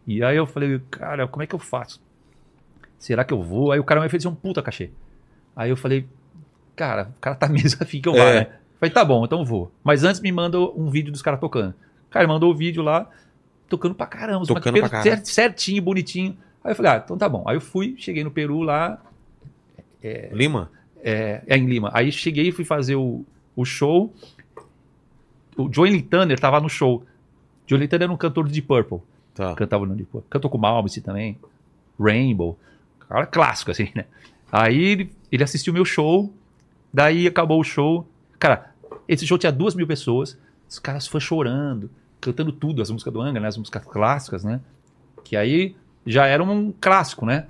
E aí eu falei, cara, como é que eu faço? Será que eu vou? Aí o cara me ofereceu um puta cachê. Aí eu falei, cara, o cara tá mesmo afim que eu vá,
É.
né? Falei, tá bom, então eu vou. Mas antes me manda um vídeo dos caras tocando. Cara, mandou o vídeo lá, tocando pra caramba. os
Tocando
maquiperos
pra caramba.
cer- Certinho, bonitinho. Aí eu falei, ah, então tá bom. Aí eu fui, cheguei no Peru lá,
Lima?
É, é em Lima. Aí cheguei e fui fazer o, o show. O Joey Lee Tanner tava no show. Joey Lee Tanner era um cantor de Deep Purple.
Tá.
Cantava no Deep Purple. Cantou com Malmsteen também. Rainbow. Cara clássico, assim, né? Aí ele, ele assistiu o meu show. Daí acabou o show. Cara, esse show tinha duas mil pessoas. Os caras foram chorando, cantando tudo, as músicas do Angra, né? As músicas clássicas, né? Que aí já era um clássico, né?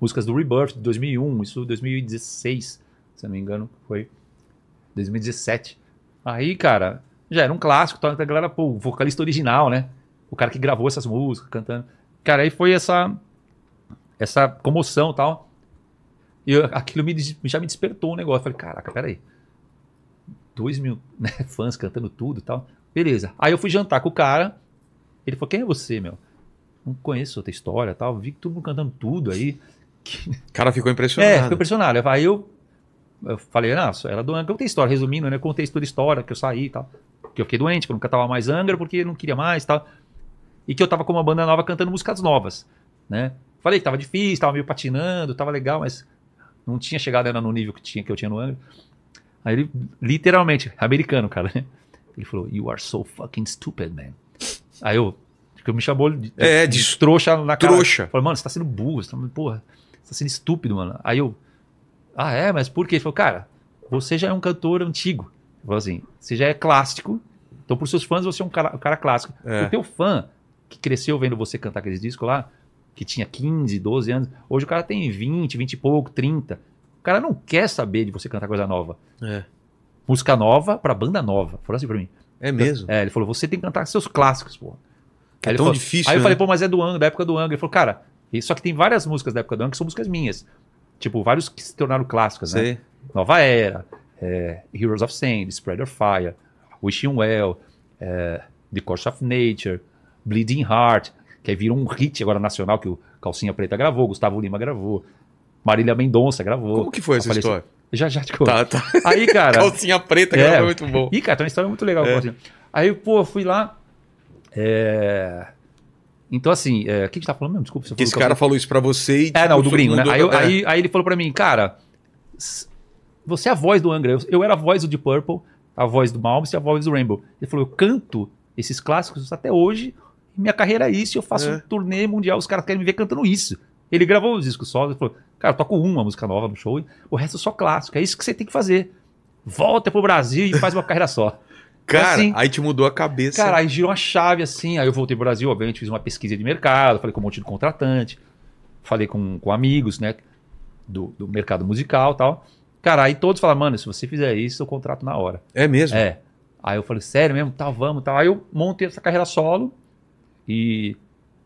Músicas do Rebirth, de 2001, isso 2016, se eu não me engano, foi 2017. Aí, cara, já era um clássico, então a galera, pô, o vocalista original, né? O cara que gravou essas músicas, cantando. Cara, aí foi essa essa comoção e tal. E eu- aquilo me, des- já me despertou o negócio. Eu falei, caraca, peraí. Dois mil né, fãs cantando tudo e tal. Beleza. Aí eu fui jantar com o cara. Ele falou, quem é você, meu? Não conheço outra história e tal. Vi que todo mundo cantando tudo aí.
O cara ficou
É,
impressionado.
fiquei impressionado. Aí eu, eu falei, nossa, era do Angra. é Contei a história, resumindo, né? Contei toda a história que eu saí e tal. Que eu fiquei doente, que eu nunca tava mais Angra, porque não queria mais e tal. E que eu tava com uma banda nova cantando músicas novas, né? Falei que tava difícil, tava meio patinando, tava legal, mas não tinha chegado ainda no nível que, tinha, que eu tinha no Angra. Aí ele, literalmente, americano, cara, né? Ele falou, you are so fucking stupid, man. Aí eu, que me chamou de,
É, de
trouxa na cara.
trouxa.
Falei, mano, você tá sendo burro, você tá, porra, você tá sendo estúpido, mano. Aí eu, ah, é, mas por quê? Ele falou, cara, você já é um cantor antigo. Ele falou assim, você já é clássico, então pros seus fãs você é um cara, um cara clássico.
É.
O teu fã, que cresceu vendo você cantar aqueles discos lá, que tinha 15, 12 anos, hoje o cara tem 20, 20 e pouco, 30. O cara não quer saber de você cantar coisa nova.
É.
Música nova pra banda nova. Falou assim pra mim.
É mesmo.
É, ele falou, você tem que cantar seus clássicos, pô.
Que é
ele
tão
falou-
difícil,
Aí eu
né?
falei, pô, mas é do Angra, da época do Angra. Ele falou, cara, e- só que tem várias músicas da época do Angra que são músicas minhas. Tipo, vários que se tornaram clássicas, né?
Sei.
Nova Era, é, Heroes of Sand, Spread Your Fire, Wishing Well, é, The Course of Nature, Bleeding Heart, que aí virou um hit agora nacional que o Calcinha Preta gravou, Gustavo Lima gravou, Marília Mendonça gravou.
Como que foi essa
Apareceu-
história?
Já, já te conto.
Tá, tá.
Aí, assim, cara...
Calcinha É. preta,
É.
cara, foi muito bom.
Ih, cara, tem uma história muito legal. com o Valtinho. Aí, pô, fui lá. é, Então, assim, é, o que a gente tá falando mesmo? Desculpa, você
Que esse
falou
cara falou isso pra você e... tipo,
É, não, do
todo
gringo, né?
mundo-
Aí, eu-
É.
aí, aí ele falou pra mim, cara, s- você é a voz do Angra. Eu, eu era a voz do Deep Purple, a voz do Malmsteen, a voz do Rainbow. Ele falou, eu canto esses clássicos até hoje, minha carreira é isso, eu faço
É.
um turnê mundial, os caras querem me ver cantando isso. Ele gravou os discos só, ele falou, cara, eu toco uma música nova no show, o resto é só clássico, é isso que você tem que fazer. Volta pro Brasil e faz uma carreira só.
Cara,
assim.
aí te mudou a cabeça.
Cara, aí girou uma chave assim. Aí eu voltei pro Brasil, obviamente, fiz uma pesquisa de mercado, falei com um monte de contratante, falei com, com amigos, né? Do, do mercado musical e tal. Cara, aí todos falaram, mano, se você fizer isso, eu contrato na hora.
É mesmo?
É. Aí eu falei, sério mesmo? Tá, vamos, tal. Aí eu montei essa carreira solo e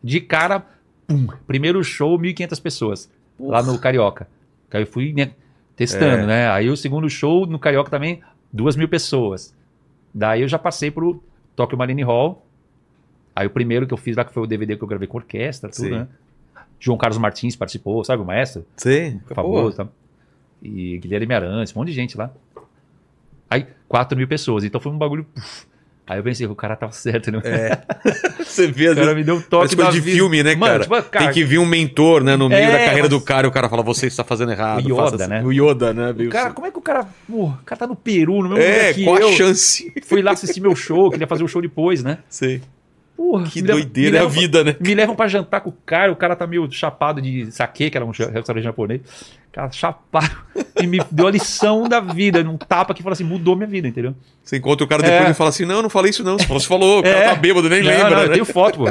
de cara, pum, primeiro show, 1.500 pessoas lá no Carioca. Que Aí eu fui né, testando,
É.
né? Aí o segundo show no Carioca também, 2 mil pessoas. Daí eu já passei pro Tokyo Marine Hall. Aí o primeiro que eu fiz lá, que foi o DVD que eu gravei com orquestra, tudo,
Sim.
né? João Carlos Martins participou, sabe o maestro?
Sim.
famoso. Tá? E Guilherme Arantes, um monte de gente lá. Aí, 4 mil pessoas. Então foi um bagulho. puf. Aí eu pensei, o cara tava certo, né?
Você vê,
O
às
cara
vezes,
me deu um
parece
toque
coisa
da
É. de
vida.
filme, né,
Mano,
cara?
tipo, cara,
Tem que vir um mentor, né, no meio
É,
da carreira do
mas-
cara. O cara fala, você está fazendo errado.
O Yoda,
faça assim.
né?
O Yoda, né? veio
o cara, como é que o cara. Pô, o cara tá no Peru, no mesmo lugar
É,
que
qual a
eu.
chance?
Fui lá assistir meu show, queria fazer o show depois, né?
Sei.
Porra,
Que
me leva-
doideira
me
é a
leva-
vida, né?
Me levam pra jantar com o cara, o cara tá meio chapado de saque, que era um ja- restaurante japonês. O cara chapado. E me deu a lição da vida, um tapa que falou assim: mudou minha vida, entendeu?
Você encontra o cara depois
É.
e fala assim: não, não falei isso não. Você falou, você falou, o cara
É.
tá bêbado, nem
Não,
lembra,
não, eu
né?
tenho foto, pô.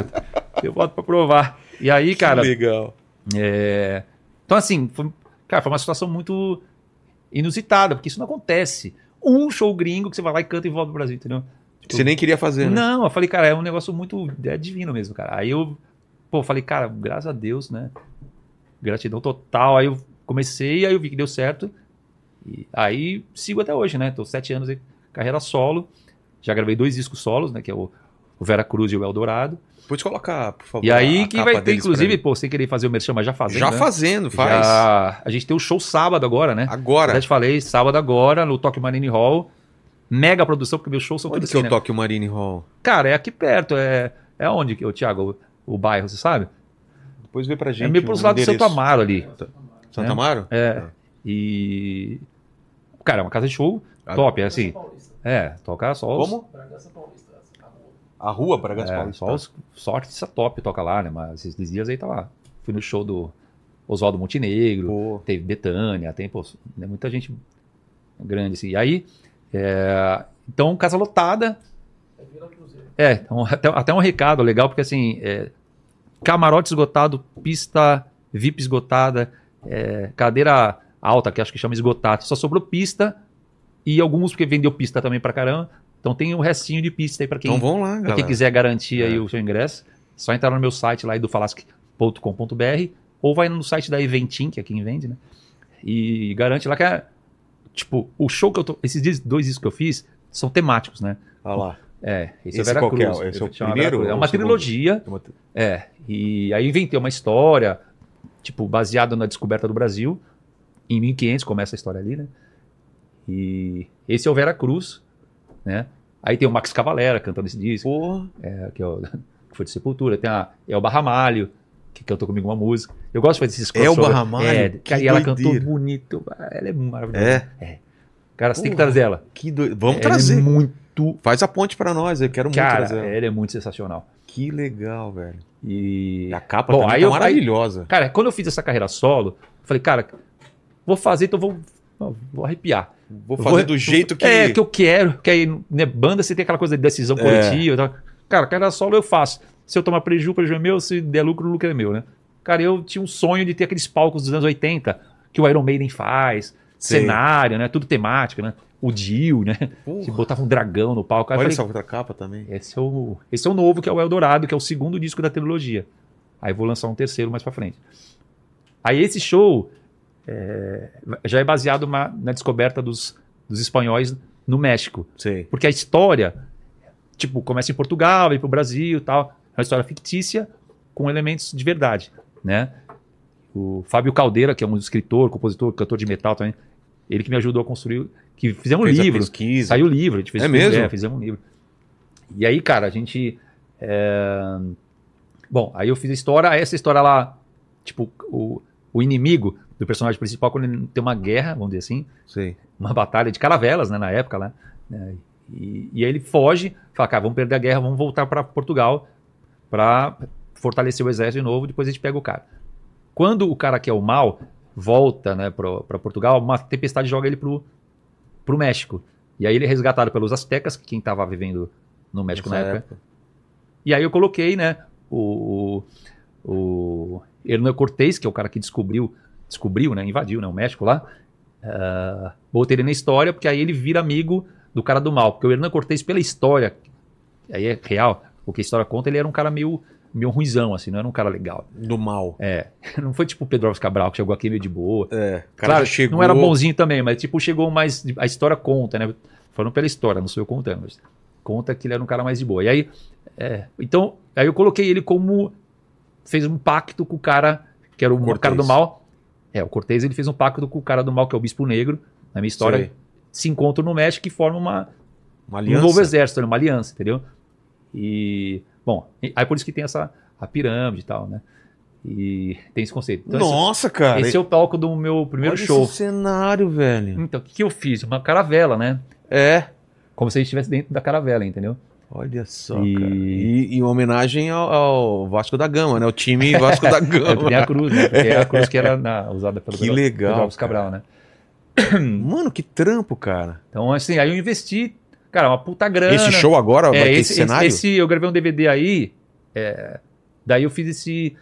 Tenho foto pra provar. E aí, cara.
Que legal.
é, Então, assim, foi... cara, foi uma situação muito inusitada, porque isso não acontece. Um show gringo que você vai lá e canta e volta pro Brasil, entendeu? Tipo,
Você nem queria fazer, né?
Não, eu falei, cara, é um negócio muito. É divino mesmo, cara. Aí eu, pô, falei, cara, graças a Deus, né? Gratidão total. Aí eu comecei, aí eu vi que deu certo. E aí sigo até hoje, né? Tô sete anos de carreira solo. Já gravei dois discos solos, né? Que é o, o Vera Cruz e o Eldorado.
Pode colocar, por favor.
E aí
a
que
capa
vai ter,
deles pra
inclusive,
mim.
pô, sem querer fazer o merchan, mas já fazendo.
Já
né?
fazendo, faz.
Já- A gente tem o show sábado agora, né?
Agora.
Já te falei, sábado agora, no Tokyo Marine Hall. Mega produção, porque meus shows são
Onde
todos
que eu
né?
toque o Marine Hall?
Cara, é aqui perto. É, é onde, que- ô, Thiago? O, o bairro, você sabe?
Depois vê pra gente. um
é meio pros
o
lados do Santo
endereço.
Amaro ali.
Santo Amaro?
É.
Tá.
E. Cara, é uma casa de show
Ah,
top, é assim.
Paulista.
É, toca só os,
Como?
Bragança Paulista. essa tá boa.
A rua Bragança
é,
Paulista.
só os só artista top toca lá, né? Mas esses dias aí tá lá. Fui no show do Oswaldo Montenegro,
Pô,
teve Betânia, tem pô, né, muita gente grande assim. E aí, é, então, casa lotada.
É Vila Cruzeiro.
É, então, até, até um recado legal, porque assim, é, camarote esgotado, pista VIP esgotada, é, cadeira alta, que acho que chama esgotada, só sobrou pista e alguns porque vendeu pista também pra caramba. Então tem o restinho de pista aí pra quem
Então vão lá,
Pra
galera.
quem quiser garantir aí
É.
o seu ingresso, só entrar no meu site lá do falasc.com.br ou vai no site da Eventim, que é quem vende, né? E garante lá que é. Tipo, o show que eu tô. Esses dis- dois discos que eu fiz são temáticos, né?
Olha lá.
É,
Esse
esse, é Vera
qual que é?
Cruz.
Esse é o
chama
primeiro
Veracruz. É
ou
uma
o segundo?
trilogia.
Tem uma-
É. E aí eu inventei uma história, tipo, baseada na descoberta do Brasil. Em 1500 começa a história ali, né? E esse é o Vera Cruz, né? Aí tem o Max Cavalera cantando esse disco
Pô,
que, é o- que foi de Sepultura, tem a Elba Ramalho, que cantou comigo uma música. Eu gosto de fazer esses
Elba
crossover.
Ramalho?
É,
Que
cara, e ela cantou
doideira.
bonito. Ela é maravilhosa.
é.
Cara, você tem que
Porra.
trazer ela.
Que doido. Vamos
Ela
trazer.
É muito.
Faz a ponte pra nós, eu quero muito
Cara,
trazer. ela.
ela é muito sensacional.
Que legal, velho.
E.
E a capa
Bom,
também
aí
tá
eu- aí-
maravilhosa.
Cara, quando eu fiz essa carreira solo, eu falei, cara, vou fazer, então vou, vou arrepiar.
Vou fazer do jeito que. É.
É, que eu quero. Porque aí, né, banda, você tem aquela coisa de decisão coletiva. e tal. Cara, cara, solo eu faço. Se eu tomar prejuízo, prejuízo é meu. Se der lucro, o lucro é meu, né? Cara, eu tinha um sonho de ter aqueles palcos dos anos 80 que o Iron Maiden faz.
Sei.
Cenário, né? Tudo temático, né? O Dio, né?
Porra,
é,
Que botava um dragão no palco. Aí eu
Olha
falei,
essa outra capa também.
esse é, o, esse é o novo, que é o Eldorado, que é o segundo disco da trilogia. Aí vou lançar um terceiro mais pra frente. Aí esse show é, já é baseado na, na descoberta dos, dos espanhóis no México.
Sei.
Porque a história, tipo, começa em Portugal, vai pro Brasil e tal. É uma história fictícia com elementos de verdade, né? O Fábio Caldeira, que é um escritor, compositor, cantor de metal também, ele que me ajudou a construir, que fizemos um
Fez a
livro.
pesquisa.
Saiu livro, a gente fez
É
tudo,
mesmo?
fizemos um livro. E aí, cara, a gente. é, Bom, aí eu fiz a história, essa história lá, tipo, o, o inimigo do personagem principal, quando ele tem uma guerra, vamos dizer assim,
Sei.
uma batalha de caravelas, né, na época lá. né, e, e aí ele foge, fala, cara, vamos perder a guerra, vamos voltar para Portugal para fortalecer o exército de novo, depois a gente pega o cara. Quando o cara que é o mal volta, né, para Portugal, uma tempestade joga ele pro, pro México. E aí ele é resgatado pelos astecas, que quem tava vivendo no México na
Nessa
época. E aí eu coloquei, né, o, o, o Hernán Cortés, que é o cara que descobriu, descobriu, né, invadiu, né, o México lá. ah, botei ele na história, porque aí ele vira amigo do cara do mal. Porque o Hernán Cortés, pela história, aí é real, o que a história conta, ele era um cara meio, meio ruizão, assim, não era um cara legal.
Do mal.
É, não foi tipo o Pedro Alves Cabral, que chegou aqui meio de boa.
É. O cara
Claro,
já chegou.
não era bonzinho também, mas tipo, chegou mais. A história conta, né? Falando pela história, não sou eu contando, mas conta que ele era um cara mais de boa. E aí, é, então, aí eu coloquei ele como. Fez um pacto com o cara, que era o
Cortez.
cara do mal. É, o Cortez, ele fez um pacto com o cara do mal, que é o Bispo Negro, na minha história.
Sei.
Se encontram no México e formam uma,
Uma
um
aliança.
novo exército, né? uma aliança, entendeu? E, bom, e- aí por isso que tem essa a pirâmide e tal, né? E tem esse conceito. Então, esse-
Nossa, cara.
esse é o palco do meu primeiro
Olha
show.
Esse cenário, velho.
Então, o que, que eu fiz? Uma caravela, né?
É.
Como se a gente estivesse dentro da caravela, entendeu?
Olha só,
E-
cara. E, e homenagem ao, ao Vasco da Gama, né? O time Vasco da
Eu
Gama.
tenho a cruz, né? Porque é a cruz que era na- usada pelo
Que legal,
Pedro Alves
cara.
Cabral, né?
Mano, que trampo, cara.
Então, assim, aí eu investi, cara, uma puta grana.
Esse show agora
é,
vai ter
esse,
esse cenário?
esse- esse- eu gravei um DVD aí, é, daí eu fiz esse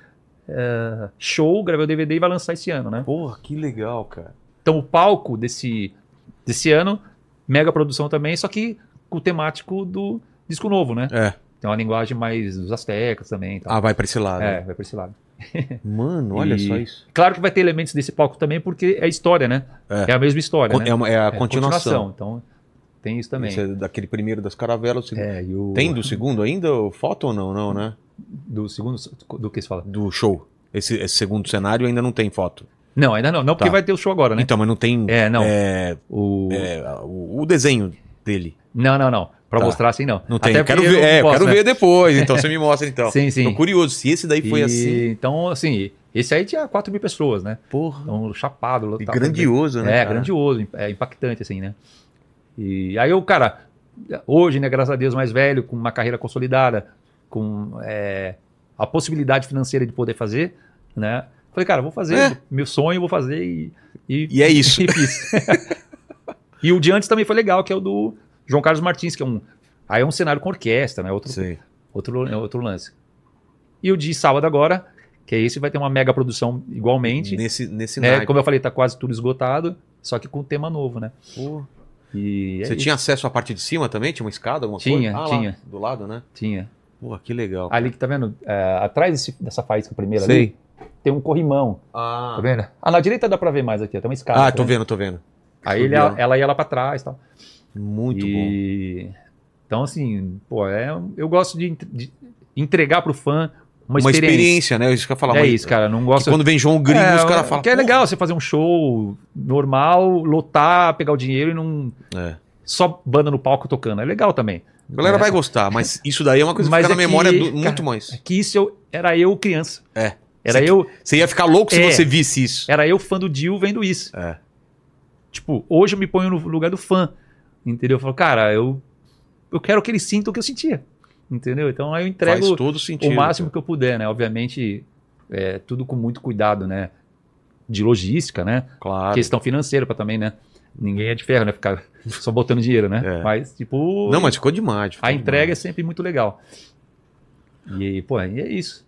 é, show, gravei o DVD e vai lançar esse ano, né?
Porra, que legal, cara.
Então, o palco desse, desse ano, mega produção também, só que com o temático do disco novo, né?
É.
Tem uma linguagem mais dos astecas também e tal.
Ah, vai pra esse lado. né?
é, vai pra esse lado. É.
Mano, olha
E-
só isso.
Claro que vai ter elementos desse palco também, porque é história, né?
É.
É, a mesma história, né?
É, uma- é a
É
continuação.
Então, tem isso também.
Esse é daquele primeiro das caravelas. o segundo.
É, e o...
Tem do segundo ainda? o Foto ou não? Não, né?
Do segundo... Do que se fala?
Do show. Esse, esse segundo cenário ainda não tem foto.
Não, ainda não. Não, porque
Tá.
vai ter o show agora, né?
Então, mas não tem
é, não.
é,
O...
é, o, o desenho dele.
Não, não, não. Pra
Tá.
mostrar assim, não.
Não tem.
Até
Eu quero
porque
ver, é, eu
posso,
quero
né?
ver depois. Então você me mostra então.
Sim, sim.
Tô curioso. Se esse daí foi
E-
assim.
Então, assim, Esse aí tinha 4 mil pessoas, né?
Porra.
Então, chapado,
E
lotado.
grandioso, né?
É,
cara?
grandioso, imp- é impactante, assim, né? E aí eu, cara, hoje, né, graças a Deus, mais velho, com uma carreira consolidada, com é, a possibilidade financeira de poder fazer, né? Falei, cara, vou fazer,
É.
meu sonho, vou fazer e.
E é isso.
E fiz. e o de antes também foi legal, que é o do João Carlos Martins, que é um. Aí é um cenário com orquestra, né? Outro,
Sim.
outro, é outro lance. E o de sábado agora, que é esse, vai ter uma mega produção igualmente.
Nesse, nesse
né?
naipe.
Como eu falei, tá quase tudo esgotado, só que com tema novo, né?
Porra.
E é
Você
isso.
tinha acesso à parte de cima também? Tinha uma escada, alguma
Tinha,
coisa? Ah,
tinha.
Lá, do lado, né?
Tinha.
Porra, que legal.
Ali que tá vendo, é, atrás desse- dessa faísca primeira ali, tem um corrimão,
Ah,
tá vendo? Ah, na direita dá pra ver mais aqui, ó, tem uma escada.
ah
tá
tô vendo, tô vendo.
Aí ele-
Subiu.
ela ia lá pra trás e tal.
Muito bom.
e... Então, assim, pô, é, um- eu gosto de, entre- de entregar pro fã
Uma,
uma, experiência.
experiência, né? Isso que eu ia falar.
É
uma-
isso, cara, não
Que
gosto...
quando vem João Gringo,
É,
os caras falam.
que é
"Pô,
legal você fazer um show normal, lotar, pegar o dinheiro e não...
É.
Só banda no palco tocando, é legal também.
A galera
né?
vai gostar, mas isso daí é uma coisa que
Mas
fica na
é que,
memória do-
cara,
muito mais.
É que isso eu, era eu criança.
É.
Era
Você-
eu,
Você ia ficar louco se
É.
você visse isso.
era eu fã do Dio vendo isso.
É.
Tipo, hoje eu me ponho no lugar do fã. Entendeu? Eu falo, cara, eu, eu quero que ele sinta o que eu sentia. Entendeu? Então aí eu
Faz
entrego
todo sentido.
o máximo que eu puder, né? Obviamente, é, tudo com muito cuidado, né? De logística, né?
cara. Claro.
Questão financeira pra também, né? Ninguém é de ferro, né? Ficar só botando dinheiro, né?
É.
Mas, tipo,
Não, mas ficou demais. ficou
a entrega é
demais.
sempre muito legal. E, pô, e é isso.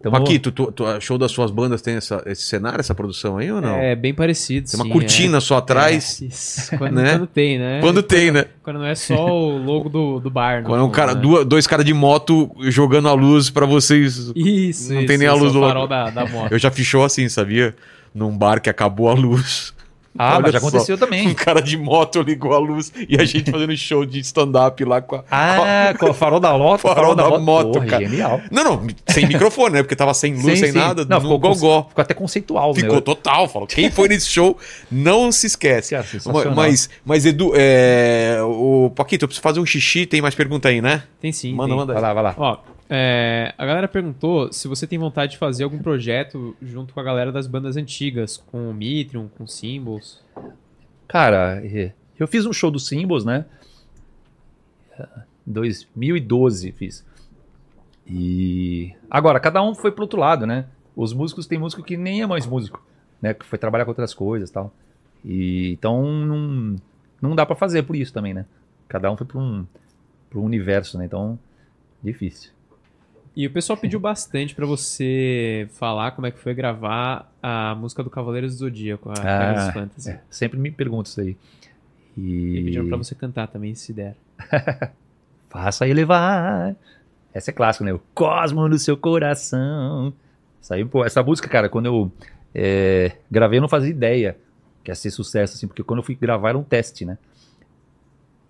Tamo-
Paquito, tu, tu achou das suas bandas tem essa- esse cenário, essa produção aí ou não?
É bem parecido.
tem uma
sim,
cortina só
é.
atrás.
É, isso. Quando,
né?
quando tem,
É.
né?
Quando tem, né?
Quando não é só o logo do, do bar. no
Quando é um
fundo,
cara,
né?
duas- dois caras de moto jogando a luz pra vocês.
Isso,
Não
isso,
tem nem a
isso,
luz
é o
do
farol
logo.
da, da moto.
Eu já fechou assim, sabia? Num bar que acabou a luz.
Ah,
Olha
mas já
só.
aconteceu também.
Um cara de moto ligou a luz e a gente fazendo show de stand-up lá com a.
Ah, com o farol da moto,
Farol da moto,
Porra,
cara.
genial.
Não, não, sem microfone, né? Porque tava sem luz,
Sim,
sem
sim.
nada,
Não,
no
ficou com-
gogó.
Ficou até conceitual, né?
Ficou total. Falou, quem foi nesse show, não se esquece.
Cara,
Ma-
assim, sensacional.
Mas, mas Edu, é, o Paquito, eu preciso fazer um xixi, tem mais pergunta aí, né?
Tem sim.
Manda,
tem.
manda.
Vai lá, vai lá.
Ó, é, a galera perguntou se você tem vontade de fazer algum projeto junto com a galera das bandas antigas, com o Mitrium, com Symbols.
Cara, é, eu fiz um show do Symbols, né? É, 2012 fiz. E agora cada um foi pro outro lado, né? Os músicos tem músico que nem é mais músico, né? Que foi trabalhar com outras coisas, e tal. E então não, não dá pra fazer por isso também, né? Cada um foi para um pro universo, né? Então difícil.
E o pessoal pediu bastante pra você falar como é que foi gravar a música do Cavaleiros do Zodíaco, a Carlos Fantasy.
É, sempre me pergunto isso aí.
E pediram
E
pra você cantar também, se der.
faça elevar. Essa é clássica, né? O cosmo no seu coração. Saiu, pô, essa música, cara, quando eu é, gravei, eu não fazia ideia que ia ser sucesso, assim, porque quando eu fui gravar era um teste, né?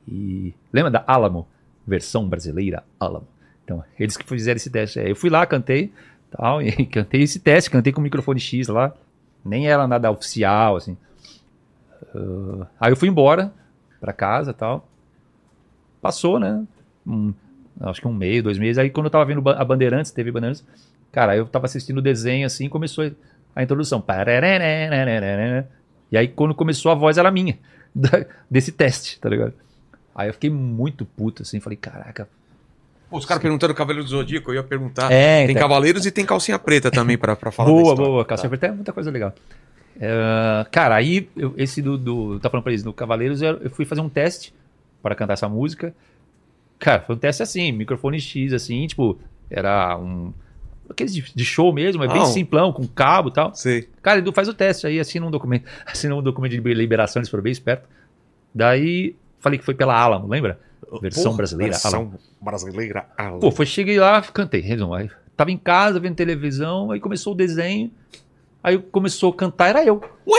E lembra da Alamo? Versão brasileira Alamo. Então, eles que fizeram esse teste. É, eu fui lá, cantei, tal, e cantei esse teste, cantei com o microfone X lá. Nem era nada oficial, assim. Ah, aí eu fui embora pra casa tal. Passou, né? Um- acho que um mês, dois meses. Aí quando eu tava vendo ba- a Bandeirantes, teve Bandeirantes, cara, aí eu tava assistindo o desenho assim, começou a introdução. Parararararararara. E aí quando começou a voz era minha, da- desse teste, tá ligado? Aí eu fiquei muito puto assim, falei, caraca.
Pô, os caras perguntaram Cavaleiro do Zodíaco, eu ia perguntar.
É,
Tem
então,
Cavaleiros e tem Calcinha Preta também pra, pra falar da
boa,
história. Tá.
boa, Calcinha Preta é muita coisa legal. É, cara, aí eu- esse do, do. Tá falando pra eles, do Cavaleiros, eu, eu fui fazer um teste para cantar essa música. Cara, foi um teste assim, microfone X, assim, tipo, era um. Aqueles de, de show mesmo, é bem
Ah, um-
simplão, com cabo e tal.
Sei.
Cara, Edu, faz o teste aí, assina um documento, assina um documento de liberação, eles foram bem espertos. Daí, falei que foi pela Alamo, lembra? Versão
Porra,
brasileira,
Versão brasileira. Alan.
Pô, foi, cheguei lá, cantei, resumo. Aí, tava em casa, vendo televisão, aí começou o desenho, aí começou a cantar, era eu.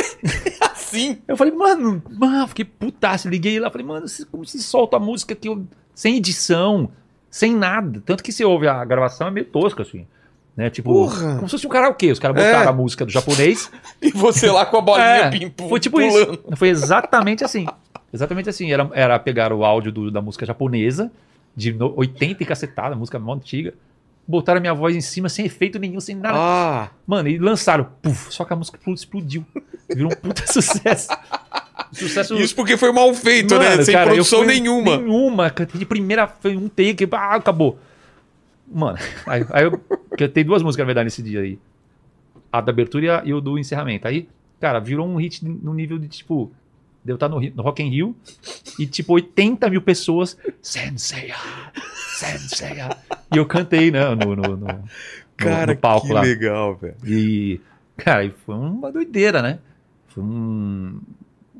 assim.
Eu falei, mano, mano, fiquei putaço, liguei lá, falei, mano, você- como se solta a música que eu, sem edição, sem nada. Tanto que você ouve a gravação é meio tosca, assim. Né? Tipo,
Porra.
como se fosse um karaokê. Os caras
É.
botaram a música do japonês.
E você lá com a bolinha
É,
pimpu-
Foi tipo
pulando.
isso. Foi exatamente assim. Exatamente assim. Era, era pegar o áudio do- da música japonesa, de no- 80 e cacetada, música mó antiga, botaram a minha voz em cima sem efeito nenhum, sem nada.
Ah,
Mano, e lançaram. Puf, só que a música explodiu. Virou um puta sucesso. Sucesso.
isso porque foi mal feito, né?
Mano,
Sem
cara, eu
produção
fui-
nenhuma.
Nenhuma. Cantei de primeira, foi um take, pá, acabou. Mano, aí, aí eu cantei duas músicas, na verdade, nesse dia aí. A da abertura e a- e o do encerramento. Aí, cara, virou um hit no nível de, tipo, de eu estar no, Ri- no Rock in Rio e, tipo, 80 mil pessoas, Sensei, ah, Sensei. ah. E eu cantei, né, no, no, no- no-
Cara,
no palco
que
lá.
legal, velho.
E, cara, e foi uma doideira, né? Foi um,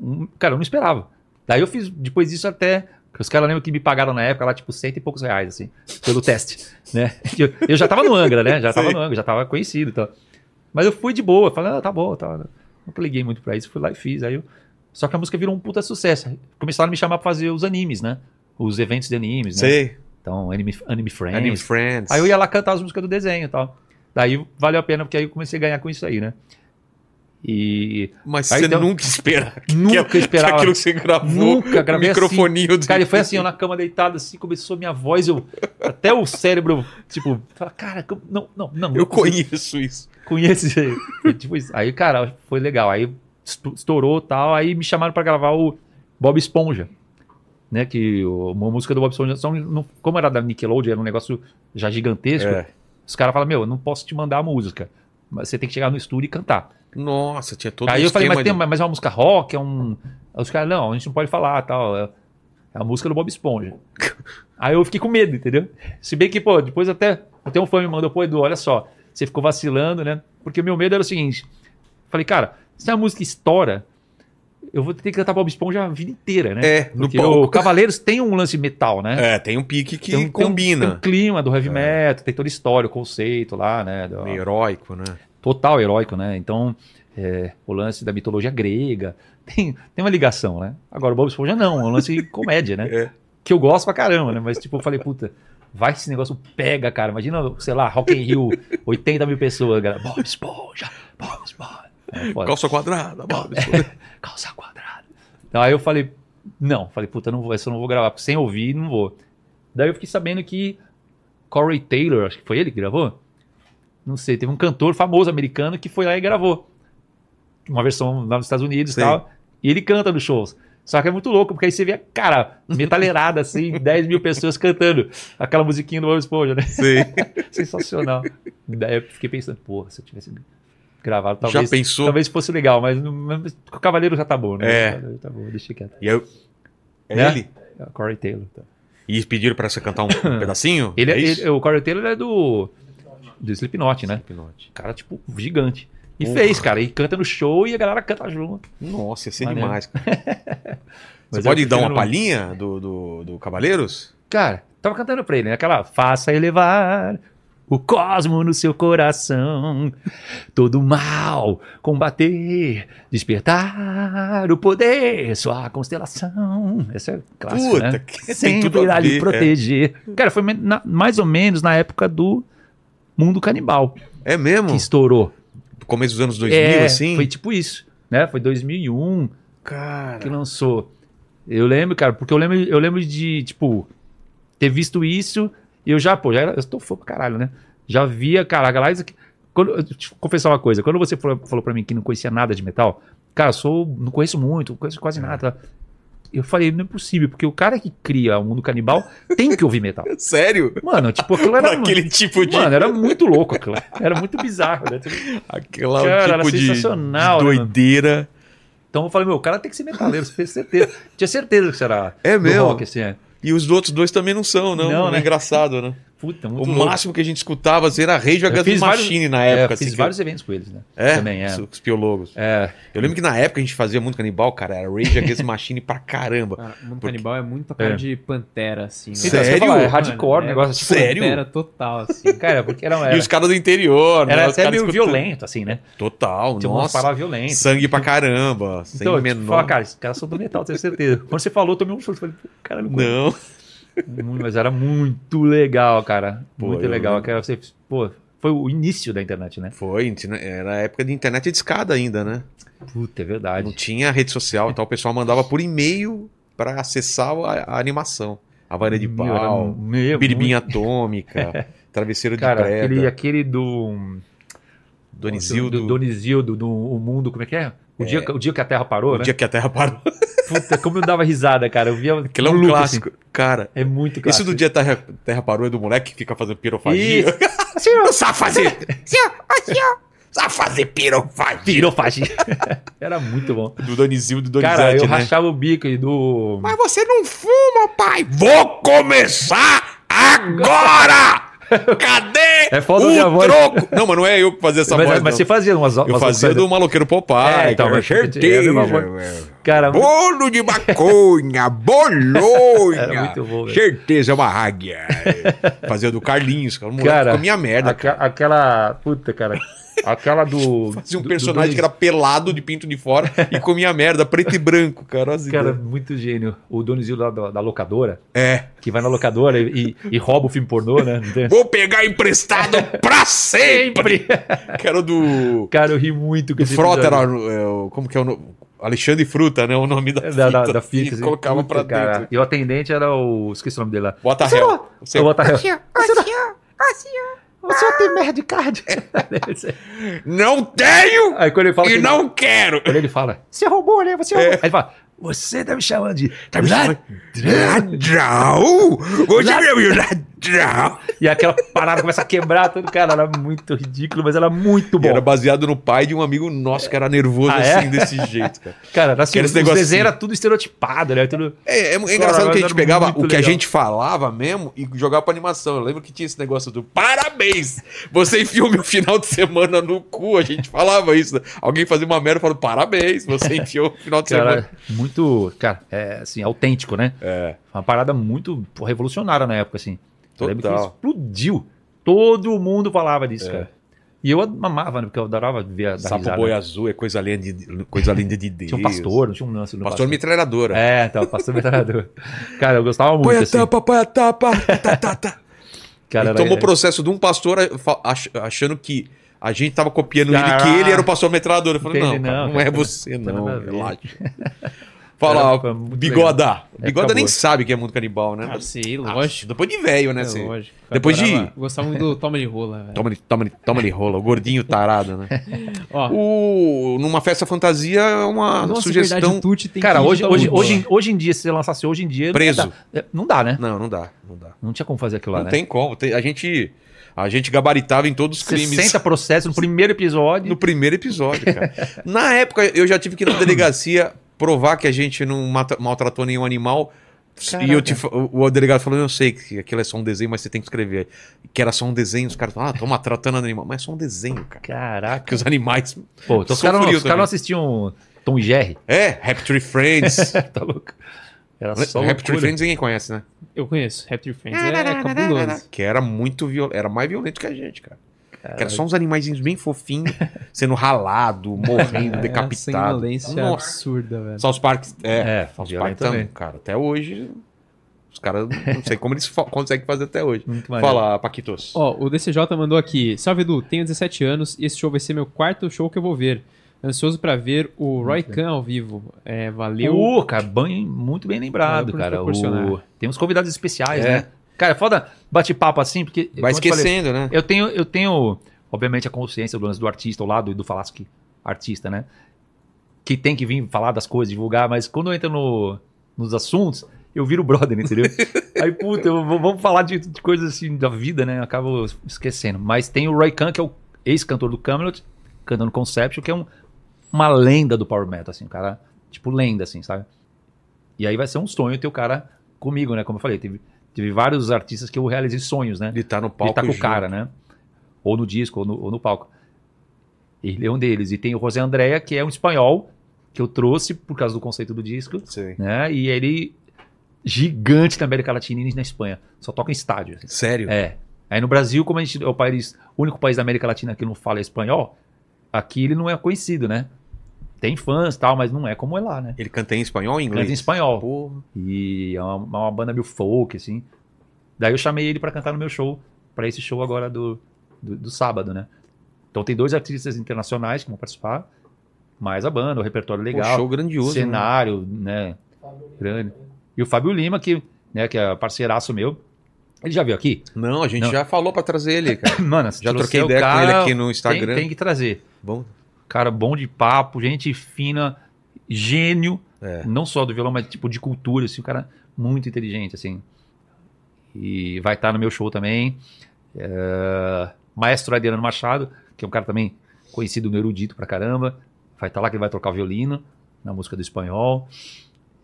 um- Cara, eu não esperava. Daí eu fiz, depois disso até. Os caras lembram que me pagaram na época lá, tipo, cento e poucos reais, assim, pelo teste, né? Eu, eu já tava no Angra, né? Já tava
Sim.
no Angra, já tava conhecido e tal. Mas eu fui de boa, falei, ah, tá bom, tá. Não liguei muito pra isso, fui lá e fiz. Aí eu... Só que a música virou um puta sucesso. Começaram a me chamar pra fazer os animes, né? Os eventos de animes, né?
Sei.
Então, Anime, anime Friends.
Anime Friends.
Aí eu ia lá cantar as músicas do desenho e tal. Daí valeu a pena, porque aí eu comecei a ganhar com isso aí, né? E
Mas
Aí
você
então-
nunca espera
nunca esperava.
aquilo que você gravou.
Nunca gravei assim.
microfoninho do-
Cara, e foi assim, eu na cama deitado, assim, começou minha voz, eu, até o cérebro, tipo, fala, cara, como- não, não, não.
Eu
conheço.
conheço isso.
Conheço isso aí. Foi tipo isso. Aí, cara, foi legal. Aí estu- estourou e tal. Aí me chamaram pra gravar o Bob Esponja. Né, que o- uma música do Bob Esponja, só um, não- como era da Nickelodeon, era um negócio já gigantesco.
É.
Os caras falam, meu, eu não posso te mandar a música. Mas você tem que chegar no estúdio e cantar.
Nossa, tinha todo
Aí
um
eu falei,
esquema
mas, tem,
de-
mas é uma música rock, é um. Aí os caras, não, a gente não pode falar tal. É é a música do Bob Esponja. Aí eu fiquei com medo, entendeu? Se bem que, pô, depois até, até um fã me mandou, pô, Edu, olha só, você ficou vacilando, né? Porque o meu medo era o seguinte. Falei, cara, se a música estoura, eu vou ter que cantar Bob Esponja a vida inteira, né?
É, no
Porque
palco.
o Cavaleiros tem um lance metal, né?
É, tem um pique que
Tem um- tem um- Tem um
combina. É.
clima do heavy metal, tem toda a história, o conceito lá, né? do-
Heróico, né?
total heróico, né? Então, é, o lance da mitologia grega tem, tem uma ligação, né? Agora, o Bob Esponja não, é um lance de comédia, né?
É.
Que eu gosto pra caramba, né? Mas, tipo, eu falei, puta, vai que esse negócio pega, cara. Imagina, sei lá, Rock in Rio, 80 mil pessoas, cara. Bob Esponja, Bob Esponja. É foda.
Calça quadrada, Bob.
Calça quadrada. Então, aí eu falei, não, falei, puta, não vou, essa eu não vou gravar, porque sem ouvir, não vou. Daí eu fiquei sabendo que Corey Taylor, acho que foi ele que gravou. Não sei, teve um cantor famoso americano que foi lá e gravou. Uma versão lá nos Estados Unidos e
Sim.
tal. E ele canta nos shows. Só que é muito louco, porque aí você vê, cara, metaleirada, assim, 10 mil pessoas cantando aquela musiquinha do Bob Esponja, né?
Sim.
Sensacional. Daí eu fiquei pensando, porra, se eu tivesse gravado,
Já
talvez
pensou?
Talvez fosse legal, mas no- mas o Cavaleiro já tá bom, né?
É.
O Cavaleiro tá bom, deixa quieto.
E eu... É
Né?
ele?
É o Corey Taylor. tá.
E pediram pra você cantar um um pedacinho?
Ele,
é
ele-
isso?
o Corey Taylor é do, do Slipknot, né?
Slipknot.
Cara, tipo, gigante. E
Porra.
fez, cara. E canta no show e a galera canta junto.
Nossa, ia ser
Maneiro.
demais. cara. Você
é. Mas é
pode
eu
dar uma
prefiro-
palhinha do, do, do Cavaleiros?
Cara, tava cantando pra ele, né? Aquela faça elevar o cosmo no seu coração, todo mal combater, despertar o poder, sua constelação. Essa é clássica,
Puta,
né?
que tem tudo a
Sempre irá
ver, é.
lhe proteger. Cara, foi me- na- mais ou menos na época do Mundo Canibal
É mesmo?
que estourou.
Começo dos anos 2000,
É,
assim?
Foi tipo isso, né? Foi 2001, que
Cara.
lançou. Eu lembro, cara, porque eu lembro, eu lembro de, tipo, ter visto isso e eu já, pô, já era, eu tô fogo pra caralho, né? Já via, cara, a Galáxia. que- Quando, eu- deixa eu confessar uma coisa, quando você falou, falou pra mim que não conhecia nada de metal, cara, eu sou, não conheço muito, não conheço
É.
quase nada. tá? Eu falei, não é possível, porque o cara que cria o mundo canibal tem que ouvir metal.
Sério?
Mano, tipo, aquilo era.
Aquele tipo de.
Mano, era muito louco aquilo. Era muito bizarro, né?
Aquela
Cara, era
tipo de,
sensacional,
de
né,
doideira.
Então eu falei, meu, o cara tem que ser metaleiro, você tem certeza. Tinha certeza que será.
É
do
mesmo?
rock, assim, é.
E os outros dois também não são, não.
Não,
É
né?
engraçado, né?
Puta,
O
muito louco.
máximo que a gente escutava assim, era Rage
Eu
Against
fiz
the Machine na
É,
época.
eu fiz
assim, que-
vários eventos com eles, né?
É,
Também, é.
os piologos.
É,
Eu lembro que na época a gente fazia muito canibal, cara. Era Rage Against the Machine pra caramba.
Cara, o Mundo
Porque-
Canibal é muito a cara
É.
de Pantera, assim. né?
Então, isso que eu ia
Sério?
falar, é
Mano,
hardcore,
é
negócio tipo,
Sério?
Pantera total, assim.
Cara, porque era,
E
era,
os caras do interior, né?
era
Os
até
caras
meio
escutando-
violento, assim, né?
Total,
Tinha umas
nossa.
palavras violentas.
Sangue pra caramba. sem
Então, eu tipo,
menor.
fala, cara, esses caras são do metal, tenho certeza. Quando você falou, eu tomei um susto. Falei, pô, cara, não, conheço.
Não.
Muito, Mas era muito legal, cara.
Pô,
muito
eu
legal.
lembro.
Cara, você, pô, foi o início da internet, né?
Foi, era a época de internet de escada ainda, né?
Puta, é
Não
verdade.
tinha rede social, então o pessoal mandava por e-mail pra acessar a, a animação. A vareia de
Meu, era
pau,
meu,
biribinha atômica. Travesseiro de
Cara,
Preda,
aquele, aquele do.
Donizildo,
Do Donizildo, do O Mundo, como é que é? O,
É.
Dia, o dia que a Terra parou,
o
né?
dia que a Terra parou.
Puta, como eu dava risada, cara. Eu via.
Aquilo é um
maluco,
clássico. Cara,
assim. É muito
esse
clássico.
do dia que a terra, terra parou é do moleque que fica fazendo pirofagia.
Isso.
Senhor, sabe fazer. Senhor, ó,
assim,
senhor, sabe fazer pirofagia.
Virou faxina. Era muito bom.
Do Donizildo e Donizete,
Cara, eu
né?
rachava o bico e do.
Mas você não fuma, pai! Vou começar agora! Cadê
É foda
o
minha voz.
troco? Não, mas não é eu que fazia essa
mas,
voz,
mas
não.
você fazia umas
Eu
umas
fazia
coisas-
do maloqueiro Popeye.
É, então,
cara,
mas é a mesma voz. Cara,
Bolo de maconha, bolonha.
Era É muito bom, velho.
Certeza, é uma águia. É, Fazia do Carlinhos, cara. O moleque
Cara,
ficou minha merda.
aque- aquela. Puta, cara. Aquela do.
Fazia um
do-
personagem
do
que era pelado de pinto de fora e comia merda, preto e branco, cara. assim, olha as
Cara,
ideias.
muito gênio. O Donizio lá da, da locadora,
É.
que vai na locadora e, e- e rouba o filme pornô, né? Não tem-
Vou pegar emprestado pra sempre. que era o do.
Cara, eu ri muito com
Do
esse
Frota era.
episódio.
é, o- como que é o nome? Alexandre Fruta, né? O nome da
É,
fita.
Da, da, da fita.
E
assim.
colocava
Puta,
pra
cara. é
dentro.
E o atendente era o. Esqueci o nome dele lá.
Bota
Você
réu.
não-
Você- é um
Eu vou botar-
O senhor tem merda de card?
Não tenho
Aí quando ele fala.
e
que-
não quero.
Quando ele fala.
Você roubou, né?
É.
Você
Aí ele fala. Você tá me chamando de. Tá me chamando?
Ladrão! Você é meu ladrão!
E aquela parada começa a quebrar tudo, cara. Era muito ridículo, mas era muito
E
bom.
era baseado no pai de um amigo nosso que era nervoso
Ah, é?
assim, desse jeito, cara.
Cara, assim,
Aqueles
os
negocinho.
desenhos era tudo estereotipado, né? Tudo...
É, é- é
Cara,
engraçado que a
mas
gente
era
pegava o
muito
que a
legal.
gente falava mesmo e jogava pra animação. Eu lembro que tinha esse negócio do parabéns! Você enfiou meu final de semana no cu. A gente falava isso. Alguém fazia uma merda e falava parabéns, você enfiou o final de semana.
Cara, muito, cara, é assim, autêntico, né?
É,
Uma parada muito pô, revolucionária na época, assim. Eu lembro que
Total.
explodiu. Todo mundo falava disso,
É.
cara. E eu amava, né? Porque eu adorava ver a dar
sapo
risada.
boi azul é coisa linda de, coisa linda de Deus.
Tinha um pastor, não tinha um lance do
Pastor metralhadora.
É, então, pastor metralhador. cara, eu gostava muito,
Põe a
assim.
tapa, põe a tapa. Tá, tá, tá.
Cara, né?
ele tomou
era-
processo de um pastor a- fa- ach- achando que a gente tava copiando
Caraca.
ele, que ele era o pastor metralhador. Eu falei,
Entendi,
não, cara,
não,
não,
cara,
é você,
tem
não,
nada a ver.
relaxa. Fala,
Era muito
bigoda. Bigoda
Época
nem
boa.
sabe que é mundo canibal, né?
Ah, sei,
Ah,
lógico.
Depois de velho, né?
É,
você-
lógico.
Depois de-
Adorava. Gostava muito do Toma de Rola, velho.
Toma-lhe, toma-lhe, toma-lhe rola. O gordinho tarado, né?
Ó,
O, numa festa fantasia é uma
nossa,
sugestão...
verdade, o Tuti tem
Cara,
que
hoje,
editar
hoje,
o Rola.
hoje, hoje em dia, se você lançasse hoje em dia... não
Preso.
dá. É, Não dá, né?
Não, não dá, não dá.
Não tinha como fazer aquilo lá,
Não
né?
tem como. tem- a, gente, a gente gabaritava em todos os crimes.
60 processos no primeiro episódio.
No primeiro episódio, cara. Na época, eu já tive que ir na delegacia provar que a gente não mata- maltratou nenhum animal. E eu te fa- o, o delegado falou: Eu sei que aquilo é só um desenho, mas você tem que escrever. Que era só um desenho. Os caras falaram: Ah, tô maltratando animal. Mas é só um desenho, cara.
Caraca.
Porque os animais.
Pô, então os
Sou
caras não,
frio
os caras
também.
não assistiam Tom e Jerry.
É, Raptor Friends. um
tá louco? Era só
Raptor
loucura.
Friends ninguém conhece, né?
Eu conheço, Raptor Friends é, é cabuloso.
Que era muito violento. Era mais violento que a gente, cara. Que era só uns animaizinhos bem fofinhos, sendo ralado, morrendo,
É uma
decapitado.
sanguinolência
Nossa.
absurda, velho.
South Park. É,
É,
South Park
violento
também,
também.
cara. Até hoje, os caras, não sei como eles fa- conseguem fazer até hoje.
Muito maneiro.
Fala, Paquitos.
Ó, o DCJ mandou aqui. Salve Edu, tenho 17 anos e esse show vai ser meu quarto show que eu vou ver. Ansioso pra ver o Roy Khan ao vivo. É, valeu.
Pô, cara, bem, muito bem
Valeu
lembrado,
por
cara.
proporcionar.
O- Tem uns convidados especiais,
É.
né? Cara, é foda bate-papo assim, porque. como
Vai
eu te falei,
esquecendo, né?
Eu tenho, eu tenho, obviamente, a consciência do lance do artista, o lado do Falasque artista, né? Que tem que vir falar das coisas, divulgar, mas quando eu entro no- nos assuntos, eu viro brother, entendeu? Aí, puta, eu vou- vamos falar de, de coisas assim da vida, né? Eu acabo esquecendo. Mas tem o Roy Khan, que é o ex-cantor do Camelot, cantando Conception, que é um- uma lenda do Power Metal, assim, um cara, tipo, lenda, assim, sabe? E aí vai ser um sonho ter o cara comigo, né? Como eu falei, teve, teve vários artistas que eu realizei sonhos, né?
Ele tá no
ele
palco.
tá com o
junto.
cara, né? Ou no disco, ou no, ou no palco. Ele é um deles. E tem o José Andréa, que é um espanhol, que eu trouxe por causa do conceito do disco,
Sim.
né? E ele, gigante na América Latina e na Espanha. Só toca em estádio. assim.
Sério?
É. Aí no Brasil, como a gente é o país, o único país da América Latina que não fala espanhol, aqui ele não é conhecido, né? Tem fãs e tal, mas não é como é lá, né?
Ele canta em espanhol ou em inglês?
Canta em espanhol.
Porra.
E é uma, uma banda meio folk, assim. Daí eu chamei ele pra cantar no meu show, pra esse show agora do, do, do sábado, né? Então tem dois artistas internacionais que vão participar, mais a banda, o repertório
Pô,
legal,
show grandioso. né?
cenário, né?
Fábio Oliveira
Grande.
também.
E o Fábio Lima, que, né, que é parceiraço meu, Ele já veio aqui?
Não, a gente
Não.
já falou pra trazer ele, cara.
Mano,
Já
trouxe
troquei
o
ideia com
cara,
ele aqui no Instagram.
Tem, tem que trazer.
Bom,
Cara bom de papo, gente fina, gênio,
é.
não só do violão, mas tipo de cultura, assim, um cara muito inteligente, assim. E vai estar no meu show também. É, Maestro Adriano Machado, que é um cara também conhecido, um erudito pra caramba. Vai estar lá que ele vai trocar violino na música do espanhol.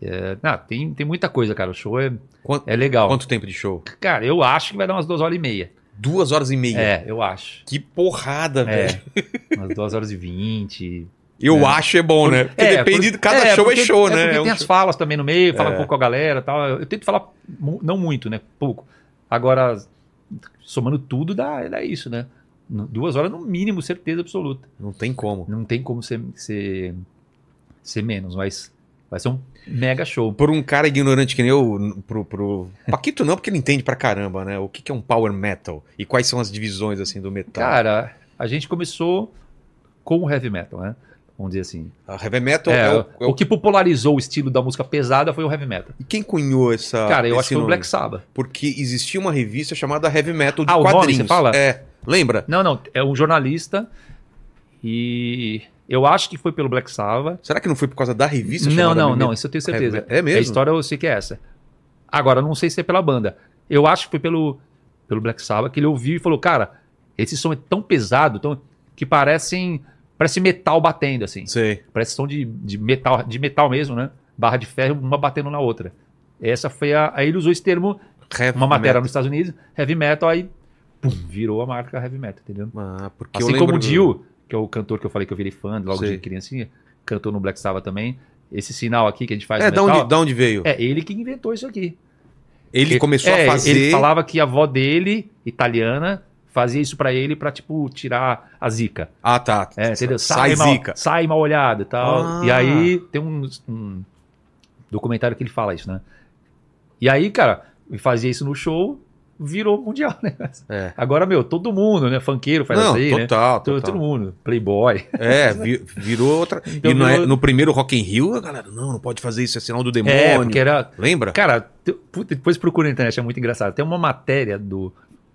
É, ah, tem, tem muita coisa, cara. O show é,
Quanto,
é legal.
quanto tempo de show?
Cara, eu acho que vai dar umas duas horas e meia.
Duas horas e meia.
É, eu acho.
Que porrada, velho.
É, umas duas horas e vinte.
Eu acho é bom, né? Porque depende de
por-
cada show
porque-
é show,
porque
né? É um
tem as falas também no meio, fala
É.
pouco com a galera e tal. Eu tento falar, mu- não muito, né? Pouco. Agora, somando tudo, dá, dá isso, né? No- Duas horas no mínimo, certeza absoluta.
show- Não tem como.
Não tem como ser, ser, ser menos, mas vai ser um mega show.
Por um cara ignorante que nem eu, pro, pro... Paquito não, porque ele entende pra caramba, né? O que, que é um power metal? E quais são as divisões, assim, do metal?
Cara, a gente começou com o heavy metal, né? Vamos dizer assim.
a heavy metal
É,
é, o... é
o que popularizou o estilo da música pesada foi o heavy metal.
E quem cunhou essa.
Cara, eu
Tá, esse
acho que foi o
nome?
Black Sabbath.
Porque existia uma revista chamada Heavy Metal de
Ah, o nome,
quadrinhos.
você fala?
É. Lembra?
Não, não, é um jornalista e eu acho que foi pelo Black Sabbath.
Será que não foi por causa da revista
Não,
chamada
não,
Heavy
não,
Metal?
isso eu tenho certeza.
É mesmo?
A história eu sei que é essa. Agora, eu não sei se é pela banda. Eu acho que foi pelo, pelo Black Sabbath que ele ouviu e falou, cara, esse som é tão pesado, tão, que parecem, parece metal batendo, assim.
Sei.
Parece som de, de, metal, de metal mesmo, né? Barra de ferro, uma batendo na outra. Essa foi a... Aí ele usou esse termo,
Heavy
uma matéria
Metal.
nos Estados Unidos, heavy metal, aí pum, virou a marca heavy metal, entendeu?
Ah, porque eu
Assim
lembro
como o
do-
Dio, que é o cantor que eu falei que eu virei fã logo
Sei.
de criancinha, cantou no Black Sabbath também. Esse sinal aqui que a gente faz
É,
no
da
metal,
onde, da onde veio?
é ele que inventou isso aqui.
Ele começou
É,
a fazer.
Ele falava que a avó dele, italiana, fazia isso pra ele pra, tipo, tirar a zica.
Ah, tá.
É, entendeu?
Sai
mal,
zica.
Sai mal olhado e tal.
Ah.
E aí tem um, um documentário que ele fala isso, né? E aí, cara, ele fazia isso no show, virou mundial, né?
É.
Agora, meu, todo mundo, né? Funkeiro faz
Não,
isso aí, né?
total,
Todo,
total.
todo mundo. Playboy.
É, vi- virou outra. e não é-
Então virou-
no primeiro Rock in Rio, a galera, não, não pode fazer isso, é sinal do demônio.
É, porque era.
Lembra?
Cara, te- puta, depois procura na internet, é muito engraçado. Tem uma matéria do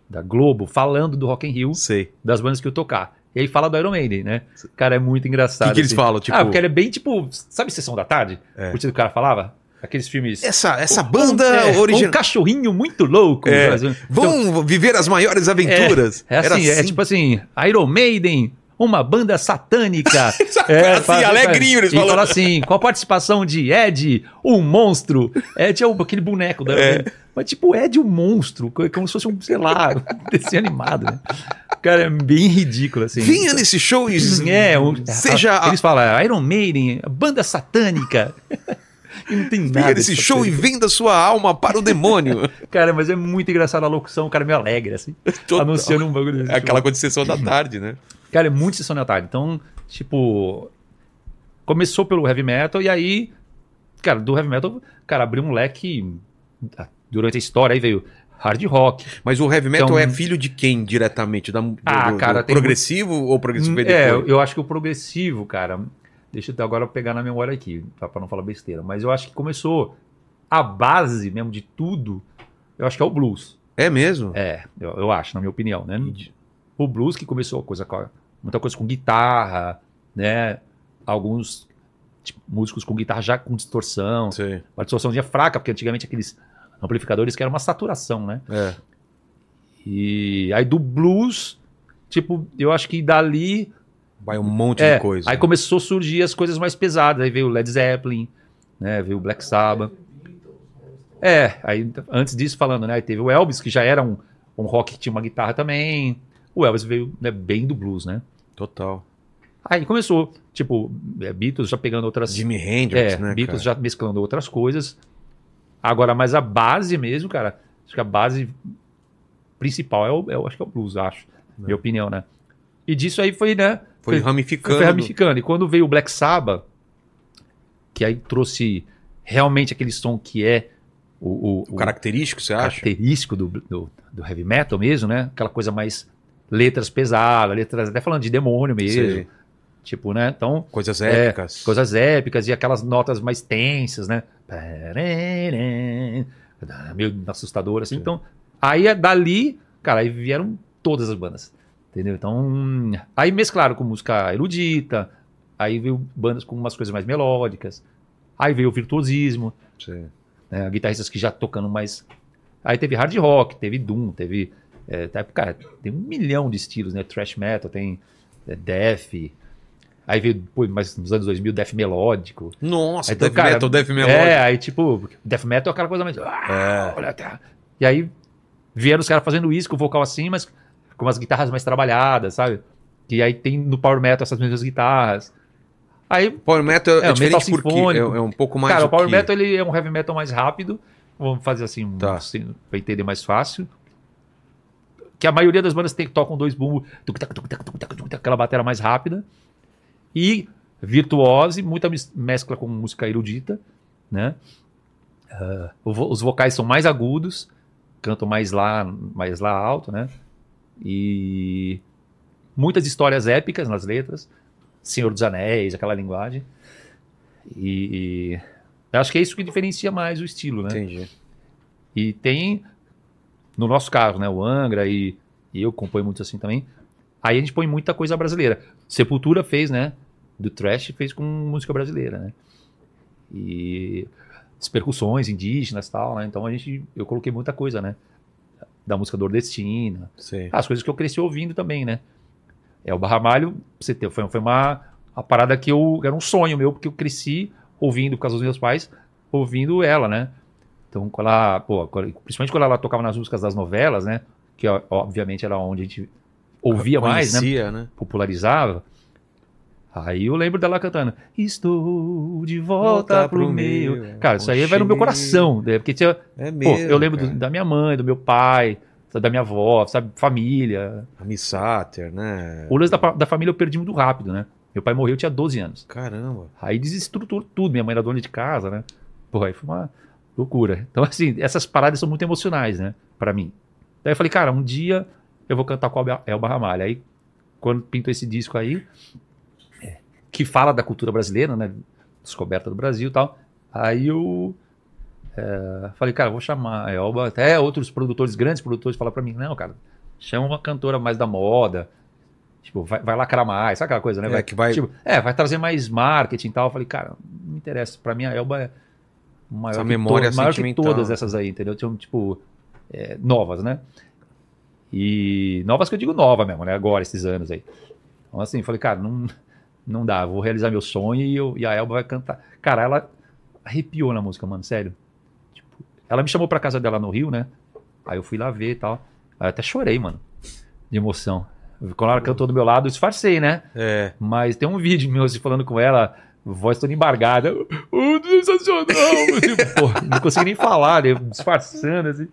da Globo falando do Rock in Rio,
Sei.
das bandas que eu tocar. E aí fala do Iron Maiden, né? Cara, é muito
O
engraçado.
que, que eles
assim.
falam? Tipo,
Ah, porque ele é bem tipo. Sabe Sessão da Tarde?
É.
É. O que o cara falava? Aqueles filmes.
essa, essa
Um-
banda
é, Um
original.
cachorrinho muito louco.
É.
Brasil.
Vão viver as maiores aventuras.
É assim, é tipo assim, Iron Maiden, uma banda satânica. É,
assim,
fala-
alegrinho, eles
e fala
falam.
assim, com a participação de Ed, o monstro. Ed é o- aquele boneco da.
É.
Mas tipo, Ed o monstro, co- como se fosse um, sei lá, um desenho animado, né? Cara, é bem ridículo, assim.
Vinha nesse show e
É, um-
seja a-
Eles falam, Iron Maiden, banda satânica. E não tem nada. tipo assim.
Venha nesse
de
show e
satânico.
venda sua alma para o demônio.
Cara, mas é muito engraçado a locução, o cara meio alegre, assim.
Total.
Anunciando um bagulho desse.
É aquela coisa de sessão da tarde, né?
Cara, é muito sessão da tarde. Então, tipo, começou pelo heavy metal e aí, cara, do heavy metal, cara, abriu um leque ah, durante a história. Aí veio hard rock.
Mas o heavy metal
Então-
é filho de quem diretamente? Da, do,
Ah,
do-
cara,
do
tem
progressivo ou progressivo veio
é,
depois?
eu acho que o progressivo, cara, deixa eu até agora pegar na memória aqui, tá, pra não falar besteira, mas eu acho que começou a base mesmo de tudo. Eu acho que é o blues.
É mesmo?
É, eu, eu acho, na minha opinião, né? o blues que começou a coisa com a- muita coisa com guitarra, né? Alguns tipo, músicos com guitarra já com distorção,
Não sei.
uma distorçãozinha fraca, porque antigamente aqueles amplificadores que era uma saturação, né?
É.
E aí do blues, tipo, eu acho que dali
Vai um monte
é,
de coisa.
aí começou a surgir as coisas mais pesadas, aí veio o Led Zeppelin, né? Veio o Black Sabbath. É, aí antes disso falando, né? Aí teve o Elvis, que já era um, um rock que tinha uma guitarra também. O Elvis veio né, bem do blues, né?
Total.
Aí começou, tipo, é, Beatles já pegando outras.
Jimi Hendrix,
é,
né?
Beatles
cara?
já mesclando outras coisas. Agora, mas a base mesmo, cara, acho que a base principal é o, é o- acho que é o blues, acho. Minha opinião, né? E disso aí foi, né?
Foi
foi,
ramificando.
foi ramificando. E quando veio o Black Sabbath, que aí trouxe realmente aquele som que é o, o-
O característico, você acha?
característico do, do, do heavy metal mesmo, né? Aquela coisa mais letras pesadas, letras até falando de demônio mesmo.
Sei.
Tipo, né? Então,
Coisas
É,
épicas.
coisas épicas e aquelas notas mais tensas, né? Meio assustador, assim.
Sim.
Então, Aí é dali, cara, aí vieram todas as bandas. Entendeu? Então. hum, Aí mesclaram com música erudita, aí veio bandas com umas coisas mais melódicas, aí veio o virtuosismo,
Sim.
né, guitarristas que já tocando mais. Aí teve hard rock, teve Doom, teve. é, tá- cara, tem um milhão de estilos, né? Thrash metal, tem é, Death. Aí veio, pô, mas nos anos 2000, Death melódico.
Nossa,
Então,
death
cara,
metal, death metal.
É, aí tipo, Death metal é aquela coisa mais. Ah, olha, tá. E aí vieram os caras fazendo isso com o vocal assim, mas com umas guitarras mais trabalhadas, sabe? E aí tem no power metal essas mesmas guitarras. Aí
Power metal é,
É, o metal
diferente porque é,
sinfônico.
é um pouco mais
Cara, o
o
power
que-
metal ele é um heavy metal mais rápido. Vamos fazer assim, um-
Tá.
assim pra entender mais fácil. Que a maioria das bandas tem, tocam dois bumbos, tuc, tac, tuc, tac, tuc, tac, tuc, tac, aquela batera mais rápida. E virtuose, muita mis- mescla com música erudita, né? Ah, o vo- os vocais são mais agudos, cantam mais lá, mais lá alto, né? E muitas histórias épicas nas letras, Senhor dos Anéis, aquela linguagem. E, e eu acho que é isso que diferencia mais o estilo, né?
Entendi.
E tem, no nosso caso, né? O Angra e, e eu compõe muito assim também. Aí a gente põe muita coisa brasileira. Sepultura fez, né? Do trash fez com música brasileira, né? E as percussões indígenas e tal, né? Então a gente, eu coloquei muita coisa, né? Da música nordestina,
Sim.
as coisas que eu cresci ouvindo também, né? É, o Barramalho, pra você ter, foi, foi uma, uma parada que eu. Era um sonho meu, porque eu cresci ouvindo, por causa dos meus pais, ouvindo ela, né? Então, quando ela, pô, quando- principalmente quando ela tocava nas músicas das novelas, né? Que ó, obviamente era onde a gente ouvia mais, né?
Conhecia, né?
popularizava. Aí eu lembro dela cantando: Estou de volta,
Volta
pro,
pro
meio.
meu
Cara, isso aí vai no meu
aconchego.
coração, né? Porque tinha,
É
pô,
mesmo.
eu lembro do-
cara.
da minha mãe, do meu pai, sabe, da minha avó, sabe, família,
A Miss Sater, né?
o lance da, pa- da família eu perdi muito rápido, né? Meu pai morreu, eu tinha 12 anos.
Caramba.
Aí desestruturou tudo. Minha mãe era dona de casa, né? Pô, aí foi uma loucura. Então, assim, essas paradas são muito emocionais, né? Pra mim. Daí eu falei, cara, um dia eu vou cantar com a Elba Ramalho. Aí, quando pintou esse disco aí, é, que fala da cultura brasileira, né? Descoberta do Brasil e tal. Aí eu é, falei, cara, vou chamar a Elba. Até outros produtores, grandes produtores, falaram pra mim, não, cara, chama uma cantora mais da moda. Tipo, vai, vai lacrar mais, sabe aquela coisa, né?
É,
Vai-
que vai-
tipo, é, vai trazer mais marketing e tal. Eu falei, cara, não me interessa. Pra mim, a Elba é maior,
Essa
que,
memória
to- maior que
sentimental.
todas essas aí, entendeu? Tinha, tipo, é, novas, né? E novas que eu digo nova mesmo, né? Agora, esses anos aí. Então, assim, eu falei, cara, não, não dá. eu Vou realizar meu sonho e, eu- e a Elba vai cantar. Cara, ela arrepiou na música, mano, sério. Tipo, ela me chamou pra casa dela no Rio, né? Aí eu fui lá ver e tal. Aí eu até chorei, mano, de emoção. Quando ela cantou do meu lado, eu disfarcei, né?
É.
Mas tem um vídeo meu assim, falando com ela, voz toda embargada. Oh, sensacional! Assim, pô, não consegui nem falar, né? disfarçando assim.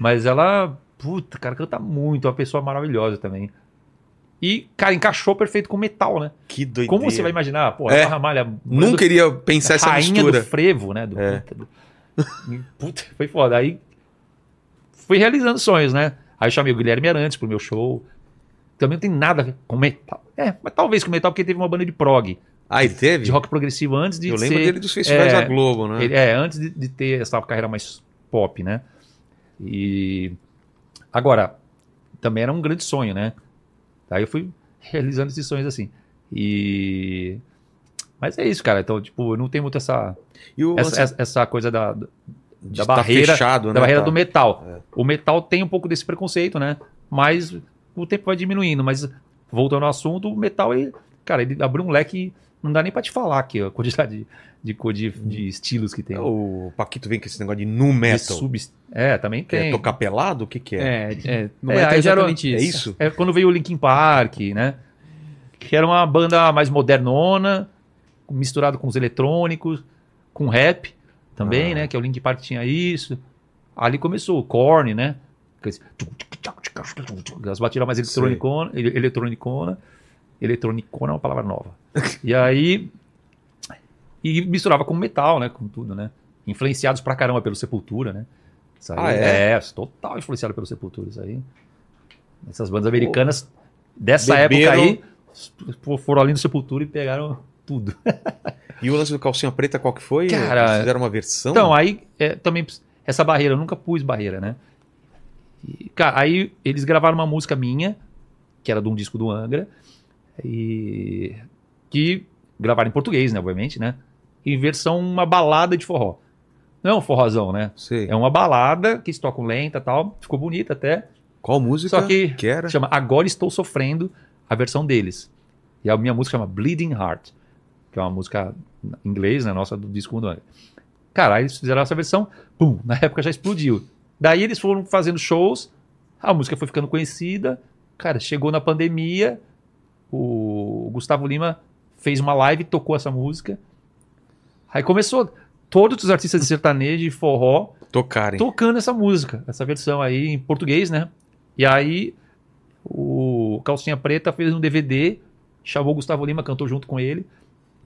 Mas ela, puta, cara, canta muito, é uma pessoa maravilhosa também. E, cara, encaixou perfeito com metal, né?
Que doideira.
Como você vai imaginar? Pô,
É.
é. Ramalha,
Nunca iria pensar essa
rainha
mistura.
do frevo, né? Do,
É.
do- puta, foi foda. Aí fui realizando sonhos, né? Aí eu chamei o Guilherme Arantes pro meu show. Também não tem nada a ver com metal. É, mas talvez com metal, porque teve uma banda de prog,
Aí Ah, teve?
de rock progressivo antes de
eu
ser...
lembro dele dos festivais
é,
da Globo, né?
Ele- é, antes de, de ter essa carreira mais pop, né? E agora, também era um grande sonho, né? Aí eu fui realizando esses sonhos assim. E mas é isso, cara. Então, tipo, não tem muito essa
E o lance
essa, essa- essa coisa da, da
de
da
tá
barreira-
fechado, né?
barreira
tá?
do metal.
É.
O metal tem um pouco desse preconceito, né? Mas o tempo vai diminuindo. Mas voltando ao assunto, o metal, ele, cara, ele abriu um leque. Não dá nem pra te falar aqui ó, a quantidade de, de, co- de, de estilos que tem.
É, O Paquito vem com esse negócio de nu
De
metal.
sub... É, também
Que é
tem.
tocar pelado? O que que é?
É, é, não
É,
é,
aí gerou-
exatamente
É
isso.
isso?
É quando veio o Linkin Park, né? Que era uma banda mais modernona, misturado com os eletrônicos, com rap também,
Ah.
né? Que o Linkin Park tinha isso. Ali começou o Korn, né? Com esse tchuc, tchuc, tchuc, tchuc, tchuc, tchuc, As batidas mais
Sei.
eletronicona, ele- eletronicona. Eletronicona é uma palavra nova. E aí. E misturava com metal, né? Com tudo, né? Influenciados pra caramba pelo Sepultura, né? Isso aí,
Ah, é?
é? total influenciado pelo Sepultura, isso aí. Essas bandas americanas dessa
Beberam.
época aí pô, foram ali no Sepultura e pegaram tudo.
E o lance do calcinha preta, qual que foi?
Cara,
Eles fizeram uma versão?
Então, aí é, também ps- essa barreira, eu nunca pus barreira, né? E, cara, aí eles gravaram uma música minha, que era de um disco do Angra, e que gravaram em português, né, obviamente, né? Em versão uma balada de forró. Não é um forrozão, né?
Sei.
É uma balada que eles tocam lenta e tal. Ficou bonita até.
Qual música
um Só que-
era?
Chama Agora Estou Sofrendo, a versão deles. E a minha música chama Bleeding Heart, que é uma música em inglês, né? Nossa, do disco do Angra. Cara, aí eles fizeram essa versão, pum, na época já explodiu. Daí eles foram fazendo shows, a música foi ficando conhecida. Cara, chegou na pandemia, o Gustavo Lima fez uma live, tocou essa música. Aí começou todos os artistas de sertanejo e forró
Tocarem.
tocando essa música, essa versão aí em português, né? E aí o Calcinha Preta fez um DVD, chamou o Gustavo Lima, cantou junto com ele.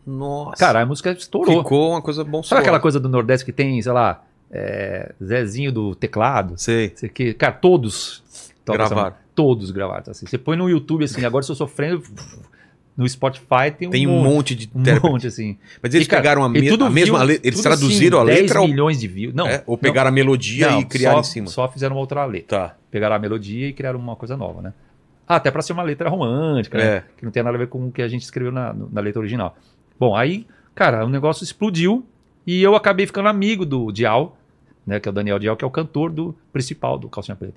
Nossa.
Cara, a música estourou.
ficou uma coisa bom
Sabe
suor.
aquela coisa do Nordeste que tem, sei lá, é, Zezinho do teclado?
Sei.
Sei que, cara, todos tocam essa
Gravaram.
música. Todos gravaram. Assim. Você põe no YouTube assim, agora estou sofrendo. No Spotify tem um,
Tem um
monte,
monte de
um
intérprete.
monte, assim.
Mas eles
E, cara,
pegaram a,
E
me-
tudo
a mesma
view,
letra. Eles
tudo,
traduziram
assim,
a letra
10
ou,
milhões de views. Não,
é, ou pegaram a melodia
não,
e criaram
só-
em cima?
Só fizeram uma outra letra.
Tá.
pegaram a melodia e criaram uma coisa nova, né? Ah, até pra ser uma letra romântica, né?
É.
que não tem nada a ver com o que a gente escreveu na, no- na letra original. Bom, aí, cara, o negócio explodiu e eu acabei ficando amigo do Dial, né, que é o Daniel Dial, que é o cantor do principal do Calcinha Preta.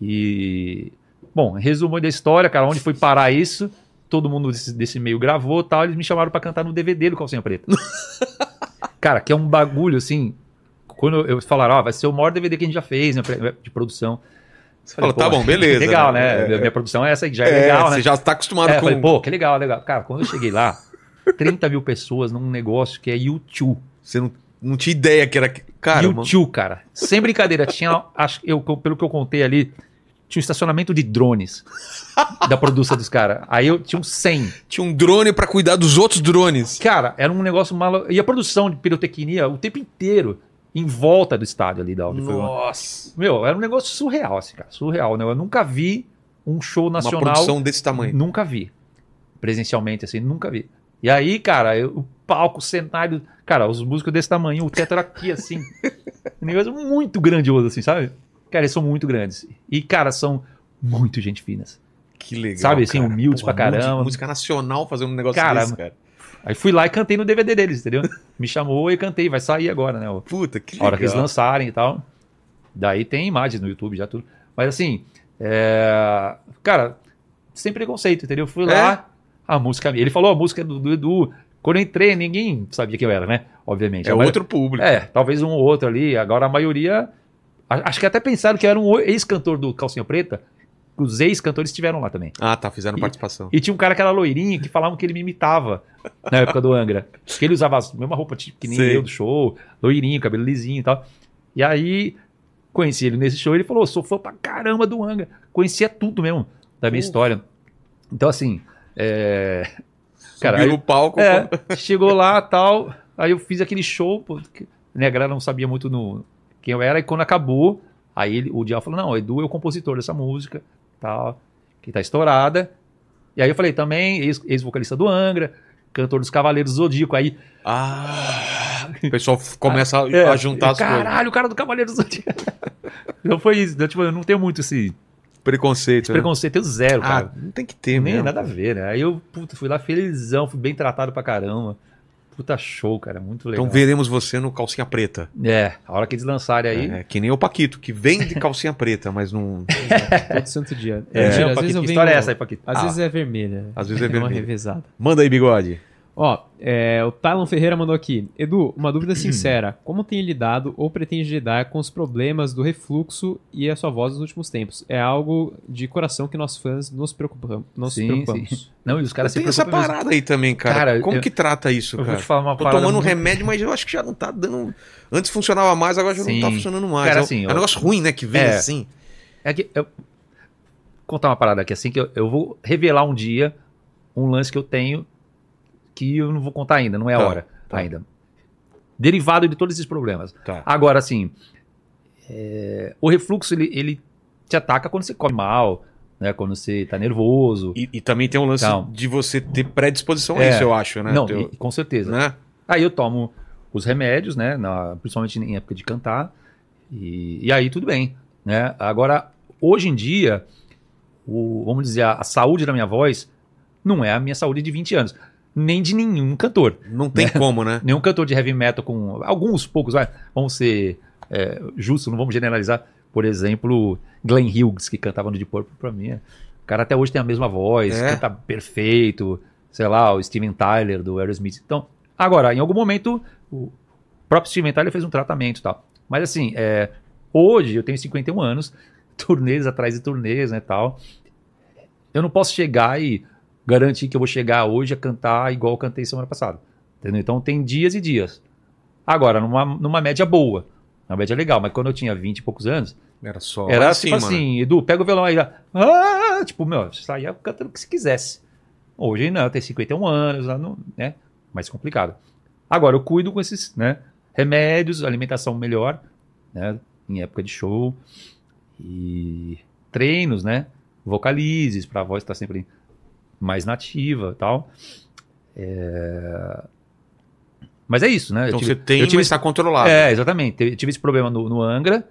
E, bom, resumo da história, cara, onde foi parar isso? Todo mundo desse, desse meio gravou, e tal, eles me chamaram pra cantar no DVD do Calcinha Preta. cara, que é um bagulho assim, quando eu falaram, ó, vai ser o maior DVD que a gente já fez, né, de produção.
Você fala, tá bom, beleza.
Legal, né?
É,
Minha produção é essa aí, já é,
É,
legal,
você
né?
já tá acostumado
É, eu
com.
falei, pô, que legal, legal. Cara, quando eu cheguei lá, 30 mil pessoas num negócio que é YouTube.
Você não, não tinha ideia que era. Cara, mano.
YouTube, cara. Sem brincadeira, tinha, acho, que eu, pelo que eu contei ali, tinha um estacionamento de drones da produção dos caras. Aí eu tinha uns 100.
tinha um drone pra cuidar dos outros drones.
Cara, era um negócio maluco. E a produção de pirotecnia o tempo inteiro em volta do estádio ali da onde foi o-
Nossa.
Meu, era um negócio surreal, assim, cara. Surreal, né? Eu nunca vi um show
Uma
nacional
produção desse tamanho.
Nunca vi. Presencialmente, assim, nunca vi. E aí, cara, eu- o palco, o cenário. Cara, os músicos desse tamanho, o teto era aqui, assim. um negócio muito grandioso, assim, sabe? Cara, eles são muito grandes. E, cara, são muito gente finas.
Que legal.
Sabe, assim,
cara.
humildes pra
música-
caramba.
Música nacional fazendo um negócio
Cara,
desse, cara.
Aí fui lá e cantei no DVD deles, entendeu? Me chamou e cantei. Vai sair agora, né? o-
Puta, que
A
legal.
hora que eles lançarem e tal. Daí tem imagens no YouTube já tudo. Mas assim, é, cara, sem preconceito, entendeu? Fui
É?
lá, a música. Ele falou a música do, do Edu. Quando eu entrei, ninguém sabia quem eu era, né? Obviamente.
É
A maio-
outro público.
É, talvez um ou outro ali. Agora a maioria. a- Acho que até pensaram que eu era um o- ex-cantor do Calcinha Preta. Os ex-cantores estiveram lá também.
Ah, tá, fizeram
E-
participação.
E tinha um cara que era loirinho que falavam que ele me imitava na época do Angra. Que ele usava a mesma roupa tipo, que nem
Sei.
eu do show, loirinho, cabelo lisinho e tal. E aí, conheci ele nesse show ele falou: sou fã pra caramba do Angra. Conhecia tudo mesmo da minha
Pô.
história. Então, assim, é, cara,
Subiu
aí-
no palco.
é, chegou lá tal. Aí eu fiz aquele show, pô, que, né? A galera não sabia muito no, quem eu era. E quando acabou, aí ele- o Diabo falou: Não, o Edu é o compositor dessa música, tal, que tá estourada. E aí eu falei: Também, ex- ex-vocalista do Angra, cantor dos Cavaleiros do Zodíaco. Aí
Ah, o pessoal f- começa a,
é,
a juntar as coisas.
Caralho, o cara do Cavaleiros do Zodíaco. Não foi isso. né, tipo, eu não tenho muito esse,
Preconceito.
esse
né?
preconceito, eu tenho zero,
Ah,
cara.
não tem que ter,
Nem
mesmo.
nada a ver, né? Aí eu puta, fui lá felizão, fui bem tratado pra caramba. Puta show, cara, muito legal.
Então veremos você no calcinha preta.
É, a hora que eles lançarem aí.
É, que nem o Paquito, que vem de calcinha preta, mas não.
Todo santo dia. Mentira,
É, não,
às vezes
Paquito,
eu
que
venho.
história é essa aí, Paquito?
Às
Ah,
vezes é vermelha.
Às vezes é
Dá uma
vermelho.
revezada.
Manda aí, bigode.
Ó, é, o Tylon Ferreira mandou aqui. Edu, uma dúvida sincera. Como tem lidado ou pretende lidar com os problemas do refluxo e a sua voz nos últimos tempos? É algo de coração que nós fãs nos, preocupam, nos
Sim,
preocupamos.
não, e os caras se
tem essa
preocupam mesmo.
parada aí também, cara.
Cara,
Como
eu-
que trata isso,
Eu vou
cara?
te falar uma
Tô
parada.
tomando um
muito-
remédio, mas eu acho que já não tá dando. Antes funcionava mais, agora já
Sim.
não tá funcionando mais. É
Cara,
um-
assim,
é,
ó.
um negócio ruim, né? Que vem
É.
assim.
É que eu vou contar uma parada aqui assim que eu, eu vou revelar um dia um lance que eu tenho que eu não vou contar ainda, não é a
Tá,
hora
tá.
ainda. Derivado de todos esses problemas.
Tá.
Agora, assim, é, o refluxo ele, ele te ataca quando você come mal, né? Quando você tá nervoso.
E, e também tem um lance
Então.
de você ter predisposição a
É.
isso, eu acho, né?
não,
Teu-
e- com certeza.
né?
Aí eu tomo os remédios, né? na- principalmente em época de cantar. E, e aí tudo bem. Né? Agora, hoje em dia, o, vamos dizer, a, a saúde da minha voz não é a minha saúde de 20 anos. Nem de nenhum cantor.
Não tem como, né?
Nenhum cantor de heavy metal com. Alguns poucos, vai, vamos ser é, justos, não vamos generalizar. Por exemplo, Glenn Hughes, que cantava no Deep Purple pra mim. é- O cara até hoje tem a mesma voz,
É?
canta perfeito. Sei lá, o Steven Tyler do Aerosmith. Então, agora, em algum momento, o próprio Steven Tyler fez um tratamento e tal. Mas assim, é, hoje eu tenho 51 anos, turnês atrás de turnês, né, tal. Eu não posso chegar e garantir que eu vou chegar hoje a cantar igual eu cantei semana passada. Entendeu? Então tem dias e dias. Agora, numa, numa média boa. Uma média legal, mas quando eu tinha 20 e poucos anos,
Era só.
era
lá em
tipo
cima, né?
assim, Edu, pega o violão aí. já, Ah! Tipo, meu, eu saía cantando o que se quisesse. Hoje não, eu tenho 51 anos, já não- né? Mais complicado. Agora, eu cuido com esses né, remédios, alimentação melhor, né? Em época de show. E treinos, né? Vocalizes, pra voz estar sempre mais nativa e tal. É, Mas é isso, né? Eu
Então
tive-
você tem,
eu tive
mas tá controlado.
é, exatamente. Teve- tive esse problema no, no Angra,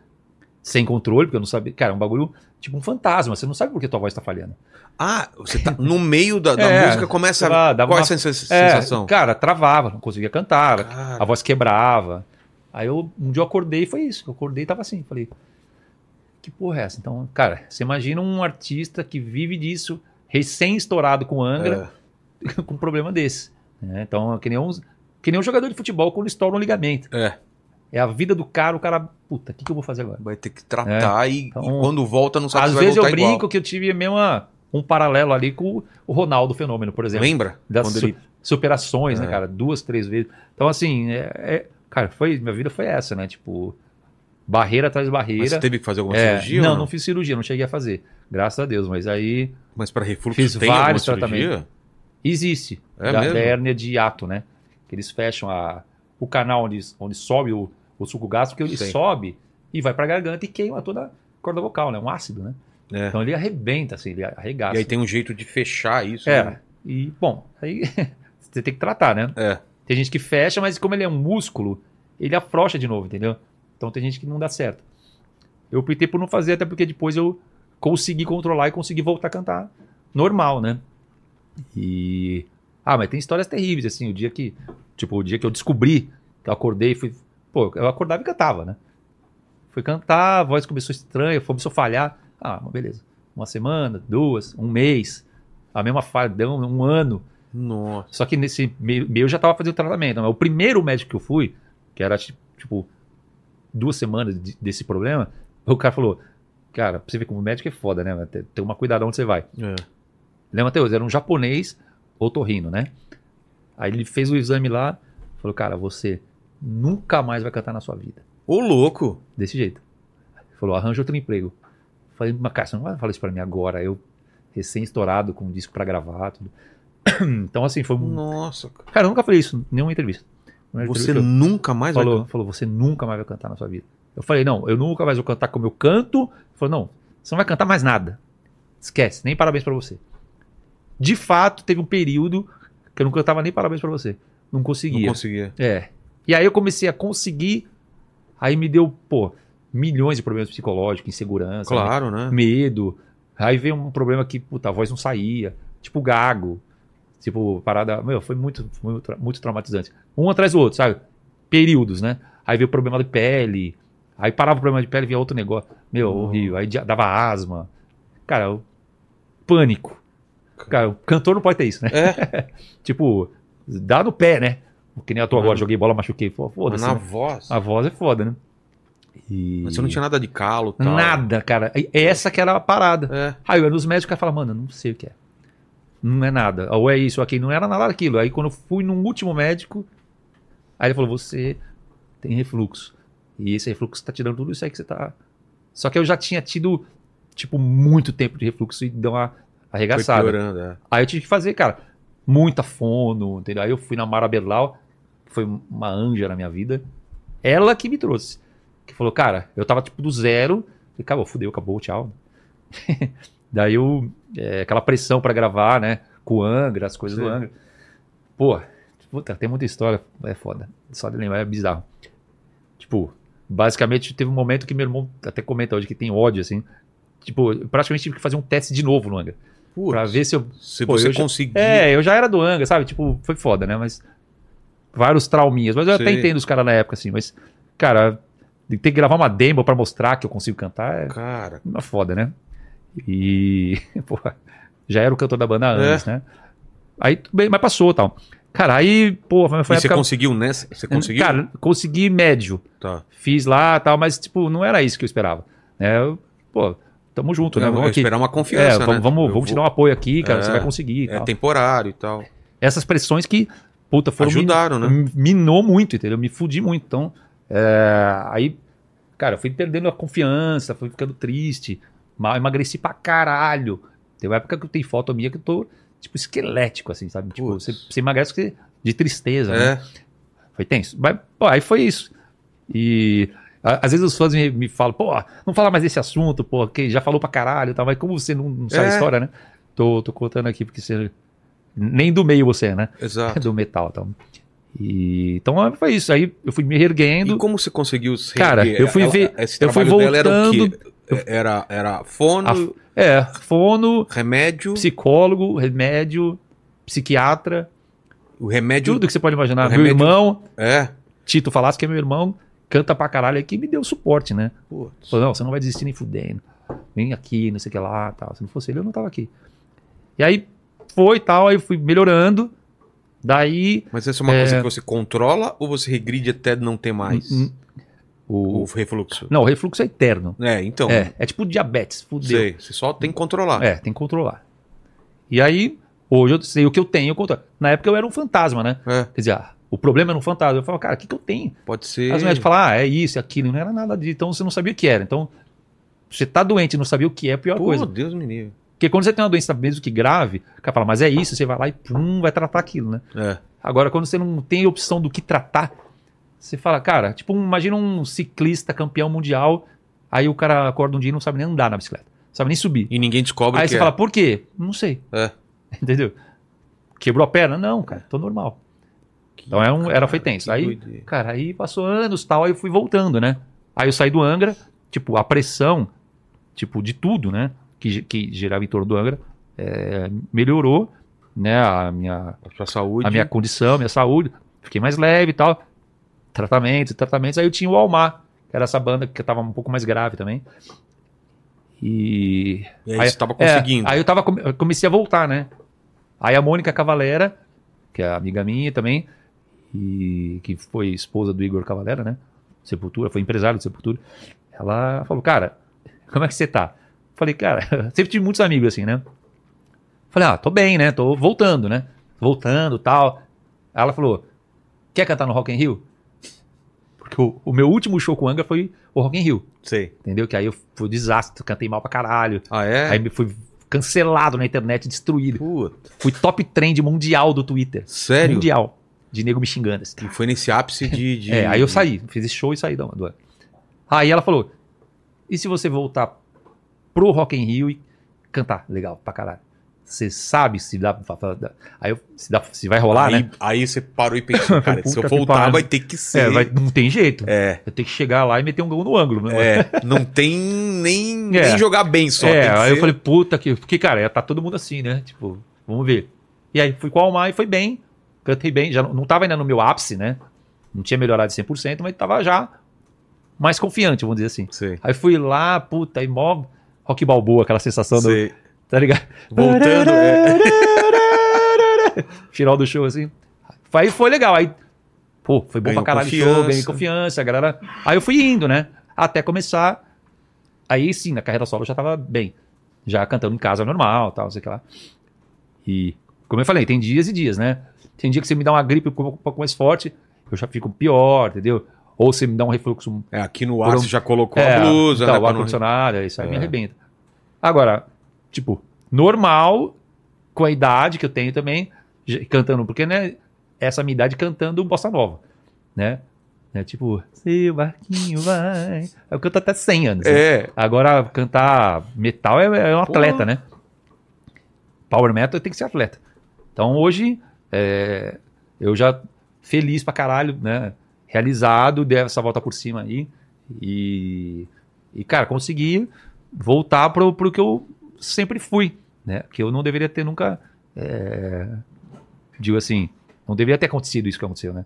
sem controle, porque eu não sabia. Cara, é um bagulho tipo um fantasma. Você não sabe por que tua voz tá falhando.
Ah, você tá no meio da, da
É,
música, começa
sei
a...
lá, dava
Qual é
uma-
a sensa-
É,
sensação?
Cara, travava, não conseguia cantar,
Cara,
a voz quebrava. Aí eu, um dia eu acordei e foi isso. Eu acordei e tava assim. Falei, que porra é essa? Então, cara, você imagina um artista que vive disso, recém-estourado com Angra,
é.
com um problema desse. né? Então, é que nem, um, que nem um jogador de futebol quando estoura um ligamento.
É.
É a vida do cara, o cara, puta, o que, que eu vou fazer agora?
Vai ter que tratar e,
Então,
e quando volta não sabe
Às
se vai
vezes eu
voltar
brinco
igual.
que eu tive mesmo uma- um paralelo ali com o Ronaldo Fenômeno, por exemplo.
Lembra?
Das
Quando
su-
ele-
superações,
É.
né, cara? Duas, três vezes. Então, assim, é, é- cara, foi, minha vida foi essa, né? Tipo, barreira atrás de
Mas
barreira.
você teve que fazer alguma
É,
cirurgia?
não,
ou
não fiz cirurgia, não cheguei a fazer. Graças a Deus, mas aí
Mas para refluxo
Fiz
tem alguma
vários
cirurgia?
existe.
É
da,
mesmo?
da hérnia de hiato, né? Que eles fecham a, o canal onde, onde sobe o, o suco gástrico, que ele
Sei.
sobe e vai pra garganta e queima toda a corda vocal, né? Um ácido, né?
É.
Então ele arrebenta, assim, ele arregaça.
E aí tem um jeito de fechar isso.
É.
né?
E, bom, aí você tem que tratar, né?
É.
Tem gente que fecha, mas como ele é um músculo, ele afrouxa de novo, entendeu? Então tem gente que não dá certo. Eu optei por não fazer, até porque depois eu consegui controlar e consegui voltar a cantar normal, né? E. Ah, mas tem histórias terríveis, assim, o dia que. Tipo, o dia que eu descobri, que eu acordei e fui. Pô, eu acordava e cantava, né? Fui cantar, a voz começou estranha, começou a falhar. Ah, beleza. Uma semana, duas, um mês. A mesma falha, deu um ano.
Nossa.
Só que nesse meio, meio eu já tava fazendo tratamento. Mas o primeiro médico que eu fui, que era ti- tipo duas semanas de- desse problema, o cara falou: Cara, pra você ver como médico é foda, né? Tem, tem uma cuidado onde você vai.
É.
Lembra até hoje, era um japonês otorrino, né? Aí ele fez o exame lá, falou: Cara, você nunca mais vai cantar na sua vida.
Ô, louco!
Desse jeito. Falou: Arranja outro emprego. Falei: Mas cara, você não vai falar isso pra mim agora. Eu recém-estourado com um disco pra gravar, tudo. Então, assim, foi um
Nossa, cara.
Cara, eu nunca falei isso em nenhuma entrevista. Nenhuma
Você
entrevista
nunca mais
eu- falou, falou, você nunca mais vai cantar na sua vida. Eu falei, não, eu nunca mais vou cantar como eu canto. Ele falou, não, você não vai cantar mais nada. Esquece, nem parabéns pra você. De fato, teve um período que eu não cantava nem parabéns pra você. Não
vai. Não
conseguia.
conseguia.
É. E aí eu comecei a conseguir, aí me deu, pô, milhões de problemas psicológicos, insegurança,
Claro, né?
medo. Aí veio um problema que, puta, a voz não saía. Tipo, gago. Tipo, parada. Meu, foi muito, foi muito, tra- muito traumatizante. Um atrás do outro, sabe? Períodos, né? Aí veio problema de pele. Aí parava o problema de pele e vinha outro negócio. Meu,
Uhum.
horrível. Aí dia- dava asma. Cara, eu- pânico. Cara, o cantor não pode ter isso, né?
É.
tipo, dá no pé, né? Que nem a tua
Uhum.
agora, joguei bola, machuquei. Pô,
Mas
Foda-se.
na
né?
voz.
A voz é foda, né? E...
Mas você não tinha nada de calo, tal.
Nada, cara. E- é Essa que era a parada.
É.
Aí eu era nos médicos, o cara fala, mano, eu não sei o que é. Não é nada. Ou é isso, ou aquilo. Não era nada aquilo. Aí quando eu fui no último médico, aí ele falou, você tem refluxo. E esse refluxo tá tirando tudo isso aí que você tá... Só que eu já tinha tido, tipo, muito tempo de refluxo e deu uma
Foi
arregaçada.
piorando, é.
Aí eu tive que fazer, cara, muita fono, entendeu? Aí eu fui na Mara Berlau, que foi uma anja na minha vida. Ela que me trouxe. Que falou, cara, eu tava tipo do zero. Falei, acabou, fudeu, acabou, tchau. Daí eu, é, aquela pressão pra gravar, né? Com o Angra, as coisas do
Sim.
Angra. Pô, puta, tem muita história, é foda. Só de lembrar é bizarro. Tipo, Basicamente, teve um momento que meu irmão até comenta hoje que tem ódio, assim. Tipo, eu praticamente tive que fazer um teste de novo no Anga. Pra ver se eu
se
Pô,
você
eu já-
conseguir.
é, eu já era do Anga, sabe? Tipo, foi foda, né? Mas vários trauminhas. Mas eu até
Sim.
entendo os caras na época, assim. Mas, cara, ter que gravar uma demo pra mostrar que eu consigo cantar é
Cara,
uma foda, né? E, porra, já era o cantor da banda há anos,
É.
né? Aí, tudo bem, mas passou e tal. Cara, aí, pô, foi foi
e
a
você
época...
conseguiu nessa? Você conseguiu?
Cara, consegui médio.
tá.
Fiz lá tal, mas, tipo, não era isso que eu esperava. Né? Eu, pô, tamo junto, né?
Eu- eu
Vamos aqui.
esperar uma
É,
confiança,
vamos,
né?
vamos,
Eu
vamos te dar
vou-
um apoio aqui, cara,
É,
você vai conseguir. e tal
É temporário e tal.
essas pressões que, puta, foram.
Ajudaram, né?
min- Minou muito, entendeu? Me fudi muito. Então, é, aí, cara, eu fui perdendo a confiança, fui ficando triste, mal emagreci pra caralho. Tem uma época que eu tenho foto minha que eu tô, tipo, esquelético, assim, sabe? Tipo,
Putz.
você, você emagrece porque- de tristeza, né?
É.
Foi tenso. Mas, pô, aí foi isso. E a- às vezes os fãs me, me falam, pô, não fala mais desse assunto, pô, que já falou pra caralho e tal, mas como você não, não sabe a
É.
história, né? Tô, tô contando aqui porque você. Nem do meio você é, né?
Exato.
do metal. Então, e, então ah, foi isso. Aí eu fui me reerguendo.
E como você conseguiu se
Cara,
reerguer?
eu fui
Ela-
ver-
Esse
eu fui
trabalho dela era o
voltando-
quê? É, Era, era fono,
A- é, fono,
remédio,
psicólogo, remédio, psiquiatra,
o remédio.
tudo que você pode imaginar.
o
Meu
remédio-
irmão,
É.
Tito Falasco, que é meu irmão, canta pra caralho aqui, me deu suporte, né?
Putz.
Falou, não, você não vai desistir nem fudendo. Vem aqui, não sei o que lá, tal. Se não fosse ele, eu não tava aqui. E aí foi e tal, aí eu fui melhorando. Daí
Mas essa é uma
É.
coisa que você controla ou você regride até não ter mais
Hum,
o
o,
refluxo?
não, o refluxo é eterno.
É, então.
É, é tipo diabetes, fudeu.
sei. Você só tem que controlar.
É, tem que controlar. E aí, hoje eu sei o que eu tenho, eu controlo. Na época eu era um fantasma, né?
É,
Quer dizer, ah, o problema era um fantasma. Eu falava, cara, o que, que eu tenho?
pode ser.
As médicas falavam, ah, é isso, é aquilo, não era nada disso. Então você não sabia o que era. Então, você tá doente e não sabia o que é, é a pior
Pô,
coisa.
Deus me livre.
Porque quando você tem uma doença mesmo que grave, o cara fala, mas é isso, você vai lá e pum, vai tratar aquilo, né?
É.
Agora, quando você não tem opção do que tratar, você fala, cara, tipo, um- imagina um ciclista campeão mundial, aí o cara acorda um dia e não sabe nem andar na bicicleta, não sabe nem subir.
E ninguém descobre
Aí
que
você
é.
fala, por quê? Não sei.
É.
Entendeu? Quebrou a perna? Não, cara, tô normal. Então é um, era foi tenso.
Que
Aí,
doideira.
cara, aí passou anos tal, aí eu fui voltando, né? Aí eu saí do Angra, tipo, a pressão, tipo, de tudo, né? Que, ge- que gerava em torno do Angra, é, melhorou, né? A minha,
A sua saúde.
a minha condição, minha saúde. Fiquei mais leve e tal. Tratamentos, tratamentos. Aí eu tinha o Almar, que era essa banda que eu tava um pouco mais grave também. E
E aí você estava conseguindo.
é, aí eu tava, come- eu comecei a voltar, né? Aí a Mônica Cavalera, que é amiga minha também, e que foi esposa do Igor Cavalera, né? Sepultura, foi empresário do Sepultura. Ela falou, cara, como é que você tá? Falei, cara, sempre tive muitos amigos assim, né? Falei, ah, tô bem, né? Tô voltando, né? Voltando tal. Aí ela falou, quer cantar no Rock in Rio? Porque o, o meu último show com o Angra foi o Rock in Rio,
Sei.
entendeu? Que aí eu fui um desastre, cantei mal pra caralho.
Ah, é?
Aí me fui cancelado na internet, destruído.
Puta.
Fui top trend mundial do Twitter.
Sério?
Mundial. De nego me xingando. assim.
E foi nesse ápice de. de-
É, aí eu saí, fiz esse show e saí da do... Aí ela falou: e se você voltar pro Rock in Rio e cantar? Legal, pra caralho. Você sabe se dá. fa- fa- dá- Aí eu- se, dá- se vai rolar,
aí,
né?
aí você parou e pensou, cara, se eu
Puta que
voltar
pariu.
vai ter que ser.
É, vai- não tem jeito.
É,
Eu tenho que chegar lá e meter um gol no ângulo. né?
é, não tem nem,
É.
nem jogar bem só. tem
é,
que
aí eu
ser-
falei, puta que. Porque, cara, tá todo mundo assim, né? Tipo, vamos ver. E aí fui com o Almar e foi bem. Cantei bem. Já não, não tava ainda no meu ápice, né? Não tinha melhorado 100%, mas tava já mais confiante, vamos dizer assim.
Sei,
Aí fui lá, puta, aí mó rock balboa, aquela sensação do.
sei.
Tá ligado?
Voltando, é.
Final do show, assim. Aí foi legal. Aí, pô, foi bom
Ganhou
pra caralho o show,
confiança.
ganhei confiança, a galera. Aí eu fui indo, né? Até começar. Aí sim, na carreira solo eu já tava bem. Já cantando em casa normal, tal, não sei o que lá. E, como eu falei, tem dias e dias, né? Tem dia que você me dá uma gripe um pouco um pouco mais forte, eu já fico pior, entendeu? Ou você me dá um refluxo
É, aqui no ar
Foram-
você já colocou
é,
a blusa,
tá,
né, pra
o
não-
ar-condicionado, é isso aí
É.
me arrebenta. Agora, tipo, normal, com a idade que eu tenho também, já- cantando, porque, né, essa minha idade cantando bossa nova, né? É tipo, seu barquinho vai... Eu canto até 100 anos. né?
É,
Agora, cantar metal é, é um atleta,
Porra.
né? Power metal tem que ser atleta. Então, hoje, é, eu já feliz pra caralho, né? Realizado, dei essa volta por cima aí. E, e cara, consegui voltar pro, pro que eu sempre fui, né? Que eu não deveria ter nunca. É, digo assim, não deveria ter acontecido isso que aconteceu, né?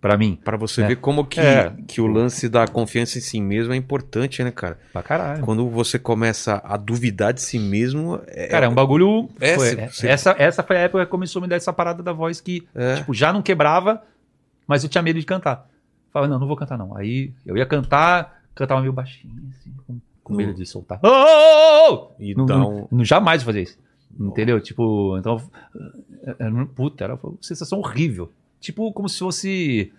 Pra mim,
Pra você
É.
ver como que,
É.
que o lance da confiança em si mesmo é importante, né, cara?
pra caralho.
Quando você começa a duvidar de si mesmo, é,
Cara, é um bagulho.
É,
foi-
se- se-
Essa, essa foi a época que começou a me dar essa parada da voz que,
É.
tipo, já não quebrava, mas eu tinha medo de cantar. Falava, não, não vou cantar, não. Aí eu ia cantar, cantava meio baixinho, assim, com, com medo de soltar. Oh, oh, oh, oh! Não,
então,
não- não jamais fazer isso. Entendeu? Tipo, então. era uma- Puta, era uma sensação horrível. Tipo, como se fosse.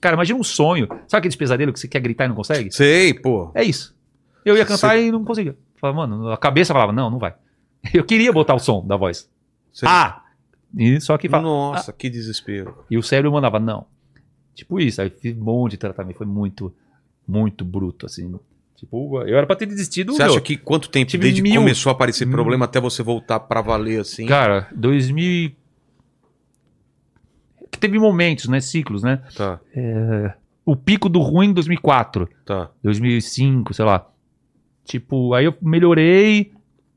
Cara, imagina um sonho. Sabe aqueles pesadelos que você quer gritar e não consegue?
sei, pô.
É isso. Eu ia cantar e não conseguia. Falava, mano, a cabeça falava, não, não vai. Eu queria botar o som da voz.
Sei.
Ah! E só que fala, ah,
Nossa, que desespero.
e o cérebro mandava, não. Tipo isso, aí fiz um monte de tratamento, foi muito, muito bruto, assim. Tipo, eu era pra ter desistido.
Você
meu.
acha que quanto tempo
Tive
desde que
mil-
começou a aparecer
Hum.
problema até você voltar pra valer assim?
Cara, 2000. e- Que teve momentos, né? Ciclos, né?
Tá,
O pico do ruim em 2004.
tá.
2005, sei lá. Tipo, aí eu melhorei,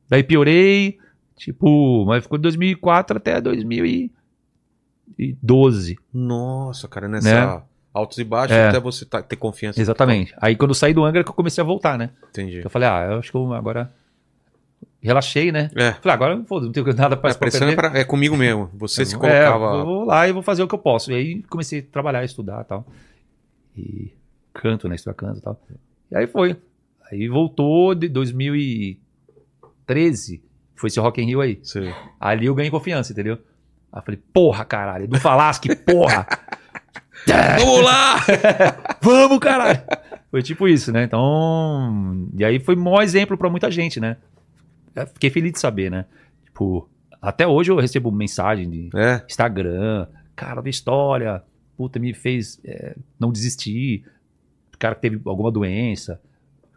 daí piorei, tipo, mas ficou de 2004 até 2012.
Nossa, cara, nessa altos e baixos
Né? É.
até você tá- ter confiança.
Exatamente. Aí quando eu saí do Angra é que eu comecei a voltar, né?
Entendi.
Eu falei, ah, eu acho que eu agora relaxei, né?
É,
Falei, agora foda, não tenho nada pra
a pressão é, pra- é comigo mesmo. Você se
É, eu
colocava.
vou lá e vou fazer o que eu posso. E aí comecei a trabalhar, estudar e tal. E canto, né? Estudar canto e tal. E aí foi. Aí voltou de 2013. Foi esse Rock in Rio aí.
Você-
Ali eu ganhei confiança, entendeu? Aí eu falei, porra, caralho. Do Falasque, porra. Tá,
Vamos lá!
Vamos, caralho. Foi tipo isso, né? Então... E aí foi um maior exemplo pra muita gente, né? Eu Fiquei feliz de saber, né? Tipo... Até hoje eu recebo mensagem de,
É,
Instagram, cara, da história, puta, me fez é, não desistir, cara que teve alguma doença,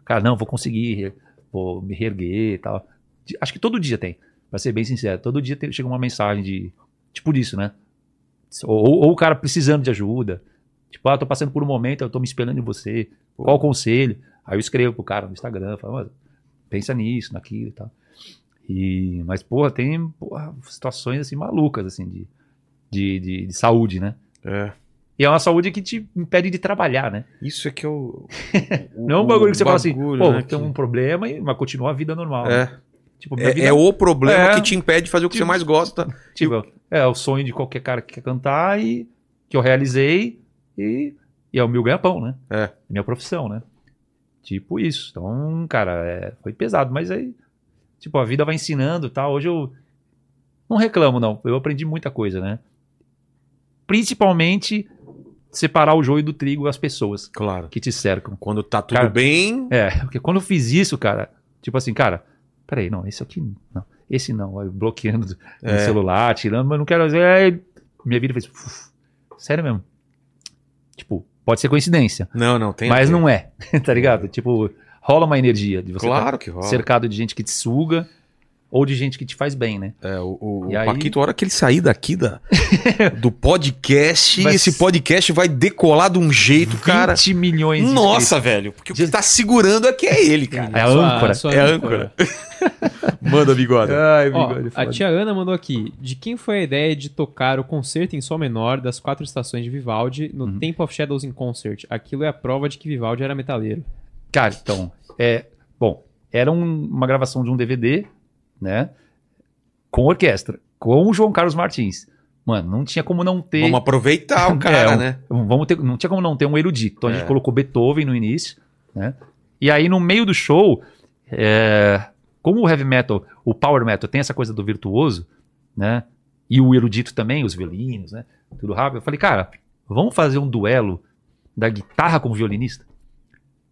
cara, não, vou conseguir, vou me reerguer e tal. De- Acho que todo dia tem, pra ser bem sincero, todo dia tem- chega uma mensagem de, tipo disso, né? Ou, ou- ou o cara precisando de ajuda, tipo, ah, tô passando por um momento, eu tô me espelhando em você, qual o conselho? Aí eu escrevo pro cara no Instagram, falo, "Mano, pensa nisso, naquilo e tal. E, mas, porra, tem porra, situações assim malucas, assim, de, de, de, de saúde, né?
é.
E é uma saúde que te impede de trabalhar, né?
Isso é que é o. o-
Não é um
o
bagulho que você
bagulho,
fala assim, pô,
né,
tem
que-
um problema, e- mas continua a vida normal. né?
É,
Tipo, minha vida
é, é o problema
É.
que te impede de fazer o que você
Tipo-
mais gosta.
Tipo, é o sonho de qualquer cara que quer cantar e que eu realizei e, e é o meu ganha-pão, né?
É.
Minha profissão, né? Tipo isso. Então, cara, é, foi pesado, mas aí, tipo, a vida vai ensinando e tal. Hoje eu não reclamo, não. Eu aprendi muita coisa, né? Principalmente separar o joio do trigo e as pessoas
Claro.
que te cercam.
Quando tá tudo
Cara,
bem.
É, porque quando eu fiz isso, cara, tipo assim, cara, peraí, não, esse aqui não, esse não, aí bloqueando
É.
no celular, tirando, mas não quero. Aí, minha vida fez. uf, sério mesmo. Tipo, pode ser coincidência,
Não, não, tem. a
mas
ver.
não é, tá ligado? Tipo, rola uma energia de você
Claro que
tá
rola.
cercado de gente que te suga ou de gente que te faz bem, né?
É, o, o,
E
o
aí-
Paquito, a hora que ele sair daqui da, do podcast,
Vai
esse
s-
podcast vai decolar de um jeito, cara.
20 milhões de
Nossa, velho. Porque o que
Diz-
tá segurando aqui é ele, cara.
inscritos. É a âncora. É,
É a âncora. Manda, bigode.
Ai,
Ó,
bigode,
a
foda.
tia Ana mandou aqui. De quem foi a ideia de tocar o concerto em sol menor das quatro estações de Vivaldi no
Uhum.
Temple of Shadows in Concert? Aquilo é a prova de que Vivaldi era metaleiro.
Cara, então, é, bom, era um- uma gravação de um DVD, né? Com orquestra, com o João Carlos Martins. Mano, não tinha como não ter.
Vamos aproveitar o cara,
É, um-
né?
Vamos ter, não tinha como não ter um erudito. Então a
É.
gente colocou Beethoven no início, né? E aí no meio do show, é, como o heavy metal, o power metal tem essa coisa do virtuoso, né? E o erudito também, os violinos, né? Tudo rápido. Eu falei, cara, vamos fazer um duelo da guitarra com o violinista?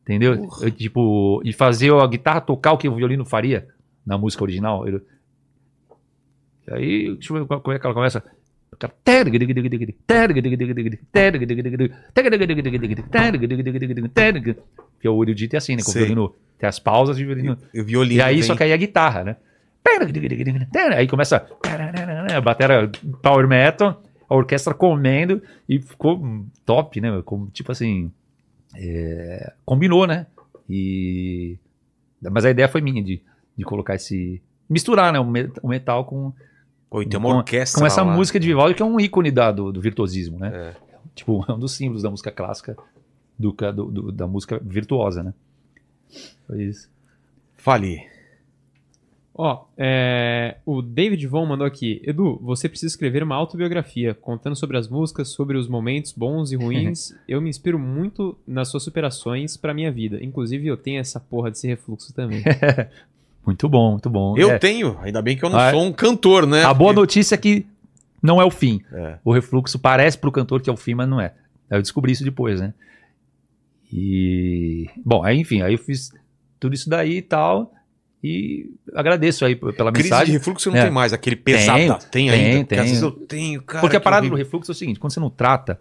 Entendeu?
Porra.
Eu, tipo, e fazer a guitarra tocar o que o violino faria na música original. Eu- E aí, deixa eu ver qual- como é que ela começa. Cara, Porque o erudito é assim, né? Com o
Sei.
violino. Tem as pausas de violino.
E o violino.
E aí,
vem.
só que aí a guitarra, né? Aí começa a batera power metal, a orquestra comendo e ficou top, né? meu? Como, tipo assim, é, combinou, né? E, mas a ideia foi minha de, de colocar esse. misturar né, o me- o metal com,
Pô, e tem
Com-
uma orquestra
com essa
lá.
música de Vivaldi, que é um ícone da- do, do virtuosismo, né? Tipo, é um dos símbolos da música clássica, do, ca- do- do- da música virtuosa, né? Foi isso.
Fale.
Ó, é, o David Von mandou aqui. Edu, você precisa escrever uma autobiografia, contando sobre as músicas, sobre os momentos bons e ruins. eu me inspiro muito nas suas superações pra minha vida. Inclusive, eu tenho essa porra desse refluxo também.
Muito bom, muito bom.
Eu
É,
tenho, ainda bem que eu não
Ah, é?
sou um cantor, né?
A boa notícia é que não é o fim.
É.
O refluxo parece pro cantor que é o fim, mas não é. Eu descobri isso depois, né? E. Bom, aí, enfim, aí eu fiz tudo isso daí e tal. E agradeço aí p- pela
Crise de
mensagem.
refluxo não
É.
tem mais, aquele pesado. ah,
Tenho,
tem
tenho,
ainda, porque às
tenho.
vezes eu tenho, cara.
Porque a
que
parada do
horrível.
refluxo é o seguinte: quando você não trata,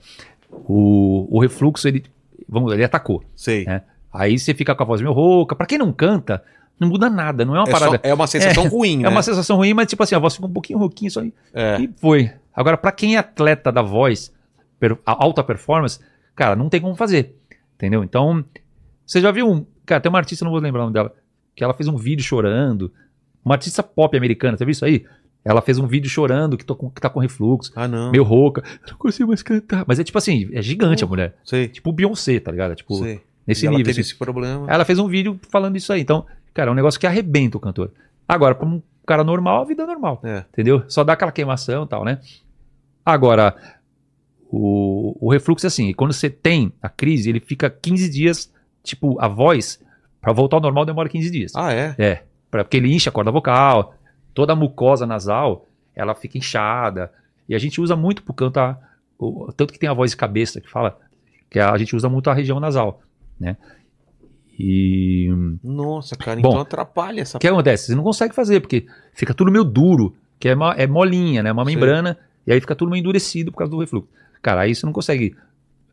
o, o refluxo ele, vamos, ele atacou.
Sei.
É, Aí você fica com a voz meio rouca. Pra quem não canta, não muda nada. Não é uma
É,
parada.
só- é uma sensação ruim,
É,
né?
uma sensação ruim, mas tipo assim, a voz fica um pouquinho rouquinha só. E
É.
e foi. Agora, pra quem é atleta da voz, per- a- alta performance, cara, não tem como fazer. Entendeu? Então, você já viu um. Cara, tem uma artista, não vou lembrar o nome dela, que ela fez um vídeo chorando. Uma artista pop americana, você viu isso aí? Ela fez um vídeo chorando que, tô com- que tá com refluxo,
Ah, não.
meio rouca. Eu Não consigo mais cantar. Mas é tipo assim, é gigante a mulher.
Sei.
Tipo Beyoncé, tá ligado? É Tipo,
sei.
nesse
E Uhum. ela
nível.
teve
assim.
esse problema.
Ela fez um vídeo falando isso aí. Então, cara, é um negócio que arrebenta o cantor. Agora, pra um cara normal, a vida é normal.
É.
Entendeu? Só dá aquela queimação e tal, né? Agora, o, o refluxo é assim, quando você tem a crise, ele fica 15 dias, tipo, a voz, pra voltar ao normal demora 15 dias.
Ah, é?
É, pra, porque ele enche a corda vocal, toda a mucosa nasal, ela fica inchada. E a gente usa muito pro cantar, o- tanto que tem a voz de cabeça que fala, que a gente usa muito a região nasal, né? E
Nossa, cara,
Bom,
então atrapalha essa
o que acontece? Você não consegue fazer, porque fica tudo meio duro, que é, ma- é molinha, né? Uma
Sim.
membrana, e aí fica tudo meio endurecido por causa do refluxo. Cara, aí você não consegue,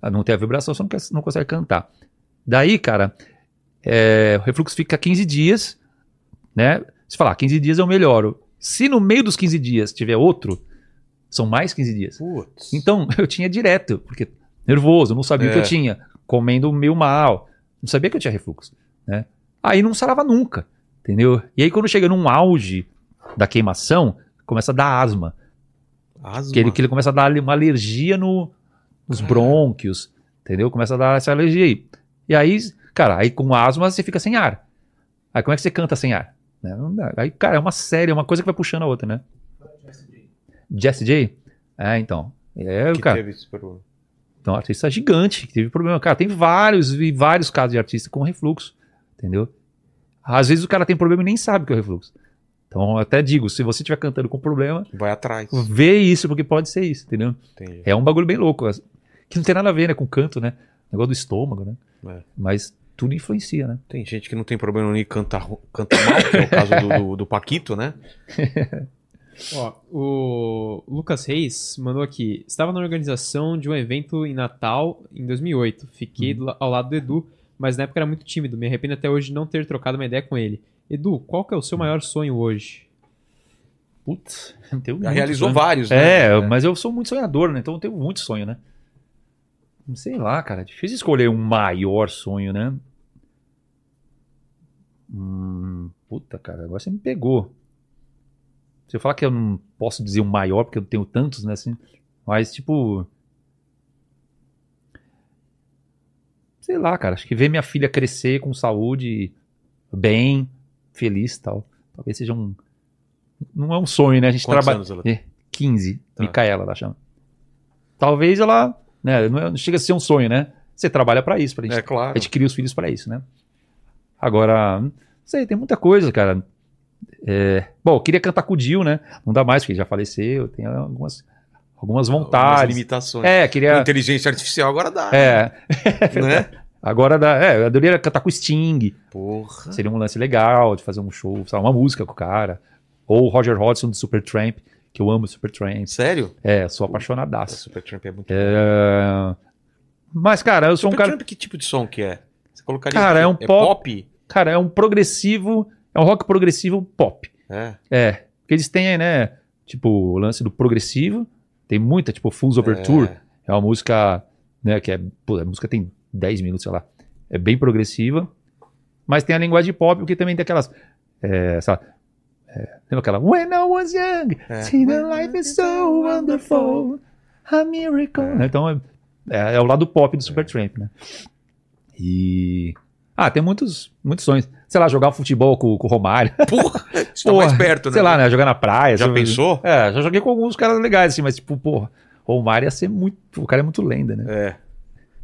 ah, não tem a vibração, você não, quer- não consegue cantar. Daí, cara, é, o refluxo fica 15 dias, né? Você fala, ah, 15 dias eu melhoro. Se no meio dos 15 dias tiver outro, são mais 15 dias.
Putz.
Então, eu tinha direto, porque nervoso, não sabia o que
É.
eu tinha, comendo meio mal, não sabia que eu tinha refluxo, né? Aí não sarava nunca, entendeu? E aí quando chega num auge da queimação, começa a dar asma,
Asma.
que ele, que ele começa a dar ali uma alergia no, nos brônquios, entendeu? Começa a dar essa alergia aí. E aí, cara, aí com asma você fica sem ar. Aí como é que você canta sem ar? Né? Não dá. Aí, cara, é uma série, é uma coisa que vai puxando a outra, né? Jesse J? É, então. É,
que
cara.
teve esse problema.
Então, um artista gigante que teve problema. Cara, tem vários e vários casos de artista com refluxo, entendeu? Às vezes o cara tem problema e nem sabe que é o refluxo. Então, eu até digo, se você estiver cantando com problema,
Vai atrás.
vê isso, porque pode ser isso, entendeu?
Entendi.
É um bagulho bem louco, as- que não tem nada a ver, né, com canto, né? Negócio do estômago, né?
É.
Mas tudo influencia, né?
Tem gente que não tem problema nem cantar ru- canta mal, que é o caso do, do- do Paquito, né?
Ó, o Lucas Reis mandou aqui. Estava na organização de um evento em Natal em 2008. Fiquei
Uhum.
do la- ao lado do Edu, mas na época era muito tímido. Me arrependo até hoje de não ter trocado uma ideia com ele. Edu, qual que é o seu maior sonho hoje?
Putz, eu tenho
Já
muito
realizou
sonho.
vários, né?
É, mas eu sou muito sonhador, né? Então eu tenho muito sonho, né? Sei lá, cara. Difícil escolher um maior sonho, né? Hum, puta, cara. Agora você me pegou. Você fala que eu não posso dizer o maior, porque eu tenho tantos, né? Assim, mas, tipo. Sei lá, cara. Acho que ver minha filha crescer com saúde, bem, feliz e tal. Talvez seja um. Não é um sonho, né? A gente
Quantos
trabalha.
anos ela
15,
Tá.
Micaela, ela chama. Talvez ela, né, não é- não chega a ser um sonho, né? Você trabalha pra isso, pra gente,
É claro.
a gente cria os filhos pra isso, né? Agora, não sei, tem muita coisa, cara. É, bom, eu queria cantar com o Dio, né? Não dá mais, porque ele já faleceu, tem algumas,
Algumas
algumas vontades.
limitações.
É,
Com
queria...
Inteligência artificial agora dá.
É,
Né?
agora dá, é, eu adoraria cantar com o Sting,
Porra.
seria um lance legal de fazer um show, sei lá, uma música com o cara. Ou o Roger Hodgson do Supertramp, que eu amo Supertramp.
Sério?
É, sou
A
apaixonadaço.
Supertramp é muito.
É, Mas, cara, eu sou um cara.
Supertramp, que tipo de som que é? Você colocaria.
Cara,
o quê?
é um
é
pop-
pop.
Cara, é um progressivo. É um rock progressivo pop.
É.
É. Porque eles têm, né? Tipo, o lance do progressivo. Tem muita, tipo, Fool's Overture. É, uma música, né? Que é. Pô, a música tem 10 minutos, sei lá. É bem progressiva. Mas tem a linguagem pop, porque também tem aquelas. É, sei lá, é, lembra aquela? When I was young,
É.
see the life is so wonderful, a miracle.
É.
Então é, é, é o lado pop do Supertramp, né? E. Ah, tem muitos, muitos sonhos. Sei lá, jogar um futebol com, com o Romário.
Porra, está
Porra,
mais perto, né?
Sei lá, né? Jogar na praia.
Já
sabe?
pensou?
É, já joguei com alguns caras legais, assim, mas tipo, porra, Romário ia ser muito. O cara é muito lenda, né?
É.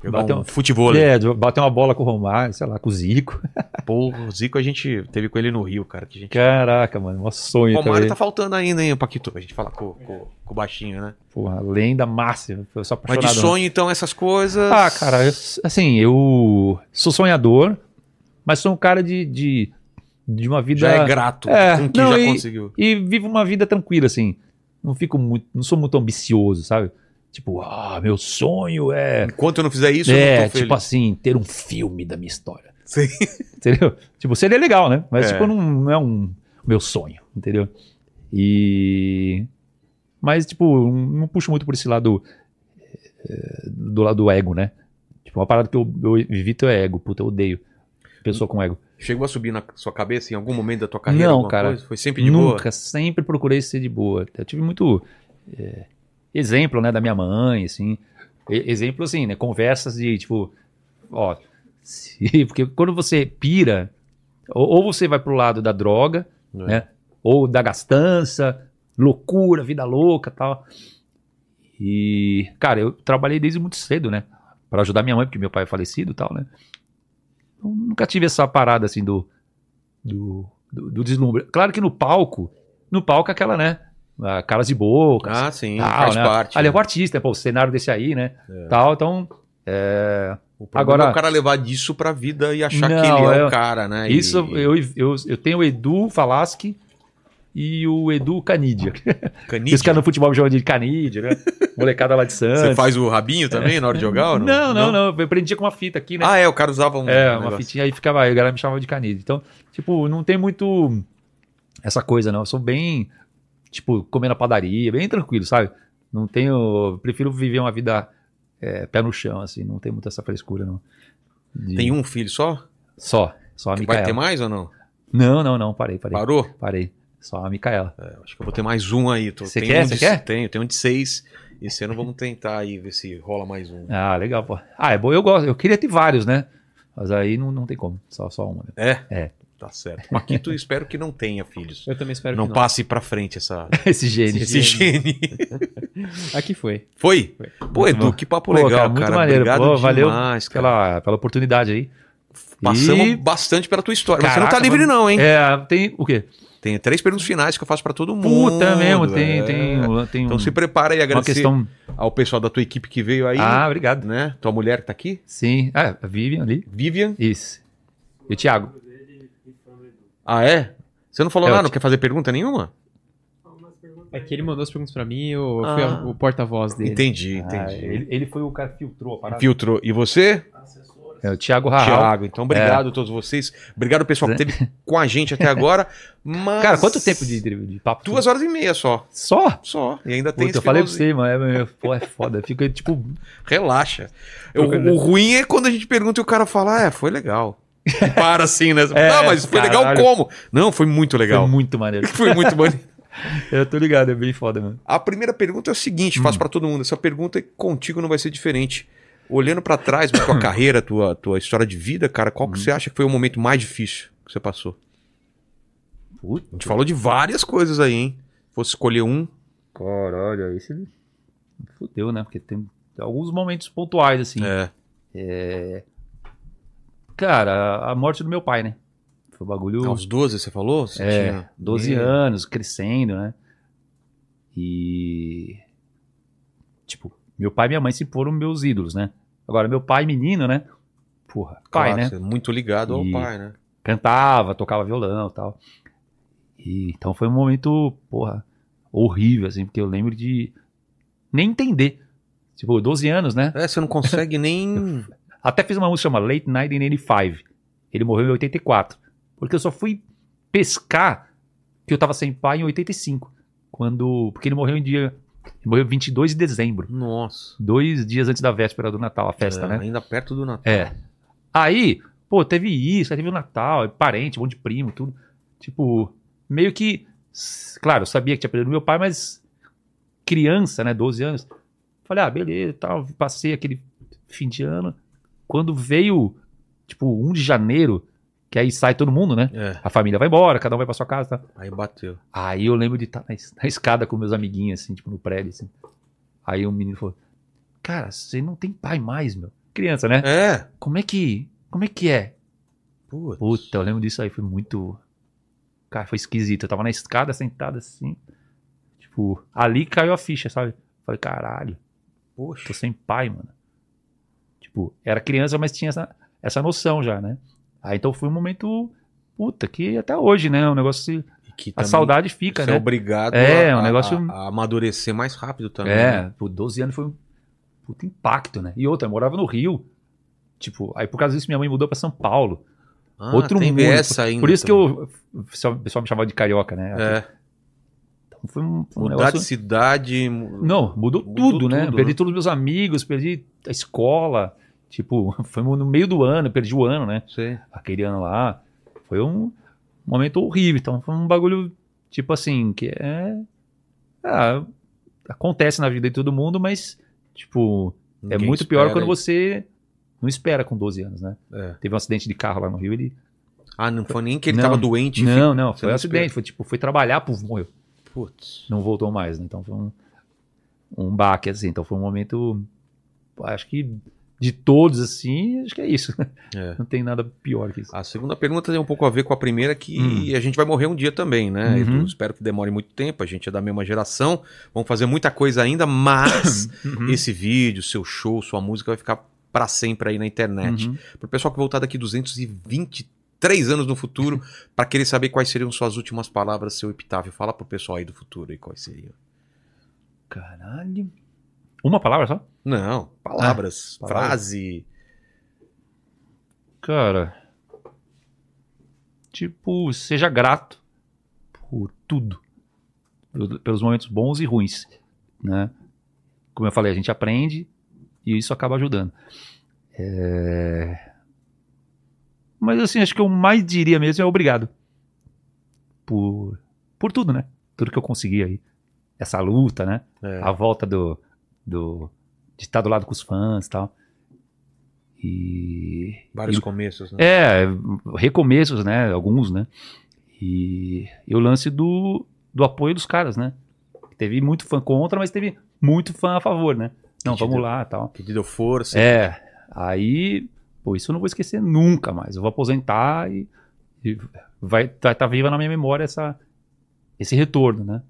Jogar
Bateu-
um futebol.
É, de bater uma bola com o Romário, sei lá, com o Zico.
Pô, o Zico a gente teve com ele no Rio, cara. Que a gente...
Caraca, mano, um sonho
Romário
também.
tá faltando ainda, hein, Paquito? A gente fala com, com, com o baixinho, né?
Porra, lenda máxima. Eu sou
Mas
apaixonado.
de sonho, então, essas coisas.
né? Ah, cara, eu- assim, eu sou sonhador, mas sou um cara de, de, de uma vida.
já é grato
É,
com o que
não,
já
e-
conseguiu.
e vivo uma vida tranquila, assim. Não fico muito. Não sou muito ambicioso, sabe? Tipo, ah, meu sonho é.
Enquanto eu não fizer isso, eu
é,
não tô
tipo
feliz.
assim, ter um filme da minha história.
Sim.
Entendeu? Tipo, seria legal, né? Mas,
É.
tipo, não, não é um o meu sonho, entendeu? E. Mas, tipo, não puxo muito por esse lado. eh, Do lado do ego, né? Tipo, uma parada que eu, eu evito é ego. Puta, eu odeio pessoa com ego.
Chegou a subir na sua cabeça em algum momento da tua carreira?
assim- Não,
alguma
cara.
coisa? Foi sempre de
Nunca,
boa?
sempre procurei ser de boa. Eu tive muito é, exemplo, né, da minha mãe, assim. E- exemplo, assim, né, conversas de, tipo, ó, se- porque quando você pira, ou, ou você vai pro lado da droga,
É.
né, ou da gastança, loucura, vida louca tal. E, cara, eu trabalhei desde muito cedo, né, Pra ajudar minha mãe, porque meu pai é falecido e tal, né. Então, nunca tive essa parada, assim, do do, do, do deslumbre. Claro que no palco, no palco é aquela, né? ah, Caras de boca.
Ah, sim,
tal,
faz
né?
parte.
Ali é
né?
o artista, pô, o cenário desse aí, né?
É.
Tal, então. é,
O problema
Agora-
é o cara levar disso pra vida e achar que
Não,
ele é
eu-
o cara, né? E-
isso eu, eu, eu tenho o Edu Falaschi e o Edu Canidia.
Canidia.
Esse cara no futebol joga de Canidia, né? Molecada lá de Santos.
Você faz o rabinho também na hora de jogar ou não?
É. Não, não, não. Eu prendia com uma fita aqui, né?
Ah, é, o cara usava um.
É, uma
negócio.
fitinha aí ficava, aí a galera me chamava de Canidia. Então, tipo, não tem muito essa coisa, não. Eu sou bem, tipo, comendo a padaria, bem tranquilo, sabe? Não tenho. Prefiro viver uma vida é, pé no chão, assim, não tem muito essa frescura, não. De-
Tem um filho só?
Só, só a
Que vai ter
Micaela.
mais ou não?
Não, não, não, parei, parei.
Parou?
Parei. Só a Micaela.
É, acho que eu vou ter mais um aí. Tô,
Você
tem
quer?
Um
Você
de,
quer?
Tenho, tenho um de seis. Esse ano vamos tentar aí ver se rola mais um.
Ah, legal, pô. Ah, é bom, eu gosto. Eu queria ter vários, né? Mas aí não, não tem como. Só, só uma. né?
É?
É.
Tá certo. Paquito, espero que não tenha filhos.
Eu também espero
não,
que não.
passe pra frente essa,
Esse gênio.
esse gene.
Aqui foi.
Foi?
Foi.
Pô, Edu,
bom.
que papo
Pô,
legal,
cara,
cara.
muito maneiro.
Obrigado
Pô, valeu
demais, cara.
Pela, pela oportunidade aí.
Passamos
E-
bastante pela tua história. mas você não
Caraca,
tá livre,
mano.
não, hein?
É, tem o quê?
Tem três perguntas finais que eu faço pra todo mundo.
Puta mesmo, tem,
é.
tem, tem
Então
um-
se prepara aí,
uma
agradecer
questão.
ao pessoal da tua equipe que veio aí,
Ah, obrigado.
né? Tua mulher que tá aqui,
Sim. Ah, a Vivian ali.
Vivian.
Isso. E o Thiago?
Ah, é? Você não falou
É,
nada,
eu
não quer fazer pergunta nenhuma?
É que ele mandou as perguntas pra mim, eu fui
Ah.
a- o porta-voz dele.
Entendi,
Ah,
entendi.
ele, ele foi o cara que filtrou a parada.
Filtrou. E você?
É, o Thiago Raal.
Thiago. Então, obrigado
É.
a todos vocês. Obrigado, pessoal, que esteve com a gente até agora. Mas-
Cara, quanto tempo de, de, de papo?
Duas horas e meia só.
Só?
Só. E ainda tem
Puta, eu
esse
falei pra
finalzinho.
você, mano. É, meu, pô, é foda. Fica tipo.
Relaxa. O, o ruim é quando a gente pergunta e o cara fala, ah, é, foi legal. E Para assim, né?
É,
ah, mas foi legal
caralho.
como? Não, foi muito legal.
Foi muito maneiro.
Foi muito maneiro.
Eu tô ligado, é bem foda, mano.
A primeira pergunta é o seguinte, faço pra todo mundo. Essa pergunta contigo não vai ser diferente. Olhando pra trás, pra tua carreira, tua, tua história de vida, cara, qual que você acha que foi o momento mais difícil que você passou?
Puta.
A gente falou de várias coisas aí, hein? Se fosse escolher um,
Caralho, aí você. Fudeu, né? Porque tem alguns momentos pontuais, assim.
é,
Cara, a morte do meu pai, né? Foi um bagulho.
aos 12 você falou? Você
É,
tinha-
12
É.
anos, crescendo, né? E. Tipo, meu pai e minha mãe se foram meus ídolos, né? Agora, meu pai, menino, né? Porra, pai,
Claro,
né?
você é Muito ligado ao
E-
pai, né?
Cantava, tocava violão e tal. E, então foi um momento, porra, horrível, assim, porque eu lembro de nem entender. Tipo, 12 anos, né?
É, você não consegue nem...
Até fiz uma música chamada Late Night in 85. Ele morreu em 84. Porque eu só fui pescar que eu tava sem pai em 85. Quando. Porque ele morreu em dia Ele morreu 22 de dezembro.
Nossa.
Dois dias antes da véspera do Natal, a festa,
É,
né?
Ainda perto do Natal.
É. Aí, pô, teve isso, aí teve o Natal, parente, um monte de primo, tudo. Tipo, meio que. s- Claro, eu sabia que tinha perdido meu pai, mas criança, né, 12 anos. Falei, ah, beleza, e tal, passei aquele fim de ano. Quando veio, tipo, 1 de janeiro, que aí sai todo mundo, né?
É.
A família vai embora, cada um vai pra sua casa, tá?
Aí bateu.
Aí eu lembro de estar na, es- na escada com meus amiguinhos, assim, tipo, no prédio, assim. Aí um menino falou, cara, você não tem pai mais, meu. Criança, né?
É.
Como é que, como é que é?
Putz.
Puta, eu lembro disso aí, foi muito... Cara, foi esquisito. Eu tava na escada, sentado assim, tipo, ali caiu a ficha, sabe? Falei, caralho, tô
Poxa.
sem pai, mano. Tipo, era criança, mas tinha essa, essa noção já, né? Aí então foi um momento, puta, que até hoje, né? Um negócio,
E que
a
também
saudade fica,
Você
né?
é obrigado
É,
a,
um
a-
negócio-
a, a amadurecer mais rápido também. né?
É, por 12 anos foi um puta impacto, né? E outra, eu morava no Rio. Tipo, aí por causa disso minha mãe mudou pra São Paulo.
Ah,
Outro
tem
mundo.
essa ainda.
por isso que
também.
eu, o pessoal o pessoal me chamava de carioca, né?
É,
Então foi um, foi um
mudar
negócio...
de cidade. mu-
Não, mudou,
Mudou
tudo, né?
tudo,
perdi
né?
todos os meus amigos, perdi a escola. Tipo, foi no meio do ano, eu perdi o ano, né?
Sei.
Aquele ano lá. Foi um momento horrível. Então foi um bagulho, tipo assim, que é... ah, acontece na vida de todo mundo, mas, tipo... É
Ninguém
muito pior
espera
quando
isso.
você não espera com 12 anos, né?
É.
Teve um acidente de carro lá no Rio, ele.
Ah, não foi nem que ele
Não.
tava doente. enfim.
Não, não,
você
foi um
não
acidente. Foi tipo, foi trabalhar, puf, morreu.
Putz.
Não voltou mais, né? Então foi um, um baque, assim. Então foi um momento. Acho que de todos, assim, acho que é isso.
É.
Não tem nada pior que isso.
A segunda pergunta tem um pouco a ver com a primeira, que
Hum.
a gente vai morrer um dia também, né?
Uhum.
Eu espero que demore muito tempo, a gente é da mesma geração, vamos fazer muita coisa ainda, mas
Uhum.
esse vídeo, seu show, sua música vai ficar pra sempre aí na internet.
Uhum.
Pro pessoal que voltar daqui 223 anos no futuro, pra querer saber quais seriam suas últimas palavras, seu epitáfio, fala pro pessoal aí do futuro aí quais seriam.
Caralho. Uma palavra só?
Não, palavras,
Ah, palavras.
frase.
Cara. Tipo, seja grato por tudo. Pel- Pelos momentos bons e ruins. Né? Como eu falei, a gente aprende e isso acaba ajudando. É, Mas assim, acho que eu mais diria mesmo é obrigado. Por, por tudo, né? Tudo que eu consegui aí. Essa luta, né?
Ah,
É.
a volta do, do de estar do lado com os fãs e tal. E
Vários começos, né?
é, recomeços, né? Alguns, né? E, e o lance do, do apoio dos caras, né? Teve muito fã contra, mas teve muito fã a favor, né? Não,
Que te
vamos
deu-
lá tal.
Que te deu força.
É, aí, pô, isso eu não vou esquecer nunca mais. Eu vou aposentar e, e vai estar viva na minha memória essa, esse retorno, né?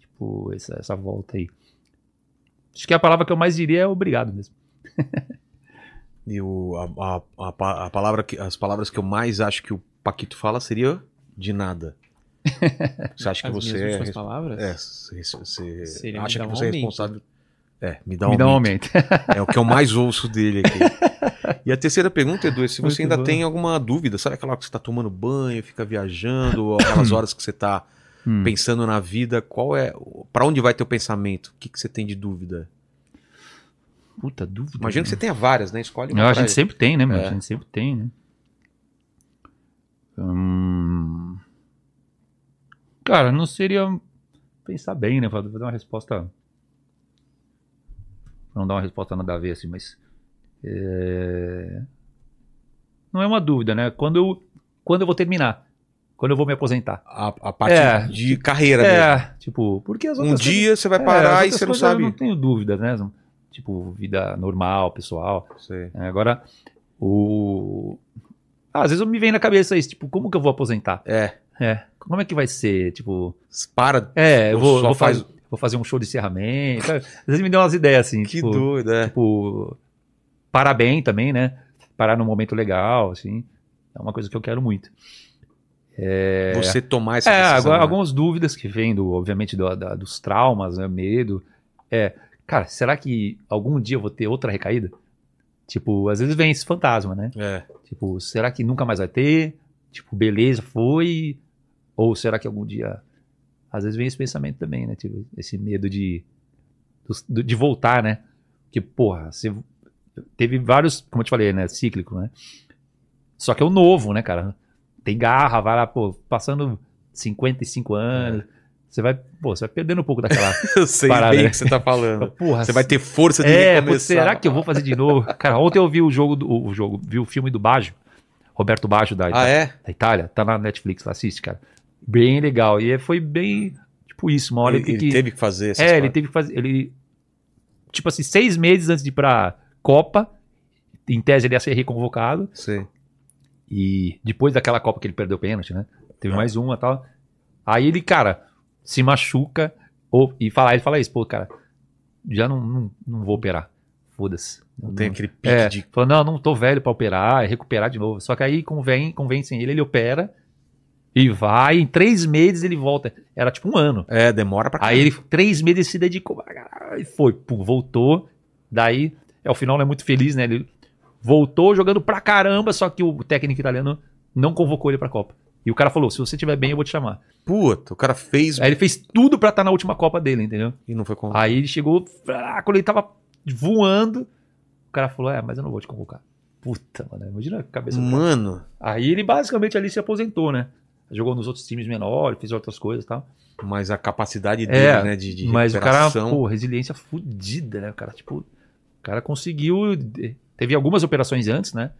Tipo, essa, essa volta aí. Acho que a palavra que eu mais diria é obrigado mesmo.
E o, a, a, a pa- a palavra que, as palavras que eu mais acho que o Paquito fala seria de nada. Você acha que
As
você
minhas
é,
últimas
res-
palavras?
é, você- você
Seria me
acha
dar
que
um
você é
aumento.
responsável? É, me dá um,
Me dá um
aumento.
aumento.
É o que eu mais ouço dele aqui. E a terceira pergunta, Edu, é se você
Muito
ainda
bom.
tem alguma dúvida, sabe aquela hora que você está tomando banho, fica viajando, ou aquelas horas que você está
Hum.
pensando na vida, qual é, para onde vai teu pensamento? O que, que você tem de dúvida?
Puta dúvida.
Imagino que você tenha várias, né? Escolhe uma.
Não, a
pra-
gente sempre tem, né, meu?
É.
A gente sempre tem, né? Hum... Cara, não seria pensar bem, né? Pra pra dar uma resposta. Pra não dar uma resposta nada a ver, assim, mas. é, Não é uma dúvida, né? Quando eu, quando eu vou terminar. Quando eu vou me aposentar.
A, a parte
É.
de carreira mesmo.
É, tipo, porque as
Um
outras coisas-
dia você vai
é,
parar
as
e
outras
você não
coisas eu
sabe.
não tenho dúvidas, né? Tipo, vida normal, pessoal.
Sei.
É, Agora, o. Ah, às vezes me vem na cabeça isso, tipo, como que eu vou aposentar?
É.
É. Como é que vai ser? Tipo.
Para.
É, eu
Ou
vou,
só
vou,
faz-
faz... vou fazer um show de encerramento. sabe? Às vezes me dão umas ideias assim.
Que
tipo,
doido, é.
tipo, parar bem também, né? Parar num momento legal, assim. É uma coisa que eu quero muito.
Você tomar essa
É,
decisão.
agora,
né?
algumas dúvidas que vêm, do, obviamente, do- da- dos traumas, né, medo. É, cara, será que algum dia eu vou ter outra recaída? Tipo, às vezes vem esse fantasma, né?
É.
Tipo, será que nunca mais vai ter? Tipo, beleza, foi. Ou será que algum dia. Às vezes vem esse pensamento também, né? Tipo, esse medo de. dos- do- de voltar, né? Porque, porra, você teve vários, como eu te falei, né? Cíclico, né? Só que é o novo, né, cara? Tem garra, vai lá, pô, passando 55 anos.
É.
Você vai, pô, você vai perdendo um pouco daquela.
Eu sei
Parada,
bem o
né?
que você tá falando.
porra,
Você vai ter força de
é, putz,
recomeçar.
será que eu vou fazer de novo? Cara, ontem eu vi o jogo, do, o jogo, vi o filme do Baggio, Roberto Baggio da,
Ah, é?
da Itália, tá na Netflix, lá, assiste, cara. Bem legal. E é- foi bem, tipo isso, uma hora
ele,
ele,
ele teve que fazer essas
É, ele
paradas.
teve que fazer, ele, tipo assim, seis meses antes de ir pra Copa, em tese ele ia ser reconvocado,
Sei.
e depois daquela Copa que ele perdeu o pênalti, né? Teve
É.
mais uma e tal. Aí ele, cara, se machuca ou, e fala, ele fala isso, pô, cara, já não, não, não vou operar. Foda-se.
Não tem aquele pique
É,
de...
falou, não, não tô velho pra operar, é recuperar de novo. Só que aí convém, convencem ele, ele opera e vai, em três meses ele volta. Era tipo um ano.
É, demora pra
Aí ele, três meses, ele se dedicou. pra caralho, E foi, pum, voltou. Daí, é o final não é muito feliz, né? Ele voltou jogando pra caramba, só que o técnico italiano não convocou ele pra Copa. E o cara falou: se você estiver bem, eu vou te chamar.
Puta, o cara fez
Aí ele fez tudo pra estar na última Copa dele, entendeu?
e não foi com...
Aí ele chegou, ah, quando ele tava voando, o cara falou: é, mas eu não vou te convocar. Puta, mano, imagina a cabeça. do cara.
Mano,
Aí ele basicamente ali se aposentou, né? Jogou nos outros times menores, fez outras coisas e tal.
mas a capacidade
É,
dele, né, de, de
Mas o cara, é
recuperação...
pô, resiliência fudida, né? O cara, tipo, o cara conseguiu. eh, Teve algumas operações antes, né?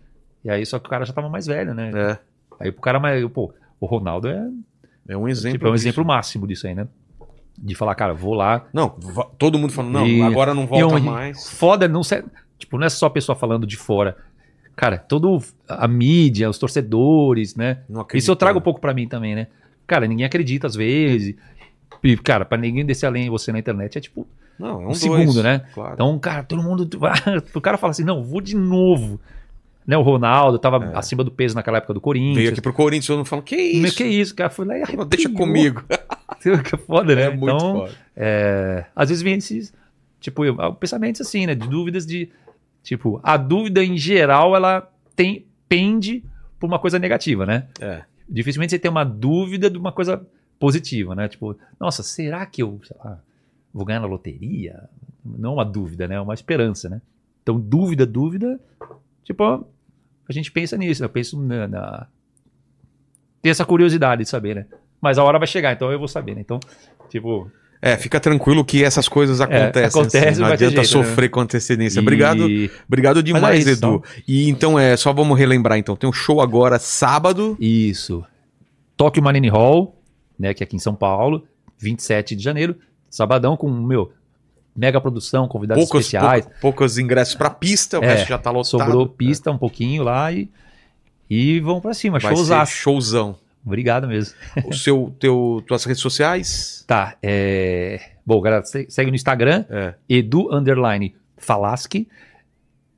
E aí, só que o cara já tava mais velho, né?
É,
Aí pro cara mais. Pô, o Ronaldo é,
é um exemplo
tipo, é um
disso.
exemplo máximo disso aí, né? De falar, cara, vou lá.
Não, va- todo mundo falando, não,
E-
agora não
E é
volta
um-
mais.
Foda, não sei. Tipo, não é só a pessoa falando de fora. Cara, todo a mídia, os torcedores, né?
Não
Isso eu
acreditando.
trago um pouco pra mim também, né? Cara, ninguém acredita às vezes. E, cara, pra ninguém descer além de você na internet é tipo
Não, é um,
um segundo,
dois,
né?
Claro.
Então, cara, todo mundo. O cara fala assim: não, vou de novo. Né, o Ronaldo tava
É.
acima do peso naquela época do
Veio
Corinthians.
aqui pro Corinthians, eu não falo, que
Meu,
isso?
Que isso, cara? Foi lá e arrepiou.
Deixa comigo.
Que foda, né?
É muito
então,
foda.
é, às vezes vem esses. Tipo, eu- pensamentos assim, né? De dúvidas de. Tipo, a dúvida em geral, ela tem, pende por uma coisa negativa, né?
É.
Dificilmente você tem uma dúvida de uma coisa positiva, né? Tipo, nossa, será que eu, sei lá, vou ganhar na loteria? Não é uma dúvida, né? É uma esperança, né? Então, dúvida, dúvida, tipo, a gente pensa nisso, né? eu penso na, na... Tem essa curiosidade de saber, né? Mas a hora vai chegar, então eu vou saber, né? Então, tipo...
É, fica tranquilo que essas coisas acontecem.
É,
assim.
acontece,
não
vai ter
adianta
jeito, né?
sofrer com antecedência.
e-
Obrigado, obrigado demais,
é isso,
Edu. E então é, só vamos relembrar então, tem um show agora sábado.
Isso. Tóquio Marine Hall, né, que é aqui em São Paulo, 27 de janeiro, sabadão com, meu, mega produção, convidados
Poucos,
especiais.
poucos, poucos ingressos pra pista, o
É,
resto já tá lotado.
Sobrou pista um pouquinho lá e, e vão pra cima.
Vai
Shows
ser showzão.
Obrigado mesmo.
O seu, teu, tuas redes sociais?
Tá. É... Bom, galera, se- segue no Instagram,
É.
edu underline falasque.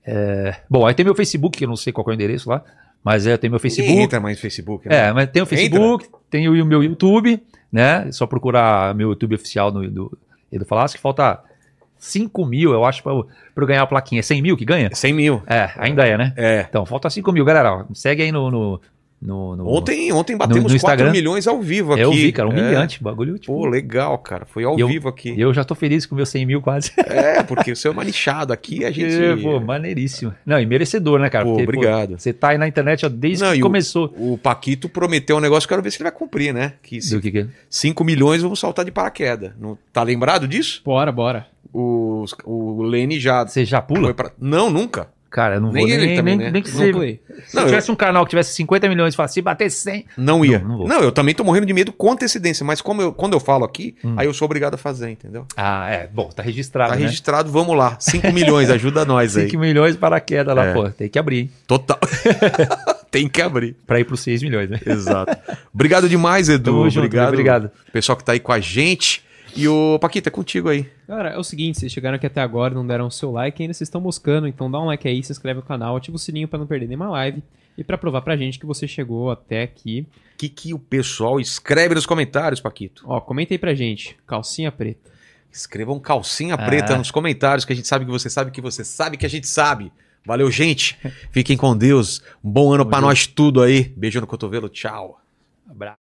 É, Bom, aí tem meu Facebook, que eu não sei qual que é o endereço lá, mas é, tem meu
Ninguém
Facebook.
entra mais no Facebook, né?
É, mas tem o Facebook, tem o meu YouTube, né? É só procurar meu YouTube oficial no do Edu Falasque. Falta 5 mil, eu acho, pra eu, pra eu ganhar a plaquinha. 100 mil que ganha?
100 mil.
É, ainda é, né?
É.
Então, falta 5 mil, galera. ó, Segue aí no. no, no, no-
Ontem, ontem batemos
no
4
Instagram.
milhões ao vivo aqui.
Eu vi, cara,
É.
humilhante. Bagulho, tipo.
Pô, legal, cara. Foi ao
E eu-
vivo aqui.
e eu já tô feliz com o meu 100 mil quase.
É, porque o seu é manichado aqui, a gente.
É, pô, maneiríssimo. Não, e merecedor, né, cara?
Pô, obrigado.
Você tá aí na internet ó, desde
Não, e
que
o-
começou.
O Paquito prometeu um negócio, quero ver se ele vai cumprir, né? Que
Do que que é?
5 milhões vamos saltar de paraquedas. Não, tá lembrado disso?
Bora, bora.
O, o Lene já
Você já
foi
pula?
pra. Não, nunca.
Cara, eu não
Nem
vou
ele
nem,
também,
nem-
né?
nem que
Não
você...
Play.
Se
Não, eu-
tivesse um canal que tivesse 50 milhões, e falasse, se bater 100...
Não ia.
Não,
Não,
não vou.
eu também tô morrendo de medo com antecedência, mas como eu, quando eu falo aqui,
Hum.
aí eu sou obrigado a fazer, entendeu?
Ah, é, bom, tá
Tá
registrado, né?
registrado, vamos lá. 5 milhões, ajuda nós aí.
5 milhões para a queda lá,
É.
pô, tem que abrir, hein?
Total. Tem que abrir.
Pra ir pros 6 milhões, né?
Exato. Obrigado demais, Edu.
Tamo junto,
obrigado.
obrigado.
Pessoal que tá aí com a gente. E o Paquito, é contigo aí.
Galera, é o seguinte, vocês chegaram aqui até agora, não deram o seu like, ainda vocês estão moscando, então dá um like aí, se inscreve no canal, ativa o sininho pra não perder nenhuma live e pra provar pra gente que você chegou até aqui.
O que, que o pessoal escreve nos comentários, Paquito?
Ó, comenta aí pra gente, calcinha preta.
Escrevam calcinha
Ah.
preta nos comentários, que a gente sabe que você sabe que você sabe que a gente sabe. Valeu, gente. Fiquem com Deus. Um bom ano
Tamo
pra
junto.
nós tudo aí. Beijo no cotovelo. Tchau.
Abraço.